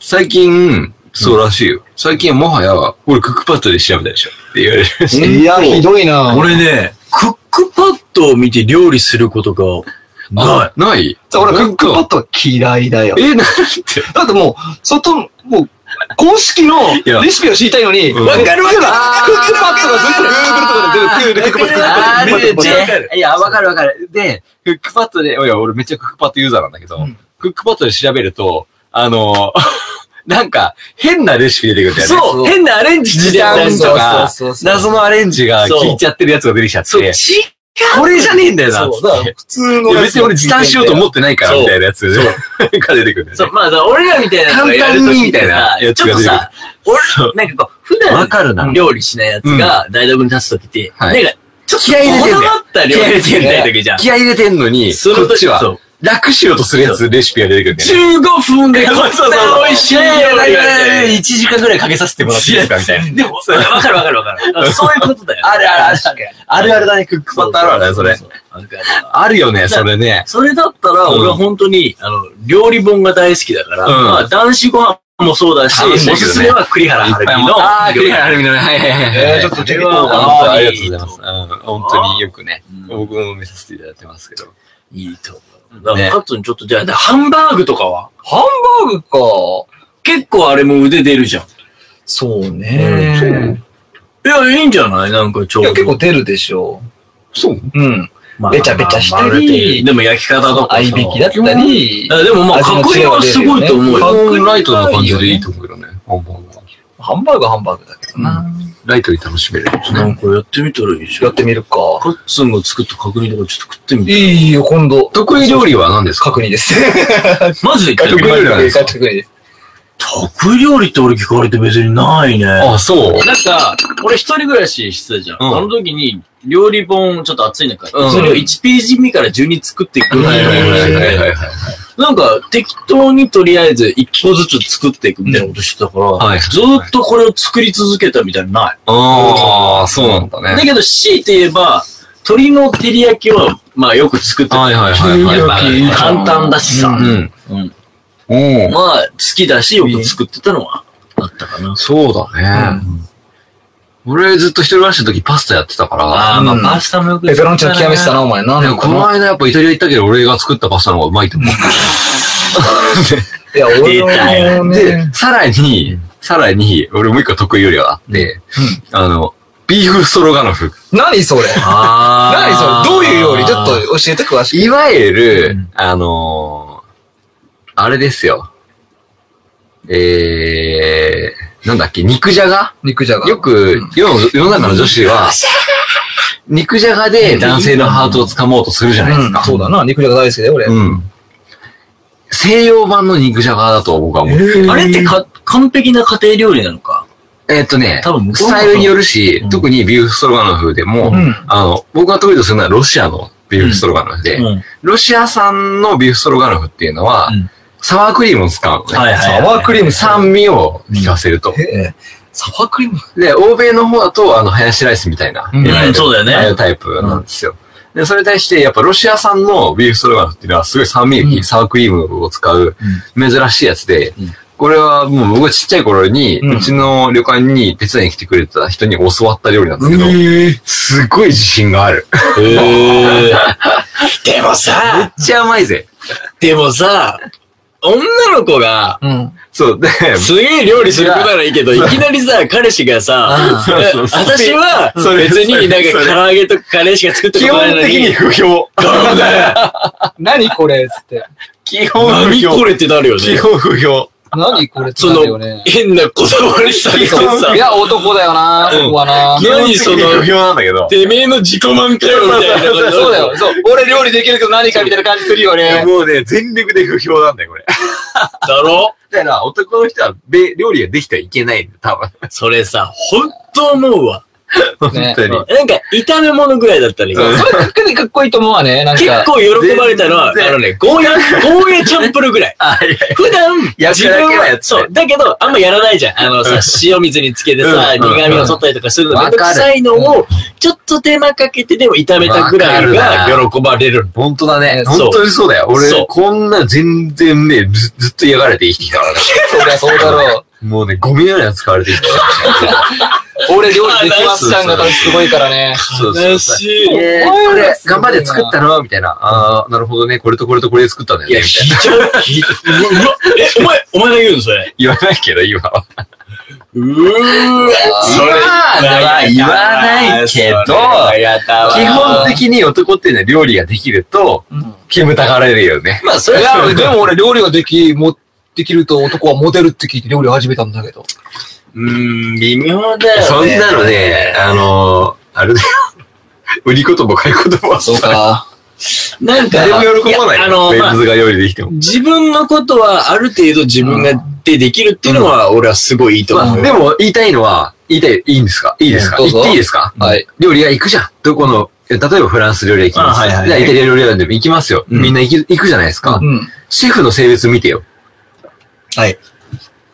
Speaker 7: 最近、そうらしいよ。最近もはや、俺クックパッドで調べたでしょって言われるらしい。
Speaker 2: いや、ひどいな。
Speaker 1: 俺ね、クックパッドを見て料理することが、な
Speaker 7: あない
Speaker 2: 俺クックパ
Speaker 7: ド
Speaker 2: ッドは嫌いだよ。
Speaker 7: え、なん
Speaker 2: だってもう、外、もう、公式の
Speaker 7: いや
Speaker 2: レシピを知りたいのに、
Speaker 7: うん
Speaker 2: わるわかるクックパッドがずっと Google とかで出てくる、クックパ
Speaker 7: あ
Speaker 2: ッド、クックパッド、クックパッド、クックパッド、クックパッド、クックパッド、クックパッド
Speaker 7: ー、いや、わかるわかる。で、クックパッドで、いや、俺めっちゃクックパッドユーザーなんだけど、
Speaker 4: クックパッドで調べると、あ の、なんか、変なレシピ出てくるんだよね。
Speaker 7: そう変なアレンジ
Speaker 4: 時短とか
Speaker 7: そうそうそうそう、
Speaker 4: 謎のアレンジが効いちゃってるやつが出てきちゃっ
Speaker 7: そう、違
Speaker 4: て、これじゃねえんだよな。
Speaker 2: そう、だから普通の
Speaker 4: い
Speaker 2: や
Speaker 4: や
Speaker 2: つ
Speaker 4: 別に俺時短しようと思ってないから、
Speaker 7: そう
Speaker 4: みたいなやつ が出てくるんだ
Speaker 7: そ
Speaker 4: よ
Speaker 7: う、
Speaker 4: ね。
Speaker 7: まあ、だから俺らみたいなのがやる
Speaker 4: 簡
Speaker 7: ときってさ
Speaker 4: 単にみたいなやつ
Speaker 7: ちょっ
Speaker 4: が出
Speaker 7: と
Speaker 4: てくる
Speaker 7: さ、
Speaker 4: そう
Speaker 7: 俺、なんかこう、普段
Speaker 4: わかるな
Speaker 7: 料理しないやつが台所に立つときって、
Speaker 4: は
Speaker 7: なん
Speaker 4: い
Speaker 7: か、ちょっと
Speaker 4: 気合い入れてんだよ
Speaker 7: こだわった料理してないときじゃん。
Speaker 4: 気合い入れてんのに、
Speaker 7: その時
Speaker 4: こっちは
Speaker 7: そう、
Speaker 4: 楽しようとするやつ、レシピが出てくるんだよね。
Speaker 7: 15分でこんな美味しい料理がね
Speaker 4: 1時間ぐらいかけさせてもらっていいですかみたいな。
Speaker 7: でも、わかるわかるわかる。だからそういうことだよね。
Speaker 4: あるある
Speaker 7: 確かに
Speaker 4: あるあるだね、クックパッドあるあるだね、それ。
Speaker 7: あるから
Speaker 4: あるよね、それね。
Speaker 7: それだったら、
Speaker 4: うん
Speaker 7: 俺は本当に、あの、料理本が大好きだから、
Speaker 4: うん
Speaker 7: まあ、男子ご飯もそうだし、
Speaker 4: 楽しいけど
Speaker 7: お
Speaker 4: ね
Speaker 7: すすめは栗原はるみの料理。
Speaker 4: ああ、クリアルミのね。はいはいはいはい。
Speaker 2: ちょっと
Speaker 7: こ
Speaker 2: 出
Speaker 7: れ
Speaker 2: てこうか
Speaker 4: あ
Speaker 2: な
Speaker 4: 本当
Speaker 7: は
Speaker 4: あ
Speaker 7: い
Speaker 4: りがとうございます。うん本当によくね、
Speaker 7: うん
Speaker 4: 僕も見させていただいてますけど。
Speaker 7: いいと思う。だか
Speaker 4: ね
Speaker 7: ら、カットにちょっと、じゃあ、ハンバーグとかは
Speaker 2: ハンバーグか。
Speaker 7: 結構あれも腕出るじゃん。
Speaker 2: そうね。
Speaker 7: いや、いいんじゃないなんかちょう
Speaker 2: い
Speaker 7: ど。
Speaker 2: や、結構出るでしょ
Speaker 4: そう
Speaker 2: う。うん。
Speaker 7: まあ
Speaker 2: べちゃべちゃしたり
Speaker 7: まあまあでも焼き方とかさ。
Speaker 2: 合いびきだったり、
Speaker 7: あでもまあ、角煮はすごいと思う
Speaker 2: 味の違いは出るよね僕
Speaker 7: よ。
Speaker 4: 僕、ライトな感じでいいと思うけどね。ハンバーグは
Speaker 2: ハンバーグはハンバーグだけどな。
Speaker 4: ライトに楽しめる。
Speaker 7: なんかやってみたらいいじゃ
Speaker 2: やっ
Speaker 7: ん。
Speaker 2: てみるか。
Speaker 7: カッツンが作った角煮とかちょっと食ってみ
Speaker 2: い
Speaker 7: て。
Speaker 2: いよ、今度。
Speaker 4: 得意料理は何ですか
Speaker 2: 確認です。
Speaker 7: マジで
Speaker 4: 得意料理は何ですか
Speaker 2: 確認です。
Speaker 7: 得意料理って俺聞かれて別にないね。なん
Speaker 4: あ、そう。
Speaker 7: か、俺一人暮らししてたじゃん。
Speaker 4: うん
Speaker 7: あの時に、料理本ちょっと熱い中、
Speaker 4: うん
Speaker 7: それを1ページ目から順に作っていくみたいなことしてて
Speaker 4: はい。
Speaker 7: なんか、適当にとりあえず一個ずつ作っていくみたいなことしてたから、
Speaker 4: はい
Speaker 7: ずーっとこれを作り続けたみたいなのない。
Speaker 4: ああ、そうなんだ
Speaker 7: だ
Speaker 4: ね。
Speaker 7: けど、強いて言えば、鶏の照り焼きは、まあよく作ってた。
Speaker 4: はいはいはいはいはい
Speaker 7: やっぱ簡単だしさ、
Speaker 4: うん。うん。
Speaker 7: まあ好きだし、よく作ってたのはあったかな。
Speaker 4: そうだね。俺ずっと一人暮らしの時パスタやってたから。
Speaker 7: あーまあ
Speaker 2: うん
Speaker 7: パスタもよく
Speaker 2: ペペロンチーノ極めてた
Speaker 7: な。
Speaker 2: な、お前。なん
Speaker 4: で
Speaker 2: だ
Speaker 4: もこ
Speaker 2: この
Speaker 4: の間やっぱイタリア行ったけど俺が作ったパスタの方がうまいと思う。
Speaker 2: いや、俺はね。
Speaker 4: で、さらに、さらに、俺もう一個得意料理があって、あの、ビーフストロガノフ。
Speaker 2: 何それ何
Speaker 7: あ
Speaker 2: それどういう料理ちょっ
Speaker 7: と。
Speaker 2: と教えて詳しく。
Speaker 4: いわゆる、あのー、あれですよ。えー、なんだっけ、肉じゃが
Speaker 2: 肉じゃが。
Speaker 4: よく、世の世の中の女子は、肉じゃがで男性のハートを掴もうとするじゃないです
Speaker 2: うん
Speaker 4: か。
Speaker 2: そうだな。肉じゃが大好きだよ、俺。
Speaker 4: うん。西洋版の肉じゃがだと僕は思う。
Speaker 7: あれってか完璧な家庭料理なのか。
Speaker 4: えーっとね、
Speaker 7: 多分
Speaker 4: スタイルによるし、
Speaker 7: うん
Speaker 4: 特にビーフストロガノフでも、
Speaker 2: うん
Speaker 4: あの、僕が得意とするのはロシアのビーフストロガノフで、
Speaker 7: うん
Speaker 4: ロシア産のビーフストロガノフっていうのは、
Speaker 7: うん
Speaker 4: サワークリームを使うのね。
Speaker 7: はいはいはい
Speaker 2: サワークリーム
Speaker 4: 酸味を効かせると。
Speaker 2: ええサワークリーム
Speaker 4: で、欧米の方だと、あの、ハヤシライスみたいな。
Speaker 2: うん
Speaker 4: いわゆる
Speaker 7: そうだよね
Speaker 4: ああいうタイプなんですよ。で、それに対して、やっぱロシア産のビーフストロガノフっていうのは、すごい酸味が効いてサワークリームを使う、珍しいやつで、これはもう僕がちっちゃい頃に、
Speaker 2: うん
Speaker 4: うちの旅館に手伝いに来てくれた人に教わった料理なんですけど、すごい自信がある。
Speaker 7: でも
Speaker 4: めっ
Speaker 7: さ、
Speaker 4: ちゃ甘いぜ。
Speaker 7: でもさ、女の子が、
Speaker 2: うん。
Speaker 4: そう、で、
Speaker 7: すげえ料理する子ならいいけど、いきなりさ、彼氏がさ、
Speaker 4: そうそうそう
Speaker 7: 私は、
Speaker 4: それ
Speaker 7: 別になん
Speaker 4: それ
Speaker 7: か唐揚げとかカレーしか作ったこ
Speaker 4: 基
Speaker 7: とない
Speaker 4: 本
Speaker 7: の
Speaker 4: 的
Speaker 7: に
Speaker 4: に、不評。
Speaker 2: 何これつって。
Speaker 4: 基本不
Speaker 7: 何こ
Speaker 4: 評。
Speaker 7: れってなるよ
Speaker 4: 基
Speaker 7: ね。
Speaker 4: 本不評。
Speaker 2: 何これって
Speaker 7: そ
Speaker 2: なるよ
Speaker 7: の
Speaker 2: ね、。
Speaker 7: 変なこだわりされてさ
Speaker 2: い、や、男だよな、そこはな。
Speaker 4: 基本
Speaker 7: 何
Speaker 4: 的
Speaker 7: その
Speaker 4: に不評なんだけど。
Speaker 7: てめえの自己満かよ、みたいなこと。
Speaker 2: そうだよ。そう。俺料理できるけど何かみたいな感じするよね。
Speaker 4: もうね、全力で不評なんだよ、これ。
Speaker 7: だろ
Speaker 4: だから、男の人は、べ料理ができてはいけないんだ、 多分。
Speaker 7: それさ、ほんと思うわ。
Speaker 4: 本当に。
Speaker 7: なんか、炒め物ぐらいだったらいい。
Speaker 4: うん
Speaker 2: それだけでかっこいいと思うわね、なん
Speaker 7: 結
Speaker 2: か。
Speaker 7: 構喜ばれたのは、
Speaker 4: 全然
Speaker 7: あのね、ゴーヤ、ゴーヤチャンプルぐらい。
Speaker 4: あ、いや
Speaker 7: 普段、
Speaker 4: や
Speaker 7: 自分
Speaker 4: やるだけはやっ
Speaker 7: は、
Speaker 4: て
Speaker 7: そう、だけど、あんまやらないじゃん。あのさ、塩水につけてさ、
Speaker 4: うんうん
Speaker 7: 苦味を取ったりとかするのめ
Speaker 4: わ
Speaker 7: ん
Speaker 4: か
Speaker 7: ど
Speaker 4: る
Speaker 7: くさいのを、ちょっと手間かけてでも炒めたぐらいが
Speaker 4: わかる
Speaker 7: 喜ばれる。
Speaker 4: 本当だね。
Speaker 7: そう
Speaker 4: 本当にそうだよ。
Speaker 7: そう
Speaker 4: 俺、こんな全然ね、ずずっと嫌がられて生きてきたからね。
Speaker 2: そりゃそうだろう。
Speaker 4: もうね、ゴミのように扱われて生きてき
Speaker 2: 俺料理できますちゃんが多分すごいからね。
Speaker 4: た。そうそう
Speaker 7: 悲
Speaker 4: そう。
Speaker 7: しい。
Speaker 4: えー、
Speaker 2: お前
Speaker 4: こ
Speaker 2: ら
Speaker 4: れ、
Speaker 2: すごい
Speaker 4: 頑
Speaker 2: な
Speaker 4: 張って作ったのみたいな。あー、なるほどね。これとこれとこれで作ったんだよ
Speaker 7: い
Speaker 4: ね。
Speaker 7: や、
Speaker 4: みたい
Speaker 7: ひ
Speaker 4: な。
Speaker 7: どい。ひうわえ、お前、お前が言うのそれ。
Speaker 4: 言わないけど、今は。
Speaker 7: それは言わないけど、基本的に男っていうのは料理ができると、煙たがられるよね。
Speaker 1: まあ、それ
Speaker 6: いや、でも俺料理ができ、も、できると男はモテるって聞いて料理を始めたんだけど。
Speaker 1: うーん、微妙だよね。
Speaker 7: そんなのね、あの、あれだよ。売り言葉買い言葉は
Speaker 6: そうか。
Speaker 1: なんか、
Speaker 7: 誰も喜ばない
Speaker 1: やあ
Speaker 7: よ。
Speaker 1: の、
Speaker 7: メ
Speaker 1: まあ
Speaker 7: ンズが料理できても。
Speaker 1: 自分のことはある程度自分がでできるっていうのは、俺はすごいいいと
Speaker 7: ま
Speaker 1: 思
Speaker 7: あ、
Speaker 1: う。
Speaker 7: でも言いたいのは、言いたい、いいんですかいいですか
Speaker 6: どう
Speaker 7: 言
Speaker 6: ぞ
Speaker 7: っていいですか
Speaker 6: はい。
Speaker 7: 料理屋行くじゃん。どこの、例えばフランス料理屋行きます。
Speaker 1: あはいはいはい
Speaker 7: じゃあイタリア料理屋でも行きますよ。みんな行き行くじゃないですか。
Speaker 6: うん。
Speaker 7: シェフの性別見てよ。
Speaker 1: はい。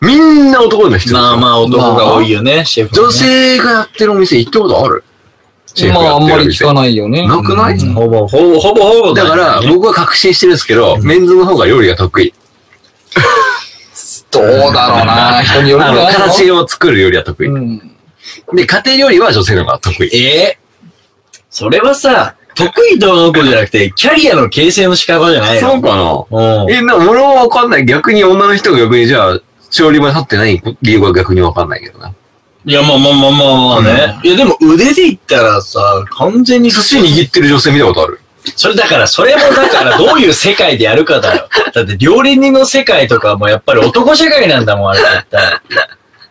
Speaker 7: みんな男の人ですよ
Speaker 1: まあまあ、男が多いよね、シェフはね。
Speaker 7: 女性がやってるお店行ったことあるシェフ
Speaker 6: ま
Speaker 7: が
Speaker 6: あ
Speaker 7: や
Speaker 6: あ
Speaker 7: っ
Speaker 6: ん
Speaker 7: て
Speaker 6: ま
Speaker 7: るお
Speaker 6: り聞
Speaker 7: 店。
Speaker 6: かないよね。
Speaker 7: なくない、
Speaker 1: ほぼ、ほぼ、ほぼ、ほぼ。
Speaker 7: だから、僕は確信してるんですけど、メンズの方が料理が得意。
Speaker 6: どうだろうな。人によるんじ
Speaker 7: あ
Speaker 6: ゃ
Speaker 7: の、
Speaker 6: ないの
Speaker 7: 形を作る料理は得意。
Speaker 6: うん。
Speaker 7: で、家庭料理は女性の方が得意。
Speaker 1: ええそれはさ、得意どうのこうじゃなくて、キャリアの形成の仕方じゃないの
Speaker 7: そうかな
Speaker 1: うん。
Speaker 7: え、な、俺はわかんない。逆に女の人が逆にじゃあ、調理場に立ってない理由は逆にわかんないけどな。
Speaker 1: いや、まあまあまあまあまあね。いや、でも腕で言ったらさ、完全に、
Speaker 7: 寿司握ってる女性見たことある
Speaker 1: それだから、それもだから、どういう世界でやるかだよ。 だって、料理人の世界とかもやっぱり男社会なんだもん、あれ絶対。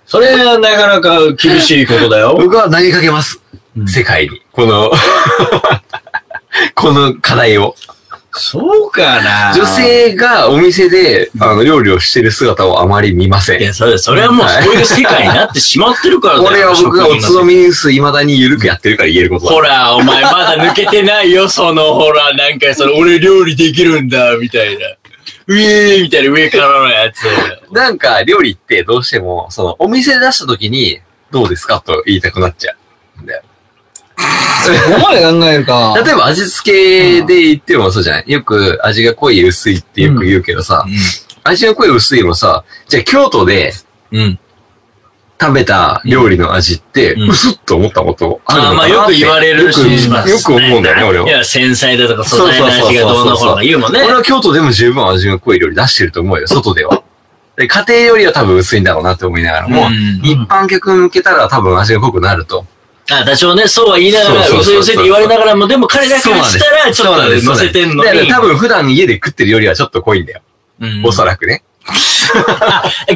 Speaker 1: それはなかなか厳しいことだよ。
Speaker 7: 僕は投げかけます。世界に。この、 この課題を。
Speaker 1: そうかな
Speaker 7: 女性がお店で、あの、料理をしてる姿をあまり見ませ
Speaker 1: い
Speaker 7: ん。
Speaker 1: や、それ、それはもうそういう世界になってしまってるからだよ。
Speaker 7: これは僕がおつま
Speaker 1: み。
Speaker 7: みニュース未だに緩くやってるから言えることだ。
Speaker 1: ほら、お前まだ抜けてないよ、その、ほら、なんか、その、俺料理できるんだ、みたいな。うえーみたいな上からのやつ。
Speaker 7: なんか、料理ってどうしても、その、お店で出した時に、どうですかと言いたくなっちゃうんだよ。
Speaker 6: ここまで考えるか。
Speaker 7: 例えば味付けで言ってもそうじゃないよく味が濃い薄いってよく言うけどさ、味が濃い薄いもさ、じゃあ京都で
Speaker 1: うん。
Speaker 7: 食べた料理の味って、
Speaker 1: うん
Speaker 7: 薄っと思ったことあるの
Speaker 1: あ
Speaker 7: か
Speaker 1: ー
Speaker 7: な
Speaker 1: まあ
Speaker 7: って
Speaker 1: よく言われるし
Speaker 7: よく
Speaker 1: しますね
Speaker 7: よく思うんだよね、俺は。
Speaker 1: いや、繊細だとか、素
Speaker 7: そう
Speaker 1: 材
Speaker 7: そ
Speaker 1: の
Speaker 7: うそうそう
Speaker 1: 話がどうのこうの言うもんね。
Speaker 7: 俺は京都でも十分味が濃い料理出してると思うよ、外では。で家庭よりは多分薄いんだろうなって思いながらも、
Speaker 1: うん
Speaker 7: 一般客向けたら多分味が濃くなると。
Speaker 1: あ、多少ね、そうは言いながら、
Speaker 7: そう
Speaker 1: う
Speaker 7: そ
Speaker 1: せ
Speaker 7: うそうそう
Speaker 1: うせって言われながらも、でも彼らからしたら、ちょっと乗せてんの
Speaker 7: だから
Speaker 1: に。
Speaker 7: 多分普段家で食ってるよりはちょっと濃いんだよ。
Speaker 1: うん
Speaker 7: おそらくね。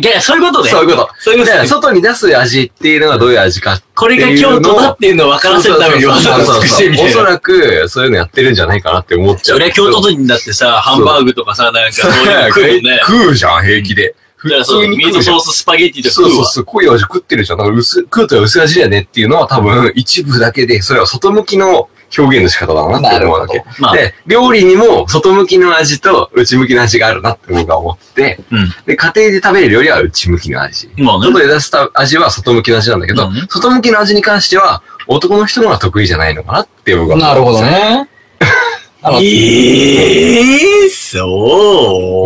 Speaker 1: いやそういうことね。
Speaker 7: そういうこと。
Speaker 1: そういうこ
Speaker 7: だ
Speaker 1: と
Speaker 7: か
Speaker 1: ね
Speaker 7: ら外に出す味っていうのがどういう味かっていうのを
Speaker 1: これが京都だっていうのを分からせるためにわざわざ尽くしてみ
Speaker 7: お
Speaker 1: たい
Speaker 7: そ
Speaker 1: な。
Speaker 7: らく、そういうのやってるんじゃないかなって思っちゃう。
Speaker 1: そりゃ京都人だってさ、ハンバーグとかさ、なんかそういうの食うもんね。
Speaker 7: 食うじゃん、平気で。
Speaker 1: だからそう、ミートソーススパゲッティとか
Speaker 7: そ
Speaker 1: 食
Speaker 7: う
Speaker 1: う
Speaker 7: そう
Speaker 1: わ。
Speaker 7: そう、濃い味食ってるじゃん。だから薄い食うとは薄い味だよねっていうのは多分一部だけで、それは外向きの表現の仕方だなって思うわけ。
Speaker 1: まあ
Speaker 7: で、料理にも外向きの味と内向きの味があるなって僕は思って、
Speaker 1: うん
Speaker 7: で、家庭で食べる料理は内向きの味。
Speaker 1: まあね
Speaker 7: 外で出す味は外向きの味なんだけど、
Speaker 1: うんね
Speaker 7: 外向きの味に関しては男の人の方が得意じゃないのかなって僕は思う
Speaker 6: なるほど。ね。あの
Speaker 1: ええ、そ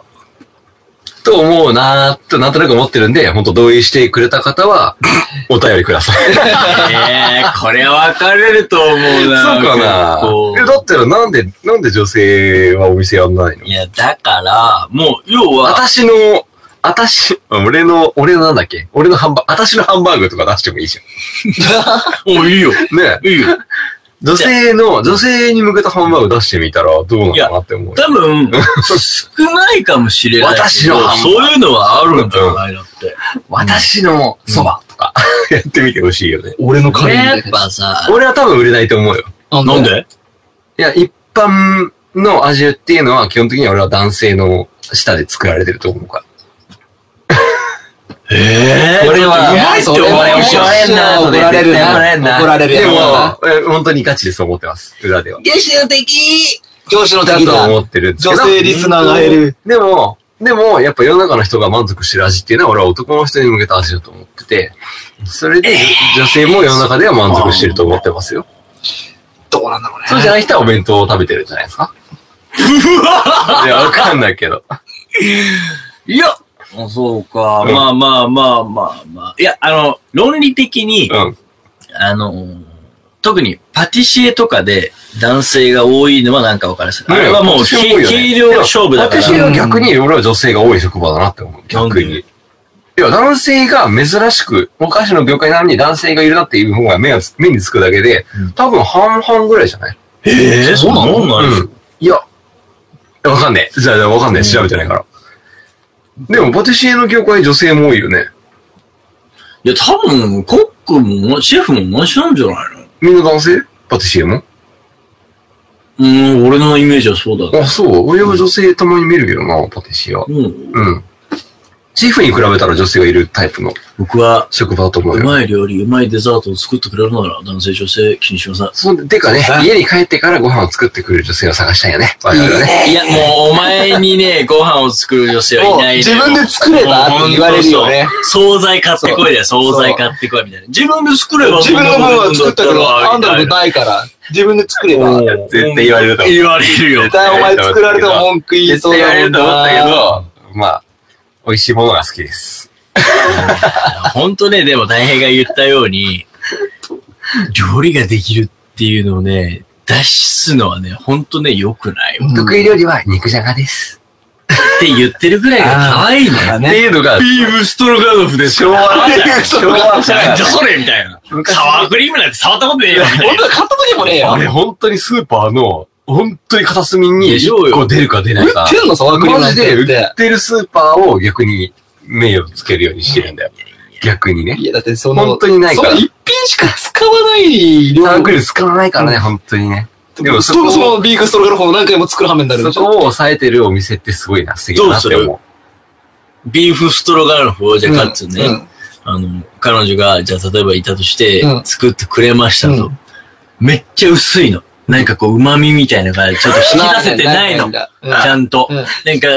Speaker 1: う
Speaker 7: と思うなーと、なんとなく思ってるんで、本当同意してくれた方は、お便りください。
Speaker 1: ええ、これ分かれると思うな。
Speaker 7: そうかな
Speaker 1: 結構
Speaker 7: え、だったらなんで、なんで女性はお店やんないの
Speaker 1: いや、だから、もう、要は、
Speaker 7: 私の、私、俺の、俺のなんだっけ俺のハンバーグ、私のハンバーグとか出してもいいじ
Speaker 1: もういいよ。
Speaker 7: ゃん。ねえ
Speaker 1: いいよ。
Speaker 7: 女性の、女性に向けたハンバーグ出してみたらどうなのかなって思う。
Speaker 1: 多 分、少ないかもしれないけど。
Speaker 7: 私のハンバーグ
Speaker 1: そういうのはあるんじゃないのって。
Speaker 7: 私のそばとか、やってみてほしいよね。
Speaker 6: 俺のカレーみた
Speaker 1: や
Speaker 6: い
Speaker 1: っ
Speaker 6: な
Speaker 1: ぱさ、
Speaker 7: 俺は多分売れないと思うよ。
Speaker 6: あ
Speaker 1: なんで
Speaker 7: いや、一般の味っていうのは基本的に俺は男性の舌で作られてると思うから。
Speaker 1: え
Speaker 7: これは
Speaker 1: うまいって思う
Speaker 6: いやそれは怒
Speaker 1: よ。
Speaker 6: られるな怒られるや
Speaker 7: で
Speaker 6: つ
Speaker 7: も
Speaker 6: だ、
Speaker 7: え本当にガチでそう思ってます。裏では。
Speaker 6: 上司の
Speaker 7: だ
Speaker 6: 敵
Speaker 7: と
Speaker 6: だ。
Speaker 7: 思ってるんですけど。
Speaker 2: 女性リスナーがいる。
Speaker 7: でも、でも、やっぱ世の中の人が満足してる味っていうのは俺は男の人に向けた味だと思ってて、それで女性も世の中では満足してると思ってますよ。
Speaker 6: どうなんだろうね。
Speaker 7: そうじゃない人はお弁当を食べてるんじゃないですかいや、わかんないけど。
Speaker 1: いやそうか。まあまあまあまあまあ。いや、あの、論理的に、
Speaker 7: うん。
Speaker 1: あの、特にパティシエとかで男性が多いのはなんかわかるんですよあれはもう、
Speaker 7: 私多いよね
Speaker 1: 軽量勝負だから。
Speaker 7: 私は逆に俺は女性が多い職場だなって思う。逆に。
Speaker 4: 要は男性が珍しく、お菓子の業界なのに男性がいるなっていう方が目を目につくだけで、多分半々ぐらいじゃない
Speaker 7: ええ、そうなのな
Speaker 4: うん。いや、わかんねえ。じゃあ、じゃあわかんねえ。調べてないから。でも、パティシエの業界女性も多いよね。
Speaker 7: いや、多分、コックも、シェフも同じなんじゃないの
Speaker 4: みんな男性パティシエも
Speaker 7: うん、俺のイメージはそうだけど。
Speaker 4: あ、そう。俺は女性たまに見るけどな、パティシエは。
Speaker 7: うん、
Speaker 4: うん。チーフに比べたら女性がいるタイプの
Speaker 7: 僕は、
Speaker 4: 職場だと思う
Speaker 7: う
Speaker 4: よ。
Speaker 7: まい料理、うまいデザートを作ってくれるなら、男性、女性、気にしません。
Speaker 4: そんで、てかね、家に帰ってからご飯を作ってくれる女性を探したいよね。我々はね。
Speaker 7: いや、もう、お前にね、ご飯を作る女性はいない
Speaker 2: 自分で作ればって言われるよね。
Speaker 7: 惣菜買ってこいだよ、惣菜買ってこいみたいな。自分で作れば
Speaker 2: 自分の分は作ったけど、あんたの分
Speaker 7: みたい
Speaker 2: ないから、自分で作れば。絶
Speaker 4: 絶対言われると
Speaker 7: な
Speaker 4: 思う。
Speaker 7: 言われるよ。
Speaker 2: 対お前作られても文句言い
Speaker 4: 絶
Speaker 2: そうだも
Speaker 4: 対言われる
Speaker 2: ん
Speaker 4: と思ったけ
Speaker 2: な。
Speaker 4: ど、まあ、美味しいものが好きです。
Speaker 7: 本当ね、でも大平が言ったように、料理ができるっていうのをね、出すのはね、本当ね、良くないわ
Speaker 4: 得意料理は肉じゃがです。
Speaker 7: って言ってるぐらいが可愛いのよ。
Speaker 4: っていうのが、
Speaker 7: ビームストロガノフでしょ。
Speaker 4: 昭和だよ。昭和
Speaker 7: なん
Speaker 4: だ
Speaker 7: じゃ
Speaker 4: よ。
Speaker 7: それみたいな。サワークリームなんて触ったことねえよ。みたい
Speaker 2: 本当は買った時もねえよ
Speaker 4: あ。れ、本当にスーパーの、本当に片隅に、
Speaker 7: でしょうよ
Speaker 4: こう出るか出ないか。
Speaker 2: 売ってんのサワークリームな
Speaker 4: マ
Speaker 2: ん
Speaker 4: ジ
Speaker 2: て
Speaker 4: で
Speaker 2: 売
Speaker 4: 売
Speaker 2: って
Speaker 4: ってるスーパーを逆に名誉つけるようにしてるんだよ。逆にね。
Speaker 2: いや、だってその、
Speaker 4: 本当にない
Speaker 2: そ
Speaker 4: か
Speaker 2: の
Speaker 4: ら。
Speaker 2: 一品しか使わない量。
Speaker 4: サークル使わないからね、本当にね。でもそ
Speaker 2: そ
Speaker 4: こ
Speaker 2: もそもビーフストロガノフを何回も作る羽目になる
Speaker 4: そ
Speaker 2: でしょ
Speaker 4: こを抑えてるお店ってすごいな、素敵だなって思う。
Speaker 7: なビーフストロガノフを、じゃあ、カッツンね、
Speaker 2: うん
Speaker 7: あの、彼女が、じゃあ、例えばいたとして
Speaker 2: う、ん
Speaker 7: 作ってくれましたと。
Speaker 2: う
Speaker 7: めっちゃ薄いの。なんかこう、旨味みたいなのが、ちょっと引き出せてないの。
Speaker 2: ん
Speaker 7: ち
Speaker 2: だうん
Speaker 7: ゃんと。
Speaker 2: うん
Speaker 7: なんか、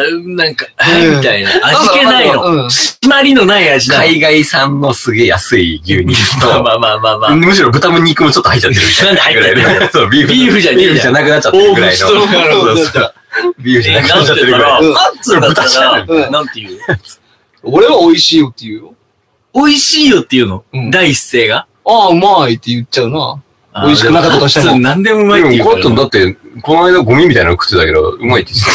Speaker 7: なんか、
Speaker 2: うん
Speaker 7: みたいな。味気ない
Speaker 2: うん
Speaker 7: の。
Speaker 2: うん
Speaker 7: 締まりのない味なの。
Speaker 4: 海外産のすげえ安い牛肉
Speaker 7: まあ
Speaker 4: と、
Speaker 7: まあまあまあまあ。
Speaker 4: むしろ豚も肉もちょっと入っちゃってるみたいな。
Speaker 7: なんで入っちゃってる
Speaker 4: そう、ビーフ。
Speaker 7: ビーフじゃねえ
Speaker 4: ビーフじゃなくなっちゃってるぐらいの。
Speaker 7: 大口と
Speaker 2: ロガノフ
Speaker 4: そうそうそうビーフじゃなく
Speaker 7: な
Speaker 4: な
Speaker 7: っ
Speaker 4: っち
Speaker 7: ちゃ
Speaker 4: ゃ
Speaker 7: っ
Speaker 4: ってて
Speaker 7: る
Speaker 4: るぐ
Speaker 7: からら、
Speaker 4: い。
Speaker 2: うん
Speaker 7: パッツンだったら、
Speaker 2: うん
Speaker 7: なんていう
Speaker 2: 俺は美味しいよって言うよ。
Speaker 7: 美味しいよっていうの
Speaker 2: うん。
Speaker 7: 第一声が。
Speaker 2: ああ、うまいって言っちゃうな。美味しくなかったとしても
Speaker 7: あーでパッツン何でもうまいって
Speaker 4: で
Speaker 7: 言
Speaker 4: もコ
Speaker 7: うか
Speaker 4: ットンだ
Speaker 7: ら。
Speaker 4: って、この間ゴミみたいなの食ってたけど、うまいって言って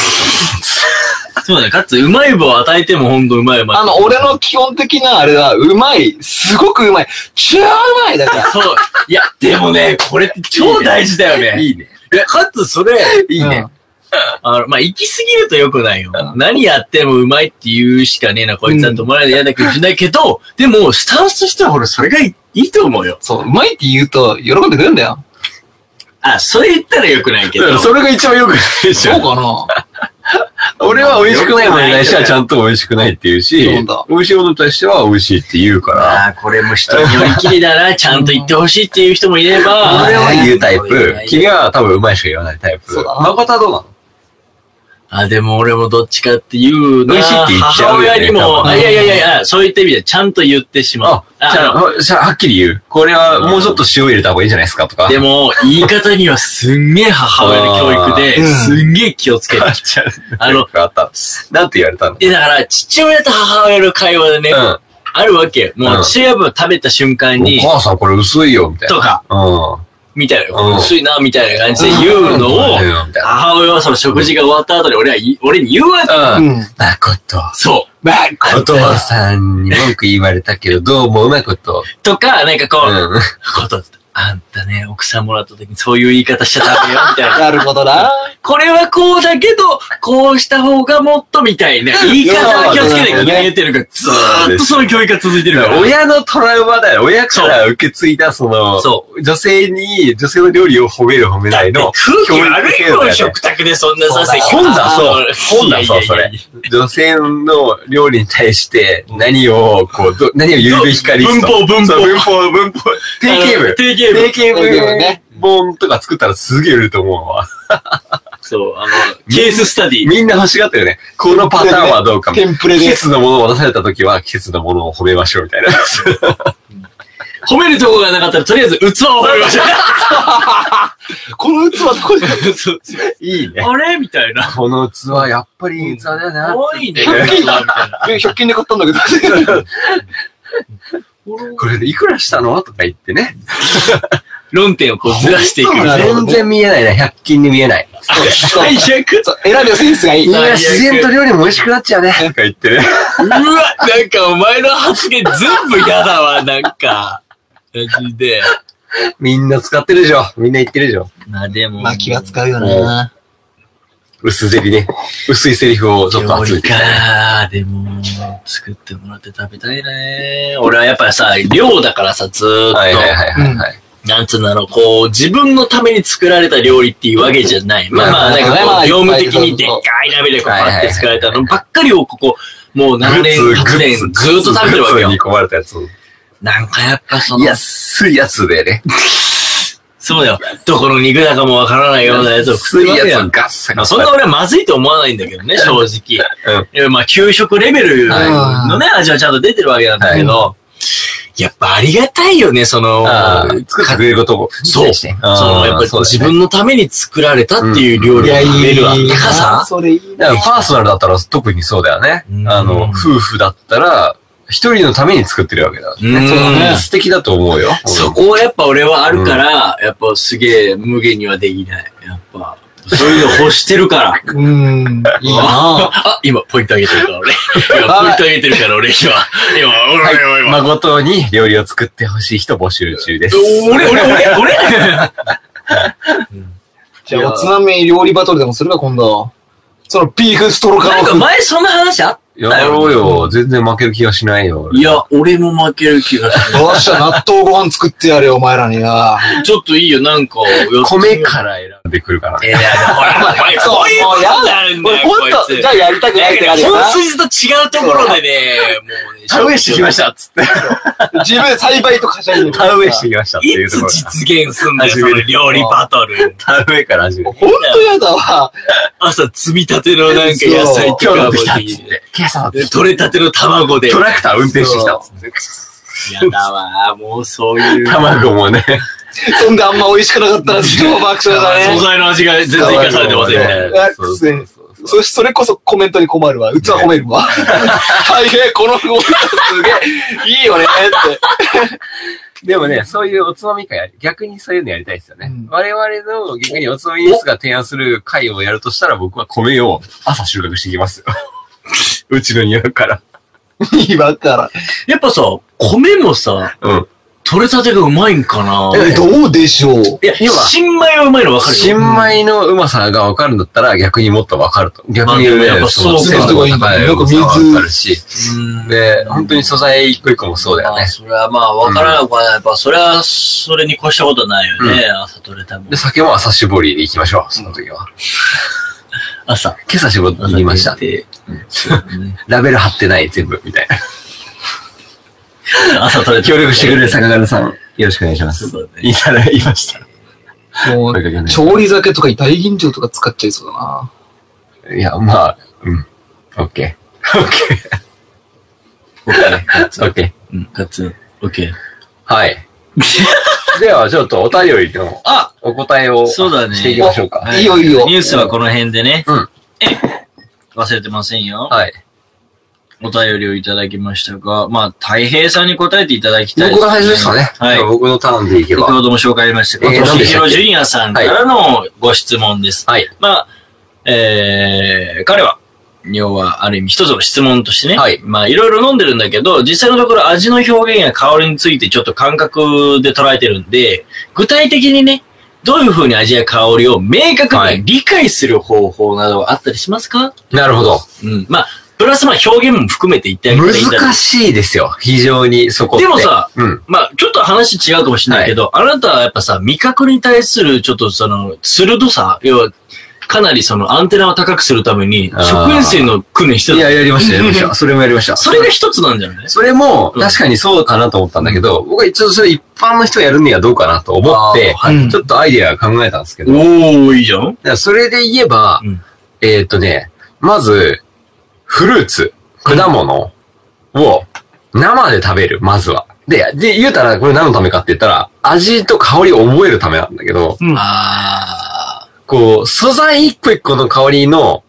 Speaker 7: そうだね。かつ、うまい棒を与えてもほんとうまいうまい。
Speaker 2: あの、俺の基本的なあれは、うまい。すごくうまい。超うまいだから。
Speaker 7: そう。いや、でもね、これって超大事だよね。いいね。いや、かつ、それ、
Speaker 4: た。いいね。
Speaker 7: あの、まあ、行き過ぎると良くないよ。何やってもうまいって言うしかねえな、こいつだと思われるの嫌だけど、だけど、でも、スタンスとしては俺、それがいいいいと思うよ。
Speaker 2: そう、うまいって言うと、喜んでくれるんだよ。
Speaker 7: あ、それ言ったら良くないけ
Speaker 4: だか
Speaker 7: ど
Speaker 4: ら。それが一番良くないでし
Speaker 2: そう
Speaker 4: ょ。
Speaker 2: かな
Speaker 4: 俺は美味しくないものに対してはちゃんと美味しくないって言うし
Speaker 2: そうだ、
Speaker 4: 美味しいものに対しては美味しいって言うから、
Speaker 7: ああ、これも人によりきりだ な。ちゃんと言ってほしいっていう人もいれば。
Speaker 4: 俺は言うタイプ、
Speaker 7: き
Speaker 4: 君は多分うまいしか言わないタイプ。
Speaker 2: そうだ
Speaker 4: 誠はどうなの
Speaker 7: あ、でも俺もどっちかっていうな。
Speaker 4: 美味しいって言っちゃうよね
Speaker 7: 母親にも、
Speaker 4: 多分
Speaker 7: あいやいやいやいや、そういった意味でちゃんと言ってしまう
Speaker 4: あ。、じゃあ、じゃあはっきり言う。これはもうちょっと塩入れた方がいいんじゃないですかとか。
Speaker 7: でも、言い方にはすんげえ母親の教育で、すんげえ気をつける。
Speaker 4: じゃあ、
Speaker 7: あの
Speaker 4: の、あった。なんて言われたの
Speaker 7: で、だから、父親と母親の会話でね、
Speaker 4: うん。
Speaker 7: あるわけよ。も
Speaker 4: う
Speaker 7: う、
Speaker 4: ん
Speaker 7: 父親分食べた瞬間に
Speaker 4: お、母さんこれ薄いよ、みたいな。
Speaker 7: とか、
Speaker 4: う
Speaker 7: みたい
Speaker 4: うん
Speaker 7: な、薄いな、みたいな感じで言うのを、
Speaker 4: ん。うんみたいな。
Speaker 7: 母親はその食事が終わった後に俺は言い、俺に言うわけ。
Speaker 4: うん。
Speaker 2: ん。
Speaker 4: まこと。
Speaker 7: そう。
Speaker 4: お父さんに文句言われたけど、どうもうまこと。
Speaker 7: とか、なんかこ
Speaker 4: う
Speaker 7: う、
Speaker 4: ん。
Speaker 7: こと、あんたね、奥さんもらった時にそういう言い方しちゃダメよ、みたいな。
Speaker 2: なるほどな。
Speaker 7: これはこうだけど、こうした方がもっとみたいな。言い方は気をつけないから、言えてるから、ずーっとそういう教育が続いてるから。
Speaker 4: 親のトラウマだよ。親から受け継いだ、その、
Speaker 7: そ
Speaker 4: 女性に、女性の料理を褒める褒めないの、
Speaker 7: 空気悪い
Speaker 4: 教育制度だよ
Speaker 7: よ、
Speaker 4: ね
Speaker 7: 食卓でそんなさせ。
Speaker 4: 本だ、そう。本だ、
Speaker 7: いやいやいやい
Speaker 4: そ
Speaker 7: や
Speaker 4: う、それ。 女性の料理に対して、何を、こう、ど何を言うべきかリスト。
Speaker 7: 文法文法
Speaker 4: そう文法、文法。定型文。
Speaker 7: 定型
Speaker 4: 定
Speaker 7: 文。
Speaker 4: 型
Speaker 2: 定型文
Speaker 4: 文
Speaker 2: ね
Speaker 4: 本とか作ったらすげえ売れると思うわ。
Speaker 7: そう、あの、ケーススタディ。
Speaker 4: みんな欲しがったよね。このパターンはどう か。
Speaker 2: テ
Speaker 4: 季
Speaker 2: ンプレで。
Speaker 4: 節のものを出された時は、季節のものを褒めましょうみたいな。
Speaker 7: 褒めるとこがなかったら、とりあえず器を褒めましょ
Speaker 2: この器どこで買っ
Speaker 4: いいね。
Speaker 7: う。あれみたいな。
Speaker 4: この器、やっぱりいい器だよな。
Speaker 7: 多いね。
Speaker 2: 100均だた ?100 均で買ったんだけど。
Speaker 4: これでいくらしたのとか言ってね。
Speaker 7: 論点をこうずらしていくみたいな。
Speaker 4: 全然見えないな。100均に見えない。
Speaker 2: 最悪選ぶセンスがいい。
Speaker 4: いや、自然と料理も美味しくなっちゃうね。
Speaker 8: なんか言ってる。
Speaker 7: うわ、なんかお前の発言全部嫌だわ、なんか。マジで。
Speaker 4: みんな使ってるでしょ。みんな言ってるでしょ。
Speaker 7: まあでも。
Speaker 2: まあ気は使うよな。
Speaker 4: 薄ゼリね。薄いセリフをちょっと熱
Speaker 7: 料
Speaker 4: い
Speaker 7: 理。か。でも、作ってもらって食べたいね。俺はやっぱりさ、量だからさ、ずーっと。
Speaker 4: はいはいはいはいはい。
Speaker 7: なんつうんだろう、こう、自分のために作られた料理っていうわけじゃない。まあまあ、なんかこ
Speaker 2: まあ
Speaker 7: う、業務的
Speaker 2: いっ
Speaker 7: に
Speaker 2: ぱ
Speaker 7: で
Speaker 2: いそ
Speaker 7: っ
Speaker 2: うそう
Speaker 7: かい鍋でこう、パって作られたのばっかりをここ、もう7年、
Speaker 4: グッズ
Speaker 7: 8年、ずーっと食べてるわけ
Speaker 4: グッ
Speaker 7: よ
Speaker 4: ズに。込まれたやつ。
Speaker 7: なんかやっぱその、
Speaker 4: 安いやつでね。
Speaker 7: そうだよ。どこの肉だかもわからないようなやつを食
Speaker 4: 安
Speaker 7: う
Speaker 4: い
Speaker 7: わけ
Speaker 4: や
Speaker 7: や
Speaker 4: つを
Speaker 7: ん。
Speaker 4: ガッサ
Speaker 7: ま
Speaker 4: ガ
Speaker 7: あ、
Speaker 4: サ
Speaker 7: そんな俺はまずいと思わないんだけどね、正直。
Speaker 4: うん
Speaker 7: いやまあ、給食レベルのね、味はちゃんと出てるわけなんだけど、やっぱありがたいよね、その、
Speaker 4: ああ、作ってくれることを。
Speaker 7: そう。そ
Speaker 4: あー
Speaker 7: の、やっぱり
Speaker 4: そうだね
Speaker 7: 自分のために作られたっていう料理のレベルは高さ
Speaker 2: それいい
Speaker 4: だ
Speaker 2: な
Speaker 4: から。パーソナルだったら特にそうだよね
Speaker 7: う。ん
Speaker 4: あの、夫婦だったら、一人のために作ってるわけだ。
Speaker 7: う
Speaker 4: そうん素敵だと思うよ。
Speaker 7: そこはやっぱ俺はあるから、やっぱすげえ無限にはできない。やっ ぱ、そういうの欲してるから。
Speaker 2: うん。い いな。
Speaker 7: あ、今ポイントあげてるか ら俺。今ポイントあげてるから俺今。今、俺、
Speaker 4: はい
Speaker 7: 俺、今。
Speaker 4: 誠に料理を作ってほしい人募集中です。
Speaker 7: 俺、俺、俺、俺
Speaker 2: じゃあ、おつまみ料理バトルでもするか、今度。そのビーフストロガ
Speaker 7: な
Speaker 2: ノ
Speaker 7: んか
Speaker 2: フ。
Speaker 7: 前そんな話あっ
Speaker 4: やろうよ。全然負ける気がしないよ。
Speaker 7: いや、俺も負ける気がす
Speaker 2: どうした納豆ご飯作ってやれよ、お前らにな。
Speaker 7: る。ちょっといいよ、なんか。
Speaker 4: 米から選んでくるからね。
Speaker 7: いや、ほら、そういうことなんだよ、こいつ。
Speaker 2: あやりたく
Speaker 7: なんかね、
Speaker 2: な
Speaker 7: 本筋と違うところでね、もうね、
Speaker 4: 田植えしてきましたっつって。
Speaker 2: 自分で栽培とかしゃべる。
Speaker 4: 田植えしてきましたってい
Speaker 7: いう
Speaker 4: と
Speaker 7: つ
Speaker 4: ころ。
Speaker 7: 実現すんだよ、そ
Speaker 4: 初め
Speaker 7: の
Speaker 4: て
Speaker 7: 料理バトル。
Speaker 4: 田植えから始める。
Speaker 2: ほんとやだわ。
Speaker 7: 朝積み立てのなんか野菜
Speaker 4: 今
Speaker 7: と
Speaker 4: 日
Speaker 7: か
Speaker 4: 乗
Speaker 7: も
Speaker 4: ってきたっつって。今朝乗ってき
Speaker 7: で取れたての卵で。
Speaker 4: た。トラクター運転してきたっつって。
Speaker 7: やだわ、もうそういう。
Speaker 4: 卵もね。
Speaker 2: そんであんま美味しくなかったら、超爆笑だね
Speaker 7: 素。材の味が全然生かされてませんみたいな。
Speaker 2: あ
Speaker 4: そうそうそうそう
Speaker 2: そしそれこそコメントに困るわ。器褒めるわ。大変、この不合格すげえ、いいよねっ
Speaker 4: でもね、そういうおつまみ会やり、逆にそういうのやりたいですよね。
Speaker 2: うん
Speaker 4: 我々の逆におつまみですが提案する会をやるとしたら僕は米を朝収穫していき ますよ。うちの庭から。
Speaker 2: て。今から。
Speaker 7: やっぱさ、米もさ、
Speaker 4: うん。
Speaker 7: 取れたてがうまいんかな
Speaker 2: え、どうでしょう
Speaker 7: いや、
Speaker 4: 要は
Speaker 7: 新米はうまいの分かる
Speaker 4: 新
Speaker 7: よ。
Speaker 4: 米のうまさがわかるんだったら逆にもっとわかると。逆に
Speaker 7: まあでもやっぱ
Speaker 4: その
Speaker 7: そうか
Speaker 4: 鮮度が高い
Speaker 2: なんか水
Speaker 4: うまさがわかるし。
Speaker 7: うん
Speaker 4: で、本当に素材一個一個もそうだよ
Speaker 7: まあ、
Speaker 4: ね。
Speaker 7: それはまあ、わからなくはない。やっぱ、それは、それに越したことないよね。朝取れたもん
Speaker 4: で、。酒も朝絞りで行きましょう、その時は。
Speaker 7: 朝。
Speaker 4: 今朝絞りにいました。 ラベル貼ってない、全部、みたいな。
Speaker 7: 朝取れた。
Speaker 4: 協力してくれる坂上さん、よろしくお願いします。
Speaker 7: そうだね
Speaker 4: いただきました。
Speaker 2: も
Speaker 4: 声かけな
Speaker 2: う、
Speaker 4: い
Speaker 2: 調理酒とか大吟醸とか使っちゃいそうだな。
Speaker 4: いや、まあ、うん。オッケー。オッケー。オッケー。
Speaker 7: うん、かつ、オッケー。
Speaker 4: はい。 では、ちょっとお便りの
Speaker 7: あ
Speaker 4: お答えを
Speaker 7: そうだね
Speaker 4: していきましょうか。
Speaker 2: いいよいいよ
Speaker 7: ニュースはこの辺でね。
Speaker 4: うん。
Speaker 7: 忘れてませんよ。
Speaker 4: はい。
Speaker 7: お便りをいただきましたが、まあ、たい平さんに答えていただきたい、
Speaker 4: 僕が最初ですかね。
Speaker 7: はい。
Speaker 4: 僕のターンでいけ
Speaker 7: 先
Speaker 4: ば。
Speaker 7: ほども紹介ありました
Speaker 4: え
Speaker 7: が、
Speaker 4: ー何
Speaker 7: 年
Speaker 4: でしたっ
Speaker 7: 広
Speaker 4: け
Speaker 7: ジュニアさんからのご質問です。
Speaker 4: はい。
Speaker 7: まあ、えー、彼は、要は、ある意味一つの質問としてね。
Speaker 4: はい
Speaker 7: まあ、いろいろ飲んでるんだけど、実際のところ味の表現や香りについてちょっと感覚で捉えてるんで、具体的にね、どういう風に味や香りを明確に理解する方法などはあったりしますか、
Speaker 4: なるほど。
Speaker 7: うん。まあ、プラスまあ表現も含めて言ってあげたらいいんだろう
Speaker 4: 難しいですよ。非常にそこって。
Speaker 7: でもさ、
Speaker 4: うん。
Speaker 7: まあ、ちょっと話違うかもしれないけど、あなたはやっぱさ、味覚に対するちょっとその、鋭さ、要は、かなりそのアンテナを高くするために、
Speaker 4: あー
Speaker 7: 食塩水の訓練して
Speaker 4: い
Speaker 7: た
Speaker 4: や、。やりました、やりました。それもやりました。
Speaker 7: それが一つなんじゃない
Speaker 4: それも、
Speaker 7: うん
Speaker 4: 確かにそうかなと思ったんだけど、僕は一応それ一般の人がやるにはどうかなと思って、
Speaker 2: い
Speaker 4: ちょっとアイデア考えたんですけど、だか
Speaker 7: おー、いいじゃん
Speaker 4: らそれで言えば、
Speaker 7: うん
Speaker 4: えーっとね、まず、フルーツ、果物を生で食べる、まずは。で、で、言うたら、これ何のためかって言ったら、味と香りを覚えるためなんだけど、
Speaker 7: あー、
Speaker 4: こう、素材一個一個の香りの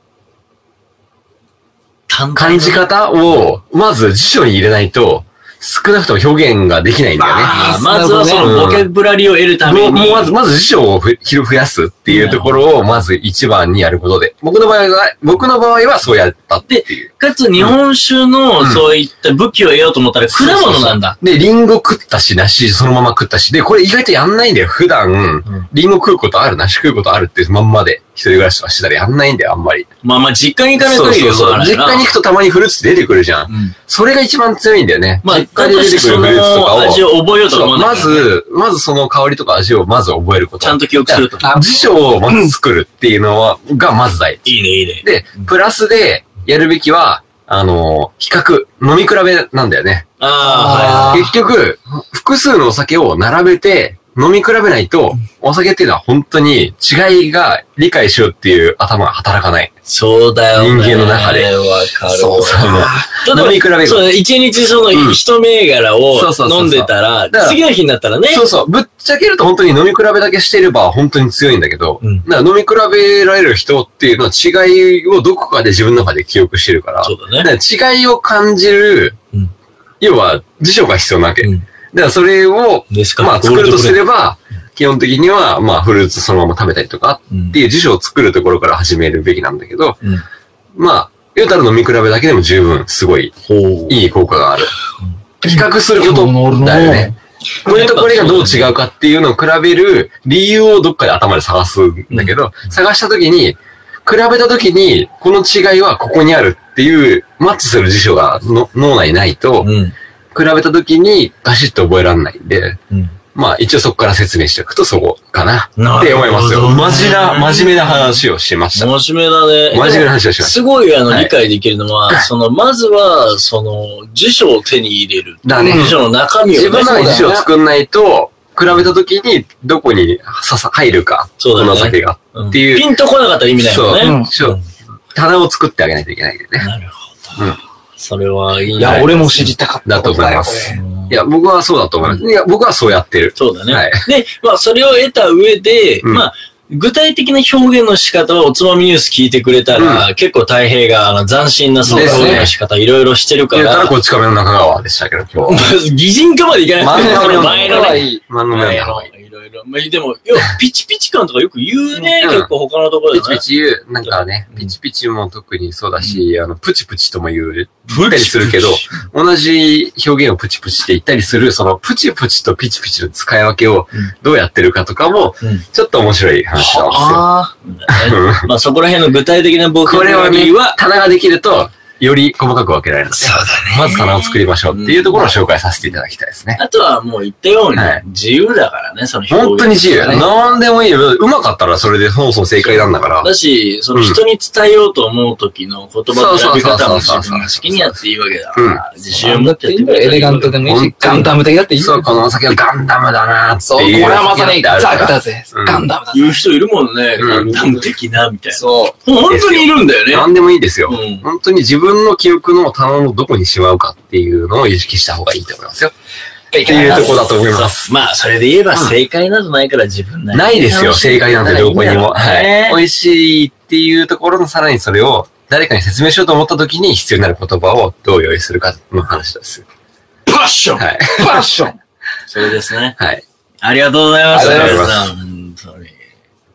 Speaker 7: 単体
Speaker 4: 感
Speaker 7: の
Speaker 4: じ。方を、まず辞書に入れないと、少なくとも表現ができないんだよね。
Speaker 1: あーまずはそのボケブラリーを得るた
Speaker 4: も
Speaker 1: め
Speaker 4: うもう
Speaker 1: に、
Speaker 4: まず、まず辞書をふ広増やすっていうところを、まず一番にやることで。僕の場合は、僕の場合はそうやったっていう。
Speaker 1: かつ日本酒の
Speaker 4: ん
Speaker 1: そういった武器を得ようと思ったら果物なんだ。
Speaker 4: で、リンゴ食ったし、梨そのまま食ったし、で、これ意外とやんないんだよ。普段、リンゴ食うことある、梨食うことあるってまんまで、一人暮らしとかしてたらやんないんだよ、あんまり。
Speaker 1: まあまあ実家に行かない限りよ、だから
Speaker 4: 実
Speaker 1: な
Speaker 4: 家に行くとたまにフルーツ出てくるじゃん。
Speaker 1: ん
Speaker 4: それが一番強いんだよね。
Speaker 1: まあ、
Speaker 4: 実
Speaker 1: 一
Speaker 4: 家
Speaker 1: 回
Speaker 4: で
Speaker 1: と
Speaker 4: 出
Speaker 1: して
Speaker 4: てく
Speaker 1: そ
Speaker 4: るフルーツと
Speaker 1: の
Speaker 4: かを。
Speaker 1: 味を覚えようと
Speaker 4: そ
Speaker 1: 思う
Speaker 4: う、
Speaker 1: んだ
Speaker 4: ま
Speaker 1: けどね
Speaker 4: ず、まずその香りとか味をまず覚えること。
Speaker 1: ちゃんと記憶すると。
Speaker 4: あ辞書をまず作るっていうのは、がまず大事。
Speaker 1: いいね、いいね。
Speaker 4: で、プラスでやるべきは、あの、比較、飲み比べなんだよね。
Speaker 1: あ
Speaker 4: 結局、複数のお酒を並べて飲み比べないと、お酒っていうのは本当に違いが理解しようっていう頭が働かない
Speaker 1: あ、。そうだよ。
Speaker 4: 人間の中で
Speaker 1: わかる。
Speaker 4: そうそう。
Speaker 1: 例えば
Speaker 4: 飲み比べが
Speaker 1: そう、一日その
Speaker 4: うん
Speaker 1: 一銘柄を
Speaker 4: そうそうそうそう
Speaker 1: 飲んでたら
Speaker 4: だか、ら
Speaker 1: 次の日になったらね、
Speaker 4: そうそう。ぶっちゃけると本当に飲み比べだけしてれば本当に強いんだけど、
Speaker 1: うん
Speaker 4: だから飲み比べられる人っていうのは違いをどこかで自分の中で記憶してるから、
Speaker 1: そうだね。
Speaker 4: だから違いを感じる、
Speaker 1: うん
Speaker 4: 要は辞書が必要なわけ。
Speaker 1: うん
Speaker 4: だからそれを、
Speaker 1: でしかも
Speaker 4: まあ作るとすれば、基本的には、まあフルーツそのまま食べたりとかっていう辞書を作るところから始めるべきなんだけど、
Speaker 1: うん
Speaker 4: まあ、言うたら飲み比べだけでも十分すごいいい効果がある。比較することだよね。これとこれがどう違うかっていうのを比べる理由をどっかで頭で探すんだけど、探したときに、比べたときに、この違いはここにあるっていう、マッチする辞書がの脳内にないと、
Speaker 1: うん。
Speaker 4: 比べたときにガシッと覚えられないんで、
Speaker 1: うん
Speaker 4: まあ一応そこから説明しておくとそこかな
Speaker 1: なるほど
Speaker 4: って思いますよ。
Speaker 1: ね
Speaker 4: 真面目な、真面目な話をしました。
Speaker 1: 真面目だね。
Speaker 4: 真面目な話をしました。
Speaker 1: すごいあの
Speaker 4: はい
Speaker 1: 理解できるの は、そのまずは、その辞書を手に入れる。
Speaker 4: だね
Speaker 1: 辞書の中身をね
Speaker 4: 自分の意思を作んないと、比べたときにどこにささ入るか、
Speaker 1: そうだ
Speaker 4: こ
Speaker 1: ね
Speaker 4: の酒が
Speaker 1: うん
Speaker 4: っていう
Speaker 1: ピンとこなかったら意味ないもんね。
Speaker 4: そうそう。棚を作ってあげないといけないよね。
Speaker 1: なるほど。
Speaker 4: うん
Speaker 1: それはいい
Speaker 4: いや
Speaker 1: ね。
Speaker 2: 俺も知りたかった。
Speaker 4: だと思います。いや、僕はそうだと思います。
Speaker 1: う
Speaker 4: いや、僕はそうやってる。
Speaker 1: そうだね。
Speaker 4: はい
Speaker 1: で、まあ、それを得た上で、
Speaker 4: うん
Speaker 1: まあ、具体的な表現の仕方はおつまみニュース聞いてくれたら、結構太平があの斬新なその
Speaker 4: ですね
Speaker 1: 表現の仕方いろいろしてるか
Speaker 4: 言った
Speaker 1: ら
Speaker 4: ら、こっち亀の中川でしたけど、今日は。
Speaker 1: 擬人化までいかない
Speaker 4: 真ん中の
Speaker 1: 前
Speaker 4: 方
Speaker 1: の
Speaker 4: が
Speaker 1: ね。
Speaker 4: いい。真ん中の
Speaker 1: 前
Speaker 4: 方がいい。
Speaker 1: のいろいろ。まあ、でも、よピチピチ感とかよく言うね。
Speaker 4: うん
Speaker 1: 結構他のところ
Speaker 4: ピ
Speaker 1: で、
Speaker 4: チ
Speaker 1: ね
Speaker 4: ピ。チ言う。なんかね、ピチピチも特にそうだし、あの、プチプチとも言う。言ったりするけど、同じ表現をプチプチって言ったりする、そのプチプチとピチピチの使い分けをどうやってるかとかも
Speaker 1: うん、
Speaker 4: ちょっと面白い話なんですよ。
Speaker 1: ああ。まあ、そこら辺の具体的なボキャ
Speaker 4: こ
Speaker 1: ブ
Speaker 4: れ
Speaker 1: ラ
Speaker 4: は
Speaker 1: リ
Speaker 4: ね
Speaker 1: ーは、、
Speaker 4: 棚ができると、より細かく分けられるので
Speaker 1: そうだね
Speaker 4: まず棚を作りましょうっていうところを紹介させていただきたいですね。
Speaker 1: あとはもう言ったように
Speaker 4: はい、
Speaker 1: 自由だからね、その表現
Speaker 4: 本当に自由。
Speaker 1: ね
Speaker 4: 何でもいいよ。うまかったらそれでそもそも正解なんだから。
Speaker 1: だし、その人に伝えようと思う時の言葉の選び方も自
Speaker 4: そうそうそうそう
Speaker 1: 分が好きにやっていいわけだから、自信を
Speaker 2: なん
Speaker 1: 持
Speaker 2: だ
Speaker 1: っ
Speaker 2: って
Speaker 1: や
Speaker 2: て
Speaker 1: って
Speaker 2: いいんだよ。エレガントでもいいし、ガンダム的だっていいんだ
Speaker 4: そ
Speaker 2: よ
Speaker 4: う、このお酒はガンダムだなって
Speaker 2: そう、こ
Speaker 4: いう。
Speaker 2: れはまさに
Speaker 4: 好きな
Speaker 2: ザ
Speaker 4: んだあるから
Speaker 2: クだぜ
Speaker 4: うん。
Speaker 2: ガンダムだぜ。
Speaker 1: 言う人いるもんね、
Speaker 4: うん
Speaker 1: ガンダム的な、みたいな。
Speaker 2: そう。
Speaker 1: 本当にいるんだよね。
Speaker 4: 何でもいいですよ。
Speaker 1: うん
Speaker 4: 本当に自分の記憶の棚をどこにしまうかっていうのを意識した方がいいと思いますよ。っていうところだと思います。
Speaker 1: そうまあ、それで言えば正解などないから自分なりに
Speaker 4: ないですよ、
Speaker 1: 楽し
Speaker 4: 正解なんてどこにも。
Speaker 1: な
Speaker 4: はい
Speaker 1: んだろ
Speaker 4: い。
Speaker 1: うね
Speaker 4: 美味しいっていうところのさらにそれを誰かに説明しようと思った時に必要になる言葉をどう用意するかの話です。
Speaker 1: パッション
Speaker 4: はい。
Speaker 2: パッション。
Speaker 1: それですね。
Speaker 4: はい。
Speaker 1: ありがとうございます。
Speaker 4: ありがとうございます
Speaker 1: ます。本当に。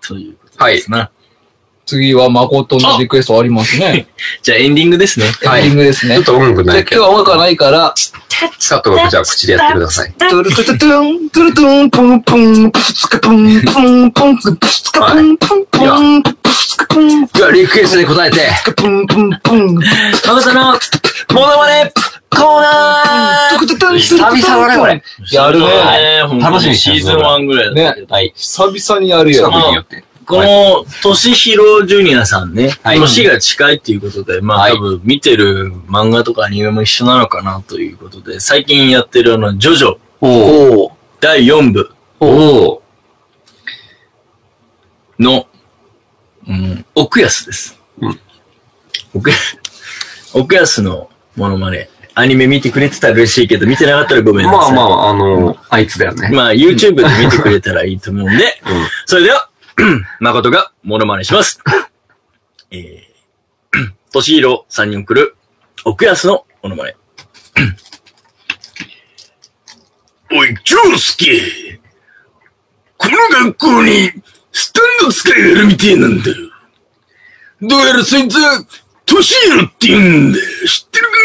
Speaker 1: ということ
Speaker 4: は
Speaker 1: で
Speaker 4: い
Speaker 1: す。な。
Speaker 2: 次は誠のリクエストありますね。
Speaker 1: じゃあエンディングですね。
Speaker 4: は
Speaker 2: エ
Speaker 4: い
Speaker 2: ンディングです
Speaker 4: ち
Speaker 2: ね。
Speaker 4: ょっ
Speaker 2: じゃ
Speaker 4: と音楽
Speaker 2: あ
Speaker 4: ない
Speaker 2: 今
Speaker 4: け
Speaker 2: 日
Speaker 4: ど、
Speaker 2: は音楽がないから、
Speaker 4: 佐藤がじゃあ口でやってください。
Speaker 2: トゥルトゥトゥトゥン、トゥルトゥン、プンプン、プスカプン、プンプン、プスカプン、プンプン、プスカプン、プ
Speaker 4: ではリクエストに答えて、
Speaker 2: スカプン、プンプン、
Speaker 1: まぶさの、
Speaker 4: モノマネコーナー
Speaker 2: トゥトゥトゥン、
Speaker 4: 久々だね、これ。
Speaker 2: やるね。
Speaker 1: ね
Speaker 4: 楽しみにして
Speaker 1: シ
Speaker 4: ま
Speaker 1: ーズン
Speaker 4: す
Speaker 1: 1ぐらいだったけど。
Speaker 4: はい。
Speaker 2: 久々にやるよ。
Speaker 4: によって。
Speaker 1: この、としひろジュニアさんね、
Speaker 4: はい
Speaker 1: 年が近いっていうことで、まあ、
Speaker 4: はい
Speaker 1: 多分見てる漫画とかアニメも一緒なのかなということで、最近やってるあの、ジョジョ
Speaker 4: おお
Speaker 1: 第4部
Speaker 4: おお
Speaker 1: の、うん、奥安です。
Speaker 4: うん
Speaker 1: 奥、奥安のモノマネ。アニメ見てくれてたら嬉しいけど、見てなかったらごめんな
Speaker 4: ま
Speaker 1: さい。
Speaker 4: あま
Speaker 1: あ
Speaker 4: あ、あの、あいつだよね。
Speaker 1: まあ、YouTube で見てくれたらいいと思うんで、それでは、 誠がモノマネします。えー、 としひろさんに送る、奥安のモノマネ。
Speaker 4: おい、ジョウスケ。この学校に、スタンド使いがいるみてえなんだよ。どうやらそいつは、トシヒロって言うんだよ。知ってるかい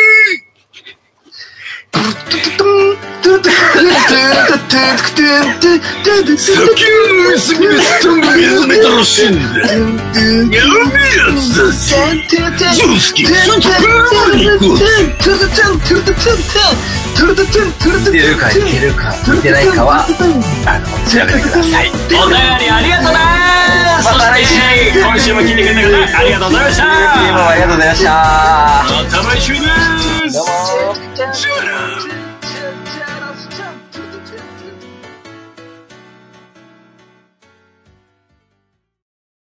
Speaker 2: す
Speaker 4: 酒を飲みすぎでスタンド目覚めたらしいんだ。やべえやつだぜ。ジョウスケ、ちょっとプールに行こうぜ。
Speaker 2: 出るかいけるか見てないかは
Speaker 4: 調べてください。お便りありがとうなそして、今週も聞いてくれた方、ありがとうございました
Speaker 2: ありがとうございました
Speaker 4: また来週です。